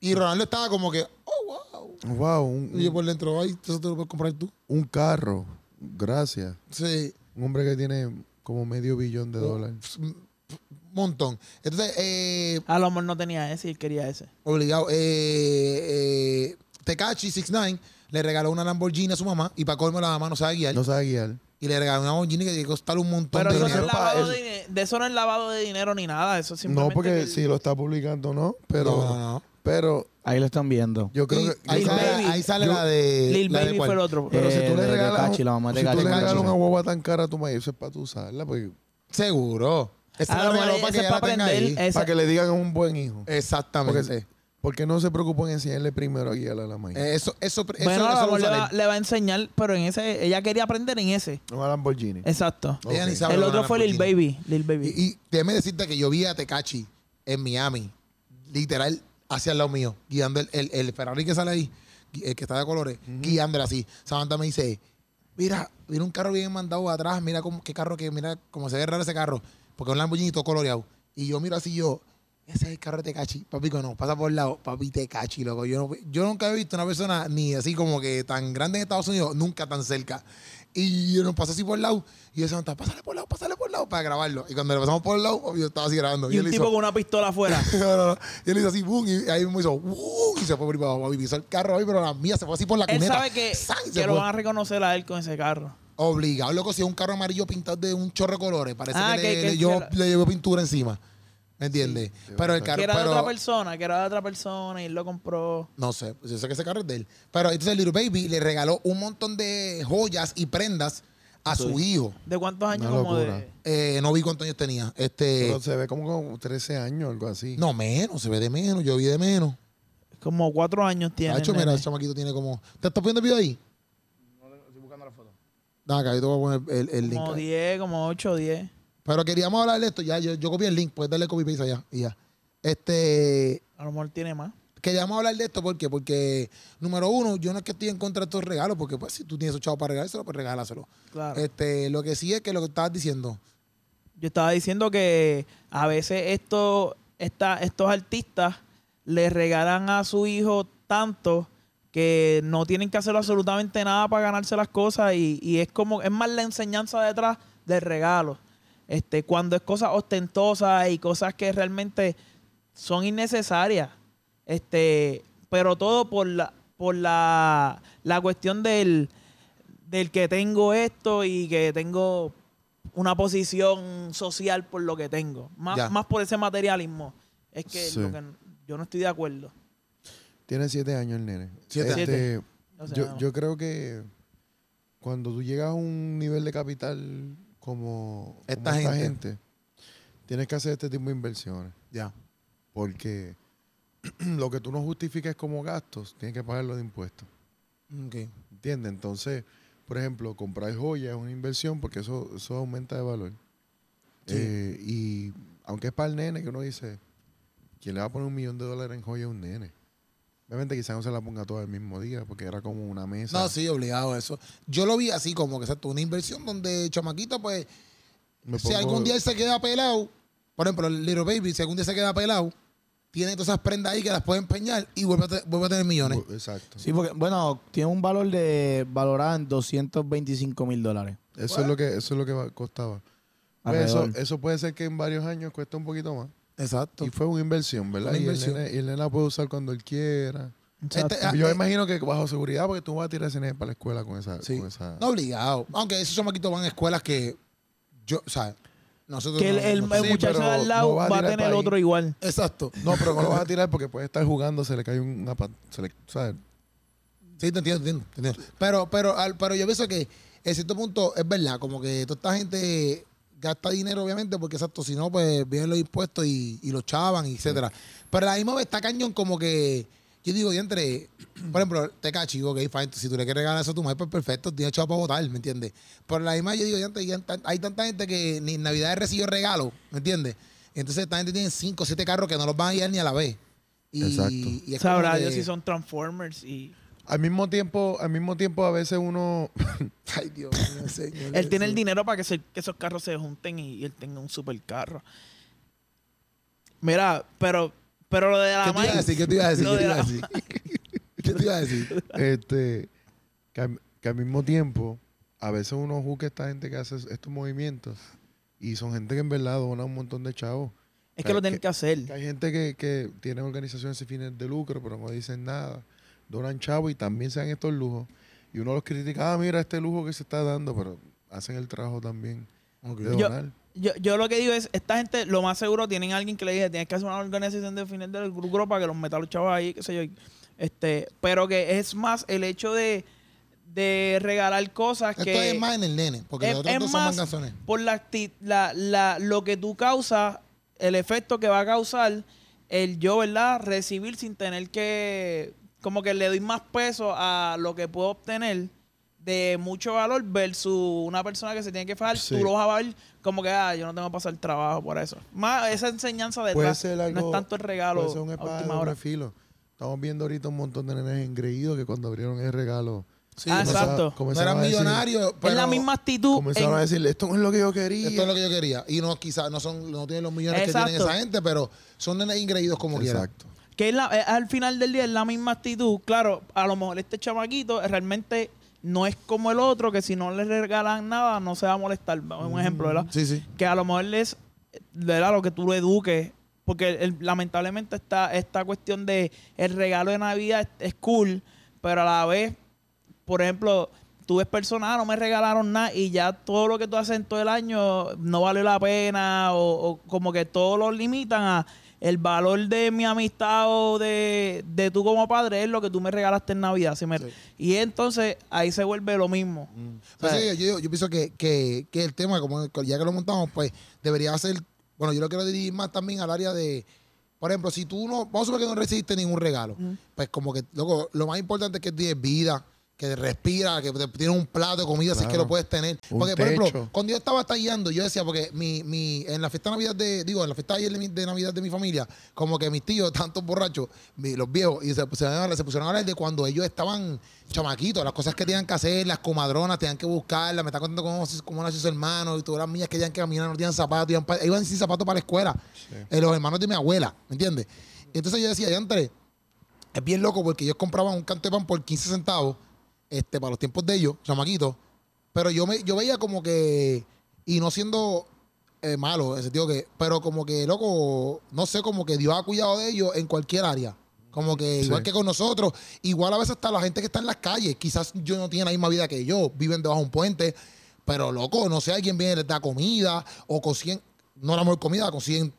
Speaker 1: Y Ronaldo estaba como que, oh, wow.
Speaker 3: gente. Wow, un,
Speaker 1: Y yo por dentro, ay, eso te lo puedes comprar tú.
Speaker 3: un carro. Gracias.
Speaker 1: Sí,
Speaker 3: Un hombre que tiene como medio billón
Speaker 1: Oh.
Speaker 3: de dólares.
Speaker 1: pf, un montón. Entonces, eh,
Speaker 2: A lo mejor no tenía ese y él quería ese.
Speaker 1: obligado. Eh, eh, Tekashi 69 le regaló una Lamborghini a su mamá y para colmo la mamá no sabe guiar.
Speaker 3: No sabe guiar.
Speaker 1: Y le regaló una Lamborghini que costaba un montón
Speaker 2: Pero
Speaker 1: de
Speaker 2: eso no, es
Speaker 1: dinero.
Speaker 3: la-
Speaker 2: lavado
Speaker 3: pa-
Speaker 2: de, dine- de eso no es lavado de dinero ni nada. Eso
Speaker 3: No,
Speaker 2: simplemente
Speaker 3: porque
Speaker 2: que-
Speaker 3: si lo está publicando, no. Pero,
Speaker 1: No, no, no.
Speaker 3: pero
Speaker 4: Ahí lo están viendo.
Speaker 3: yo creo
Speaker 1: Y
Speaker 3: que.
Speaker 1: ahí,
Speaker 2: Lil
Speaker 1: sale,
Speaker 2: Baby.
Speaker 1: ahí sale
Speaker 3: Yo-
Speaker 1: la de.
Speaker 2: Lil
Speaker 1: la de
Speaker 2: Baby
Speaker 1: cuál.
Speaker 2: fue el otro.
Speaker 3: Pero si
Speaker 4: Eh,
Speaker 3: tú
Speaker 4: de-
Speaker 3: le
Speaker 4: de
Speaker 3: regalas,
Speaker 4: Cachi, la mamá
Speaker 3: si
Speaker 4: de
Speaker 3: tú
Speaker 4: Cachi,
Speaker 3: le
Speaker 4: Cachi.
Speaker 3: regalas una guagua tan cara a tu maíz, eso es para tú usarla, pues, porque,
Speaker 1: Seguro. Esa
Speaker 2: a
Speaker 1: la
Speaker 2: lo
Speaker 1: regaló
Speaker 2: mejor
Speaker 1: para
Speaker 2: ese
Speaker 1: que
Speaker 2: es
Speaker 1: ella
Speaker 2: para
Speaker 1: la tenga ahí.
Speaker 2: aprender. ese-
Speaker 3: para que le digan que es un buen hijo.
Speaker 1: Exactamente.
Speaker 3: Porque- Porque no se preocupó en enseñarle primero a guiar a la maíz.
Speaker 1: Eh, Eso, eso, eso,
Speaker 2: bueno,
Speaker 1: eso
Speaker 2: a lo
Speaker 1: lo
Speaker 2: mejor le
Speaker 1: usa
Speaker 2: va,
Speaker 1: él.
Speaker 2: le va a enseñar, pero en ese ella quería aprender en ese.
Speaker 3: Una Lamborghini.
Speaker 2: Exacto.
Speaker 3: Ok.
Speaker 1: Ella ni sabe
Speaker 2: El
Speaker 1: lo que
Speaker 2: otro
Speaker 1: es
Speaker 2: fue Lil
Speaker 1: Lamborghini.
Speaker 2: Baby. Lil Baby.
Speaker 1: Y, y déjame decirte que yo vi a Tecachi en Miami, literal, hacia el lado mío, guiando el, el, el Ferrari que sale ahí, gui- el que está de colores, guiándolo así. Samantha me dice, mira, mira un carro bien mandado atrás, mira cómo, qué carro que, mira cómo se ve raro ese carro, porque es un Lamborghini todo coloreado. Y yo miro así yo, ese es el carro de Tecachi. Papi, no, pasa por el lado, papi, Tecachi, loco. Yo, no- yo nunca he visto una persona ni así como que tan grande en Estados Unidos, nunca tan cerca. Y yo nos pasó así por el lado. Y yo decía, pásale por el lado, pásale por el lado para grabarlo. Y cuando le pasamos por el lado, papi, yo estaba así grabando.
Speaker 2: Y,
Speaker 1: Y, él
Speaker 2: un
Speaker 1: hizo,
Speaker 2: tipo con una pistola afuera.
Speaker 1: no, no, no. Y él hizo así, boom, y ahí mismo hizo, boom, y se fue por ahí para abajo. Y pisó el carro ahí, pero la mía se fue así por la
Speaker 2: él
Speaker 1: cuneta.
Speaker 2: sabe que,
Speaker 1: ¡San! Se
Speaker 2: que lo
Speaker 1: fue.
Speaker 2: van a reconocer a él con ese carro.
Speaker 1: Obligado, loco, si es un carro amarillo pintado de un chorro de colores. Parece
Speaker 2: Ah,
Speaker 1: que,
Speaker 2: que-
Speaker 1: le,
Speaker 2: que-
Speaker 1: le llevó,
Speaker 2: que-
Speaker 1: le llevó pintura encima. ¿Me entiendes? pero el carro.
Speaker 2: que era de
Speaker 1: pero-
Speaker 2: otra persona, que era de otra persona y él lo compró.
Speaker 1: No sé, pues yo sé que ese carro es de él. Pero entonces Little Baby le regaló un montón de joyas y prendas a su hijo.
Speaker 2: ¿De cuántos años?
Speaker 3: Una
Speaker 2: como
Speaker 3: locura.
Speaker 2: de.
Speaker 1: Eh, no vi cuántos años tenía. Este,
Speaker 3: Pero se ve como con 13 años, algo así.
Speaker 1: no, menos, se ve de menos, yo vi de menos.
Speaker 2: Como cuatro años tiene.
Speaker 1: Hacho, mira,
Speaker 2: nene.
Speaker 1: el chamaquito tiene como. ¿Te estás poniendo el video ahí? No, estoy buscando la foto. acá, yo te voy a poner el, el link. eh.
Speaker 2: como diez, como ocho, diez.
Speaker 1: Pero queríamos hablar de esto. Ya, yo, yo copié el link, puedes darle copy paste allá. Y ya. Este.
Speaker 2: A lo mejor tiene más.
Speaker 1: Queríamos hablar de esto porque, porque, número uno, yo no es que estoy en contra de estos regalos, porque pues si tú tienes esos chavos para regalárselo, pues regálaselo.
Speaker 2: Claro.
Speaker 1: Este, lo que sí es que lo que estabas diciendo,
Speaker 2: Yo estaba diciendo que a veces esto, esta, estos artistas le regalan a su hijo tanto que no tienen que hacer absolutamente nada para ganarse las cosas y, y es como es más la enseñanza detrás del regalo. Este, cuando es cosas ostentosas y cosas que realmente son innecesarias. Este, pero todo por la por la, la cuestión del del que tengo esto y que tengo una posición social por lo que tengo. Más,
Speaker 1: Ya.
Speaker 2: más por ese materialismo. Es que
Speaker 3: Sí.
Speaker 2: lo que- Yo no estoy de acuerdo.
Speaker 3: Tiene siete años el nene.
Speaker 6: Siete.
Speaker 3: Este,
Speaker 2: Siete. O sea,
Speaker 3: yo, yo creo que cuando tú llegas a un nivel de capital como como
Speaker 6: Esta gente.
Speaker 3: tienes que hacer este tipo de inversiones.
Speaker 6: Ya.
Speaker 3: Porque lo que tú no justifiques como gastos, tienes que pagarlo de impuestos.
Speaker 6: Ok.
Speaker 3: ¿Entiendes? Entonces, por ejemplo, comprar joyas es una inversión porque eso, eso aumenta de valor. Eh, y aunque es para el nene, que uno dice, ¿quién le va a poner un millón de dólares en joyas a un nene? Obviamente quizás no se la ponga toda el mismo día porque era como una mesa.
Speaker 1: No, sí, obligado eso. Yo lo vi así como que exacto, una inversión donde chamaquito, pues,
Speaker 3: Me
Speaker 1: si
Speaker 3: pongo-
Speaker 1: algún día él se queda pelado, por ejemplo, el Little Baby, si algún día se queda pelado, tiene todas esas prendas ahí que las puede empeñar y vuelve a, te- vuelve a tener millones.
Speaker 3: Exacto.
Speaker 4: Sí, porque, bueno, tiene un valor de valorado en 225 mil dólares.
Speaker 3: Eso, es lo que, eso es lo que va- costaba. Pues eso,
Speaker 4: Alrededor.
Speaker 3: eso puede ser que en varios años cueste un poquito más.
Speaker 1: Exacto.
Speaker 3: Y fue una inversión, ¿verdad?
Speaker 1: Una
Speaker 3: Y el
Speaker 1: inversión.
Speaker 3: nene- Y, el nene, la puede usar cuando él quiera.
Speaker 2: exacto.
Speaker 1: Este- Ah,
Speaker 3: Yo
Speaker 1: eh.
Speaker 3: imagino que bajo seguridad porque tú vas a tirar ese nene para la escuela con esa...
Speaker 1: Sí.
Speaker 3: con esa-
Speaker 1: No obligado. Aunque esos chamaquitos van a escuelas que yo, o sea, nosotros.
Speaker 2: que el,
Speaker 1: no-
Speaker 2: el-
Speaker 1: no-
Speaker 2: el
Speaker 3: sí,
Speaker 2: muchacho
Speaker 3: pero
Speaker 2: de al lado
Speaker 3: no va a
Speaker 2: va a
Speaker 3: tirar
Speaker 2: tener
Speaker 3: pa' ahí.
Speaker 2: otro igual.
Speaker 1: Exacto.
Speaker 3: No, pero no lo vas a tirar porque puede estar jugando, se le cae una pat- se le, ¿sabes?
Speaker 1: Sí, te entiendo, te entiendo, te entiendo. Pero, pero, al- pero yo pienso que en cierto punto es verdad, como que toda esta gente gasta dinero, obviamente, porque exacto, si no, pues vienen los impuestos y, y los chavan, etcétera. Pero a la misma vez está cañón como que, yo digo, y entre, por ejemplo, te cachi, ok, fine, si tú le quieres regalar eso a tu mujer, pues perfecto, tienes chavo para votar, ¿me entiendes? Pero a la misma vez yo digo, y entre, y hay tan- hay tanta gente que ni en Navidad recibió regalo, ¿me entiendes? Entonces esta gente tiene cinco o siete carros que no los van a guiar ni a la vez. Y,
Speaker 3: Exacto.
Speaker 1: y es como
Speaker 2: Sabrá
Speaker 1: que-
Speaker 2: Dios si son Transformers y...
Speaker 3: Al mismo tiempo, al mismo tiempo a veces uno
Speaker 1: Ay, Dios mío, señor.
Speaker 2: Él tiene el dinero para que, se- que esos carros se junten y, y él tenga un supercarro. Mira, pero, pero lo de la
Speaker 1: ¿Qué te iba a
Speaker 2: Mike-
Speaker 1: decir? ¿Qué te iba a decir?
Speaker 2: Lo
Speaker 1: ¿Qué te
Speaker 2: de
Speaker 1: iba a
Speaker 2: la-
Speaker 1: decir? ¿Qué te iba a decir?
Speaker 3: este que, al- que al mismo tiempo a veces uno juzga a esta gente que hace estos movimientos y son gente que en verdad dona un montón de chavos.
Speaker 2: es que lo tienen que hacer.
Speaker 3: Que hay gente que, que tiene organizaciones sin fines de lucro, pero no dicen nada. Donan chavos y también se dan estos lujos. Y uno los critica, ah, mira este lujo que se está dando, pero hacen el trabajo también de
Speaker 2: Yo-
Speaker 3: donar.
Speaker 2: Yo, yo lo que digo es, esta gente lo más seguro tienen a alguien que le diga, tienes que hacer una organización de fines del grupo para que los meta a los chavos ahí, qué sé yo. Este, pero que es más el hecho de, de regalar cosas
Speaker 1: Esto
Speaker 2: que
Speaker 1: es más en el nene, porque
Speaker 2: es-
Speaker 1: los otros
Speaker 2: es
Speaker 1: dos son
Speaker 2: más-
Speaker 1: mangazones.
Speaker 2: por la, acti- la, la- lo que tú causas, el efecto que va a causar el yo, ¿verdad? Recibir sin tener que, como que le doy más peso a lo que puedo obtener de mucho valor versus una persona que se tiene que fajar,
Speaker 3: Sí.
Speaker 2: tú lo vas a ver como que, ah, yo no tengo que pasar trabajo por eso. Más esa enseñanza detrás,
Speaker 3: Puede ser algo-
Speaker 2: no es tanto el regalo
Speaker 3: Puede ser un
Speaker 2: a
Speaker 3: espada de
Speaker 2: última
Speaker 3: doble
Speaker 2: hora.
Speaker 3: filo. Estamos viendo ahorita un montón de nenes engreídos que cuando abrieron el regalo.
Speaker 1: Sí,
Speaker 2: Ah,
Speaker 1: no,
Speaker 2: exacto.
Speaker 1: no eran
Speaker 3: a decir-
Speaker 1: millonarios, pero
Speaker 2: es la misma actitud.
Speaker 3: Comenzaron
Speaker 2: en-
Speaker 3: a decirle, esto no es lo que yo quería.
Speaker 1: Esto es lo que yo quería. Y no, quizás no son, no tienen los millones
Speaker 2: Exacto.
Speaker 1: que tienen esa gente, pero son nenes ingreídos como quieran.
Speaker 3: Exacto.
Speaker 2: Que es la- eh, al final del día es la misma actitud. Claro, a lo mejor este chamaquito realmente no es como el otro, que si no le regalan nada no se va a molestar. Vamos a Un ejemplo, ¿verdad?
Speaker 1: Sí, sí.
Speaker 2: Que a lo mejor es, eh, ¿verdad? Lo que tú lo eduques. Porque el- lamentablemente está esta cuestión de el regalo de Navidad es, es cool, pero a la vez, por ejemplo, tú ves personas, "Ah, no me regalaron nada y ya todo lo que tú haces en todo el año no vale la pena o, o como que todos lo limitan a el valor de mi amistad o de, de tú como padre es lo que tú me regalaste en Navidad. si me- Y entonces ahí se vuelve lo mismo.
Speaker 1: Pues
Speaker 2: O sea,
Speaker 1: sí, yo, yo- yo pienso que, que- que el tema, como que ya que lo montamos, pues debería ser. Bueno, yo lo quiero dirigir más también al área de. Por ejemplo, si tú no. Vamos a suponer que no recibiste ningún regalo. Pues como que, loco, lo más importante es que tienes vida, que respira, que te- tienes un plato de comida, si es que
Speaker 3: Claro.
Speaker 1: lo puedes tener.
Speaker 3: Un
Speaker 1: Porque, por
Speaker 3: techo.
Speaker 1: ejemplo, cuando yo estaba guiando, yo decía, porque mi, mi, en la fiesta de Navidad de, digo, en la fiesta de, ayer de mi- de Navidad de mi familia, como que mis tíos, tantos borrachos, mi- los viejos, y se pusieron, a hablar- se pusieron a hablar de cuando ellos estaban chamaquitos, las cosas que tenían que hacer, las comadronas, tenían que buscarlas, me están contando cómo, cómo nació su hermano, y todas las mías que tenían que caminar, no tenían zapatos, iban, pa- iban sin zapatos para la escuela, Eh, los hermanos de mi abuela, ¿me entiendes? Entonces yo decía, ya entre, es bien loco porque ellos compraban un canto de pan por 15 centavos este, para los tiempos de ellos, chamaquitos. Pero yo, me, yo veía como que, y no siendo eh, malo, en el sentido que, pero como que, loco, no sé, como que Dios ha cuidado de ellos en cualquier área. Como que igual
Speaker 3: Sí.
Speaker 1: que con nosotros, igual a veces hasta la gente que está en las calles, quizás yo no tiene la misma vida que yo, viven debajo de un puente, pero loco, no sé, alguien viene y les da comida o consiguen, no la mejor comida, consiguen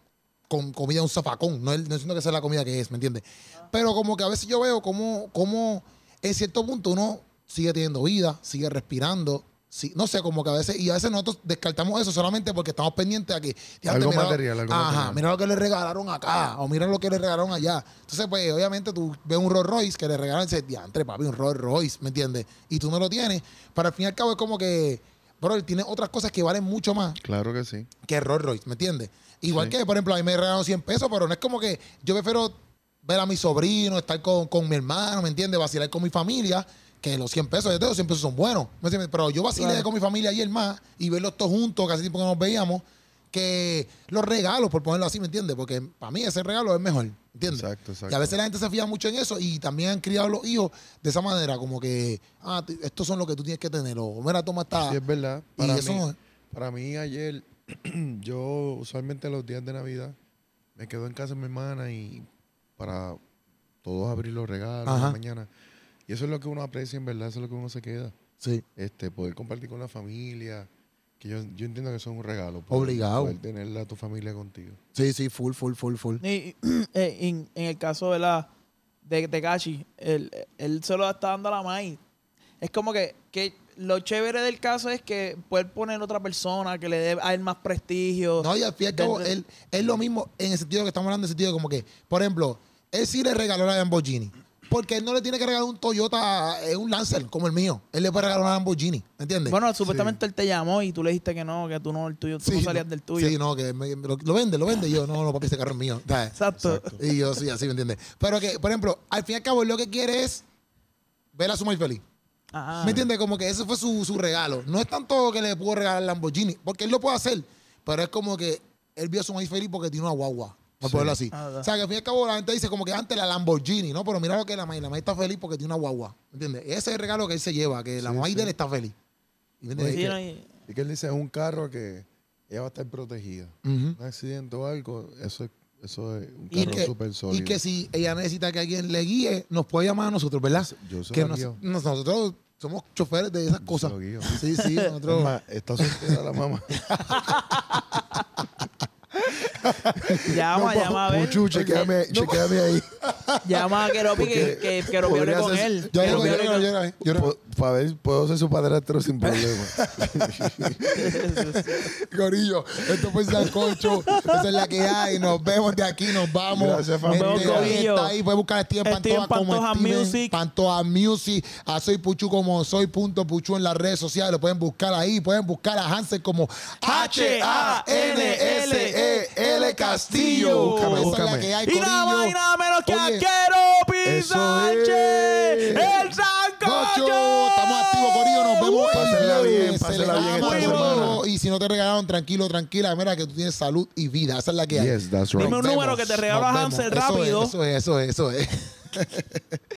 Speaker 1: con comida de un zafacón. No, es- no siento que sea la comida que es, ¿me entiendes? Pero como que a veces yo veo como, como en cierto punto uno sigue teniendo vida, sigue respirando. sí, no sé, como que a veces, y a veces nosotros descartamos eso solamente porque estamos pendientes a que. "Diantre,
Speaker 3: Algo
Speaker 1: mira-
Speaker 3: material, algo
Speaker 1: Ajá,
Speaker 3: material".
Speaker 1: mira lo que le regalaron acá, o mira lo que le regalaron allá. Entonces, pues, obviamente tú ves un Rolls Royce que le regalan y dices, diantre, papi, un Rolls Royce, ¿me entiendes? Y tú no lo tienes. Pero al fin y al cabo es como que, bro, él tiene otras cosas que valen mucho más
Speaker 3: Claro que sí.
Speaker 1: que Rolls Royce, ¿me entiendes? Igual
Speaker 3: Sí.
Speaker 1: que, por ejemplo, a mí me regalaron 100 pesos, pero no es como que yo prefiero ver a mi sobrino, estar con, con mi hermano, ¿me entiendes? Vacilar con mi familia, que los 100 pesos, yo te digo, 100 pesos son buenos. ¿me entiendes? Pero yo vacilé
Speaker 2: Claro.
Speaker 1: con mi familia ayer más y verlos todos juntos, casi tiempo que no nos veíamos, que los regalos, por ponerlo así, ¿me entiendes? Porque para mí ese regalo es mejor, ¿entiendes?
Speaker 3: Exacto, exacto.
Speaker 1: Y a veces la gente se fija mucho en eso y también han criado los hijos de esa manera, como que, ah, t- estos son los que tú tienes que tener, o mira, toma esta...
Speaker 3: Sí, es verdad.
Speaker 1: Y
Speaker 3: Para,
Speaker 1: eso
Speaker 3: mí,
Speaker 1: no es-
Speaker 3: para mí ayer, yo usualmente los días de Navidad me quedo en casa de mi hermana y para todos abrir los regalos en
Speaker 1: Ajá.
Speaker 3: la mañana. Y eso es lo que uno aprecia, en verdad, eso es lo que uno se queda.
Speaker 1: Sí.
Speaker 3: Este, poder compartir con la familia, que yo, yo entiendo que eso es un regalo.
Speaker 1: Obligado.
Speaker 3: Poder tener a tu familia contigo.
Speaker 1: Sí, sí, full, full, full, full.
Speaker 2: Y, eh, en, en el caso de la de Tekashi, él, él se lo está dando a la Mai. Es como que, que lo chévere del caso es que poder poner otra persona que le dé a él más prestigio.
Speaker 1: No, y al fin y al cabo,
Speaker 2: Del-
Speaker 1: él, es lo mismo en el sentido que estamos hablando, en el sentido como que, por ejemplo, él sí le regaló la Lamborghini. Porque él no le tiene que regalar un Toyota, eh, un Lancer como el mío. Él le puede regalar una Lamborghini, ¿entiendes?
Speaker 2: bueno, supuestamente él te llamó y tú le dijiste que no, que tú no, el tuyo, tú no salías
Speaker 1: no,
Speaker 2: del tuyo.
Speaker 1: Sí, no, que me- me lo, lo vende, lo vende. Y yo, no, no, papi, ese carro es mío. ¿sabes?
Speaker 2: Exacto.
Speaker 1: Y yo sí, así, ¿me entiendes? Pero que, por ejemplo, al fin y al cabo, él lo que quiere es ver a su muy feliz.
Speaker 2: Ajá.
Speaker 1: ¿Me entiendes? Como que ese fue su, su regalo. No es tanto que le pudo regalar Lamborghini, porque él lo puede hacer, pero es como que él vio a su maíz feliz porque tiene una guagua. Por
Speaker 3: Sí.
Speaker 1: ponerlo así.
Speaker 2: Ah,
Speaker 1: o sea, que al fin y al cabo la gente dice como que antes la Lamborghini, ¿no? Pero mira lo que es la maíz. La maíz está feliz porque tiene una guagua. ¿Me entiendes? Ese es el regalo que él se lleva, que la
Speaker 3: Sí,
Speaker 1: maíz
Speaker 3: sí.
Speaker 1: de él está feliz. ¿Me entiendes?
Speaker 2: Pues
Speaker 1: Eh,
Speaker 2: Sí, no, y-
Speaker 3: Y que él dice, es un carro que ella va a estar protegida.
Speaker 1: Ujú.
Speaker 3: Un accidente o algo, eso es, eso es un
Speaker 1: Y
Speaker 3: carro
Speaker 1: que,
Speaker 3: súper
Speaker 1: y
Speaker 3: sólido.
Speaker 1: que si ella necesita que alguien le guíe, nos puede llamar a nosotros, ¿verdad?
Speaker 3: Yo se
Speaker 1: Que
Speaker 3: lo
Speaker 1: nos-
Speaker 3: guío.
Speaker 1: nos- nosotros somos choferes de esas
Speaker 3: Yo
Speaker 1: cosas.
Speaker 3: se lo guío.
Speaker 1: Sí, sí, nosotros.
Speaker 3: Es más, está soltera la mamá.
Speaker 2: Llama, llama a ver.
Speaker 3: Puchu, chequeame, chequeame ahí.
Speaker 2: Llama a Keropi que, que Keropi hable
Speaker 3: podría
Speaker 2: con
Speaker 3: ser-
Speaker 2: él.
Speaker 1: Yo
Speaker 2: Que
Speaker 1: hablo con
Speaker 2: Keropi hable
Speaker 1: yo, yo,
Speaker 2: con-
Speaker 1: yo, yo, yo-
Speaker 3: Po- pa' ver, puedo ser su padrastro sin problema.
Speaker 1: Corillo, esto fue Sancocho. Esa es la que hay. Nos vemos de aquí, nos vamos.
Speaker 3: Gracias, familia.
Speaker 1: Este,
Speaker 2: Nos vemos,
Speaker 1: ahí
Speaker 2: Corillo.
Speaker 1: está ahí. Puedes buscar a Steven
Speaker 2: Steven
Speaker 1: Pantoja como
Speaker 2: Pantoja
Speaker 1: Steven
Speaker 2: Music.
Speaker 1: Pantoja Music. A Soy Puchu como Soy Punto Puchu en las redes sociales. Lo pueden buscar ahí. Pueden buscar a Hansen como H-A-N-S-E-L E Castillo.
Speaker 2: Búscame,
Speaker 1: Esa es la
Speaker 3: búscame.
Speaker 1: que hay,
Speaker 2: Y nada más y
Speaker 1: Corillo.
Speaker 2: nada menos que
Speaker 1: Oye,
Speaker 2: a Keropi
Speaker 3: eso
Speaker 2: Sánchez.
Speaker 3: es.
Speaker 2: El
Speaker 1: Sancocho.
Speaker 2: Sancocho.
Speaker 1: Estamos activos, Corillo. Nos vemos. pues. el
Speaker 3: Pásenla bien,
Speaker 1: lunes. Se
Speaker 3: pásenla
Speaker 1: les
Speaker 3: bien
Speaker 1: ama,
Speaker 2: esta
Speaker 1: hermano.
Speaker 3: semana.
Speaker 1: Y si no te regalaron, tranquilo, tranquila. Mira que tú tienes salud y vida. Esa es la que hay.
Speaker 3: Yes, that's right.
Speaker 2: Dime un
Speaker 1: Nos
Speaker 2: número que te regalo
Speaker 1: nos
Speaker 2: a
Speaker 1: vemos.
Speaker 2: Hansel
Speaker 1: Eso es,
Speaker 2: rápido.
Speaker 1: Eso es, eso es, eso es.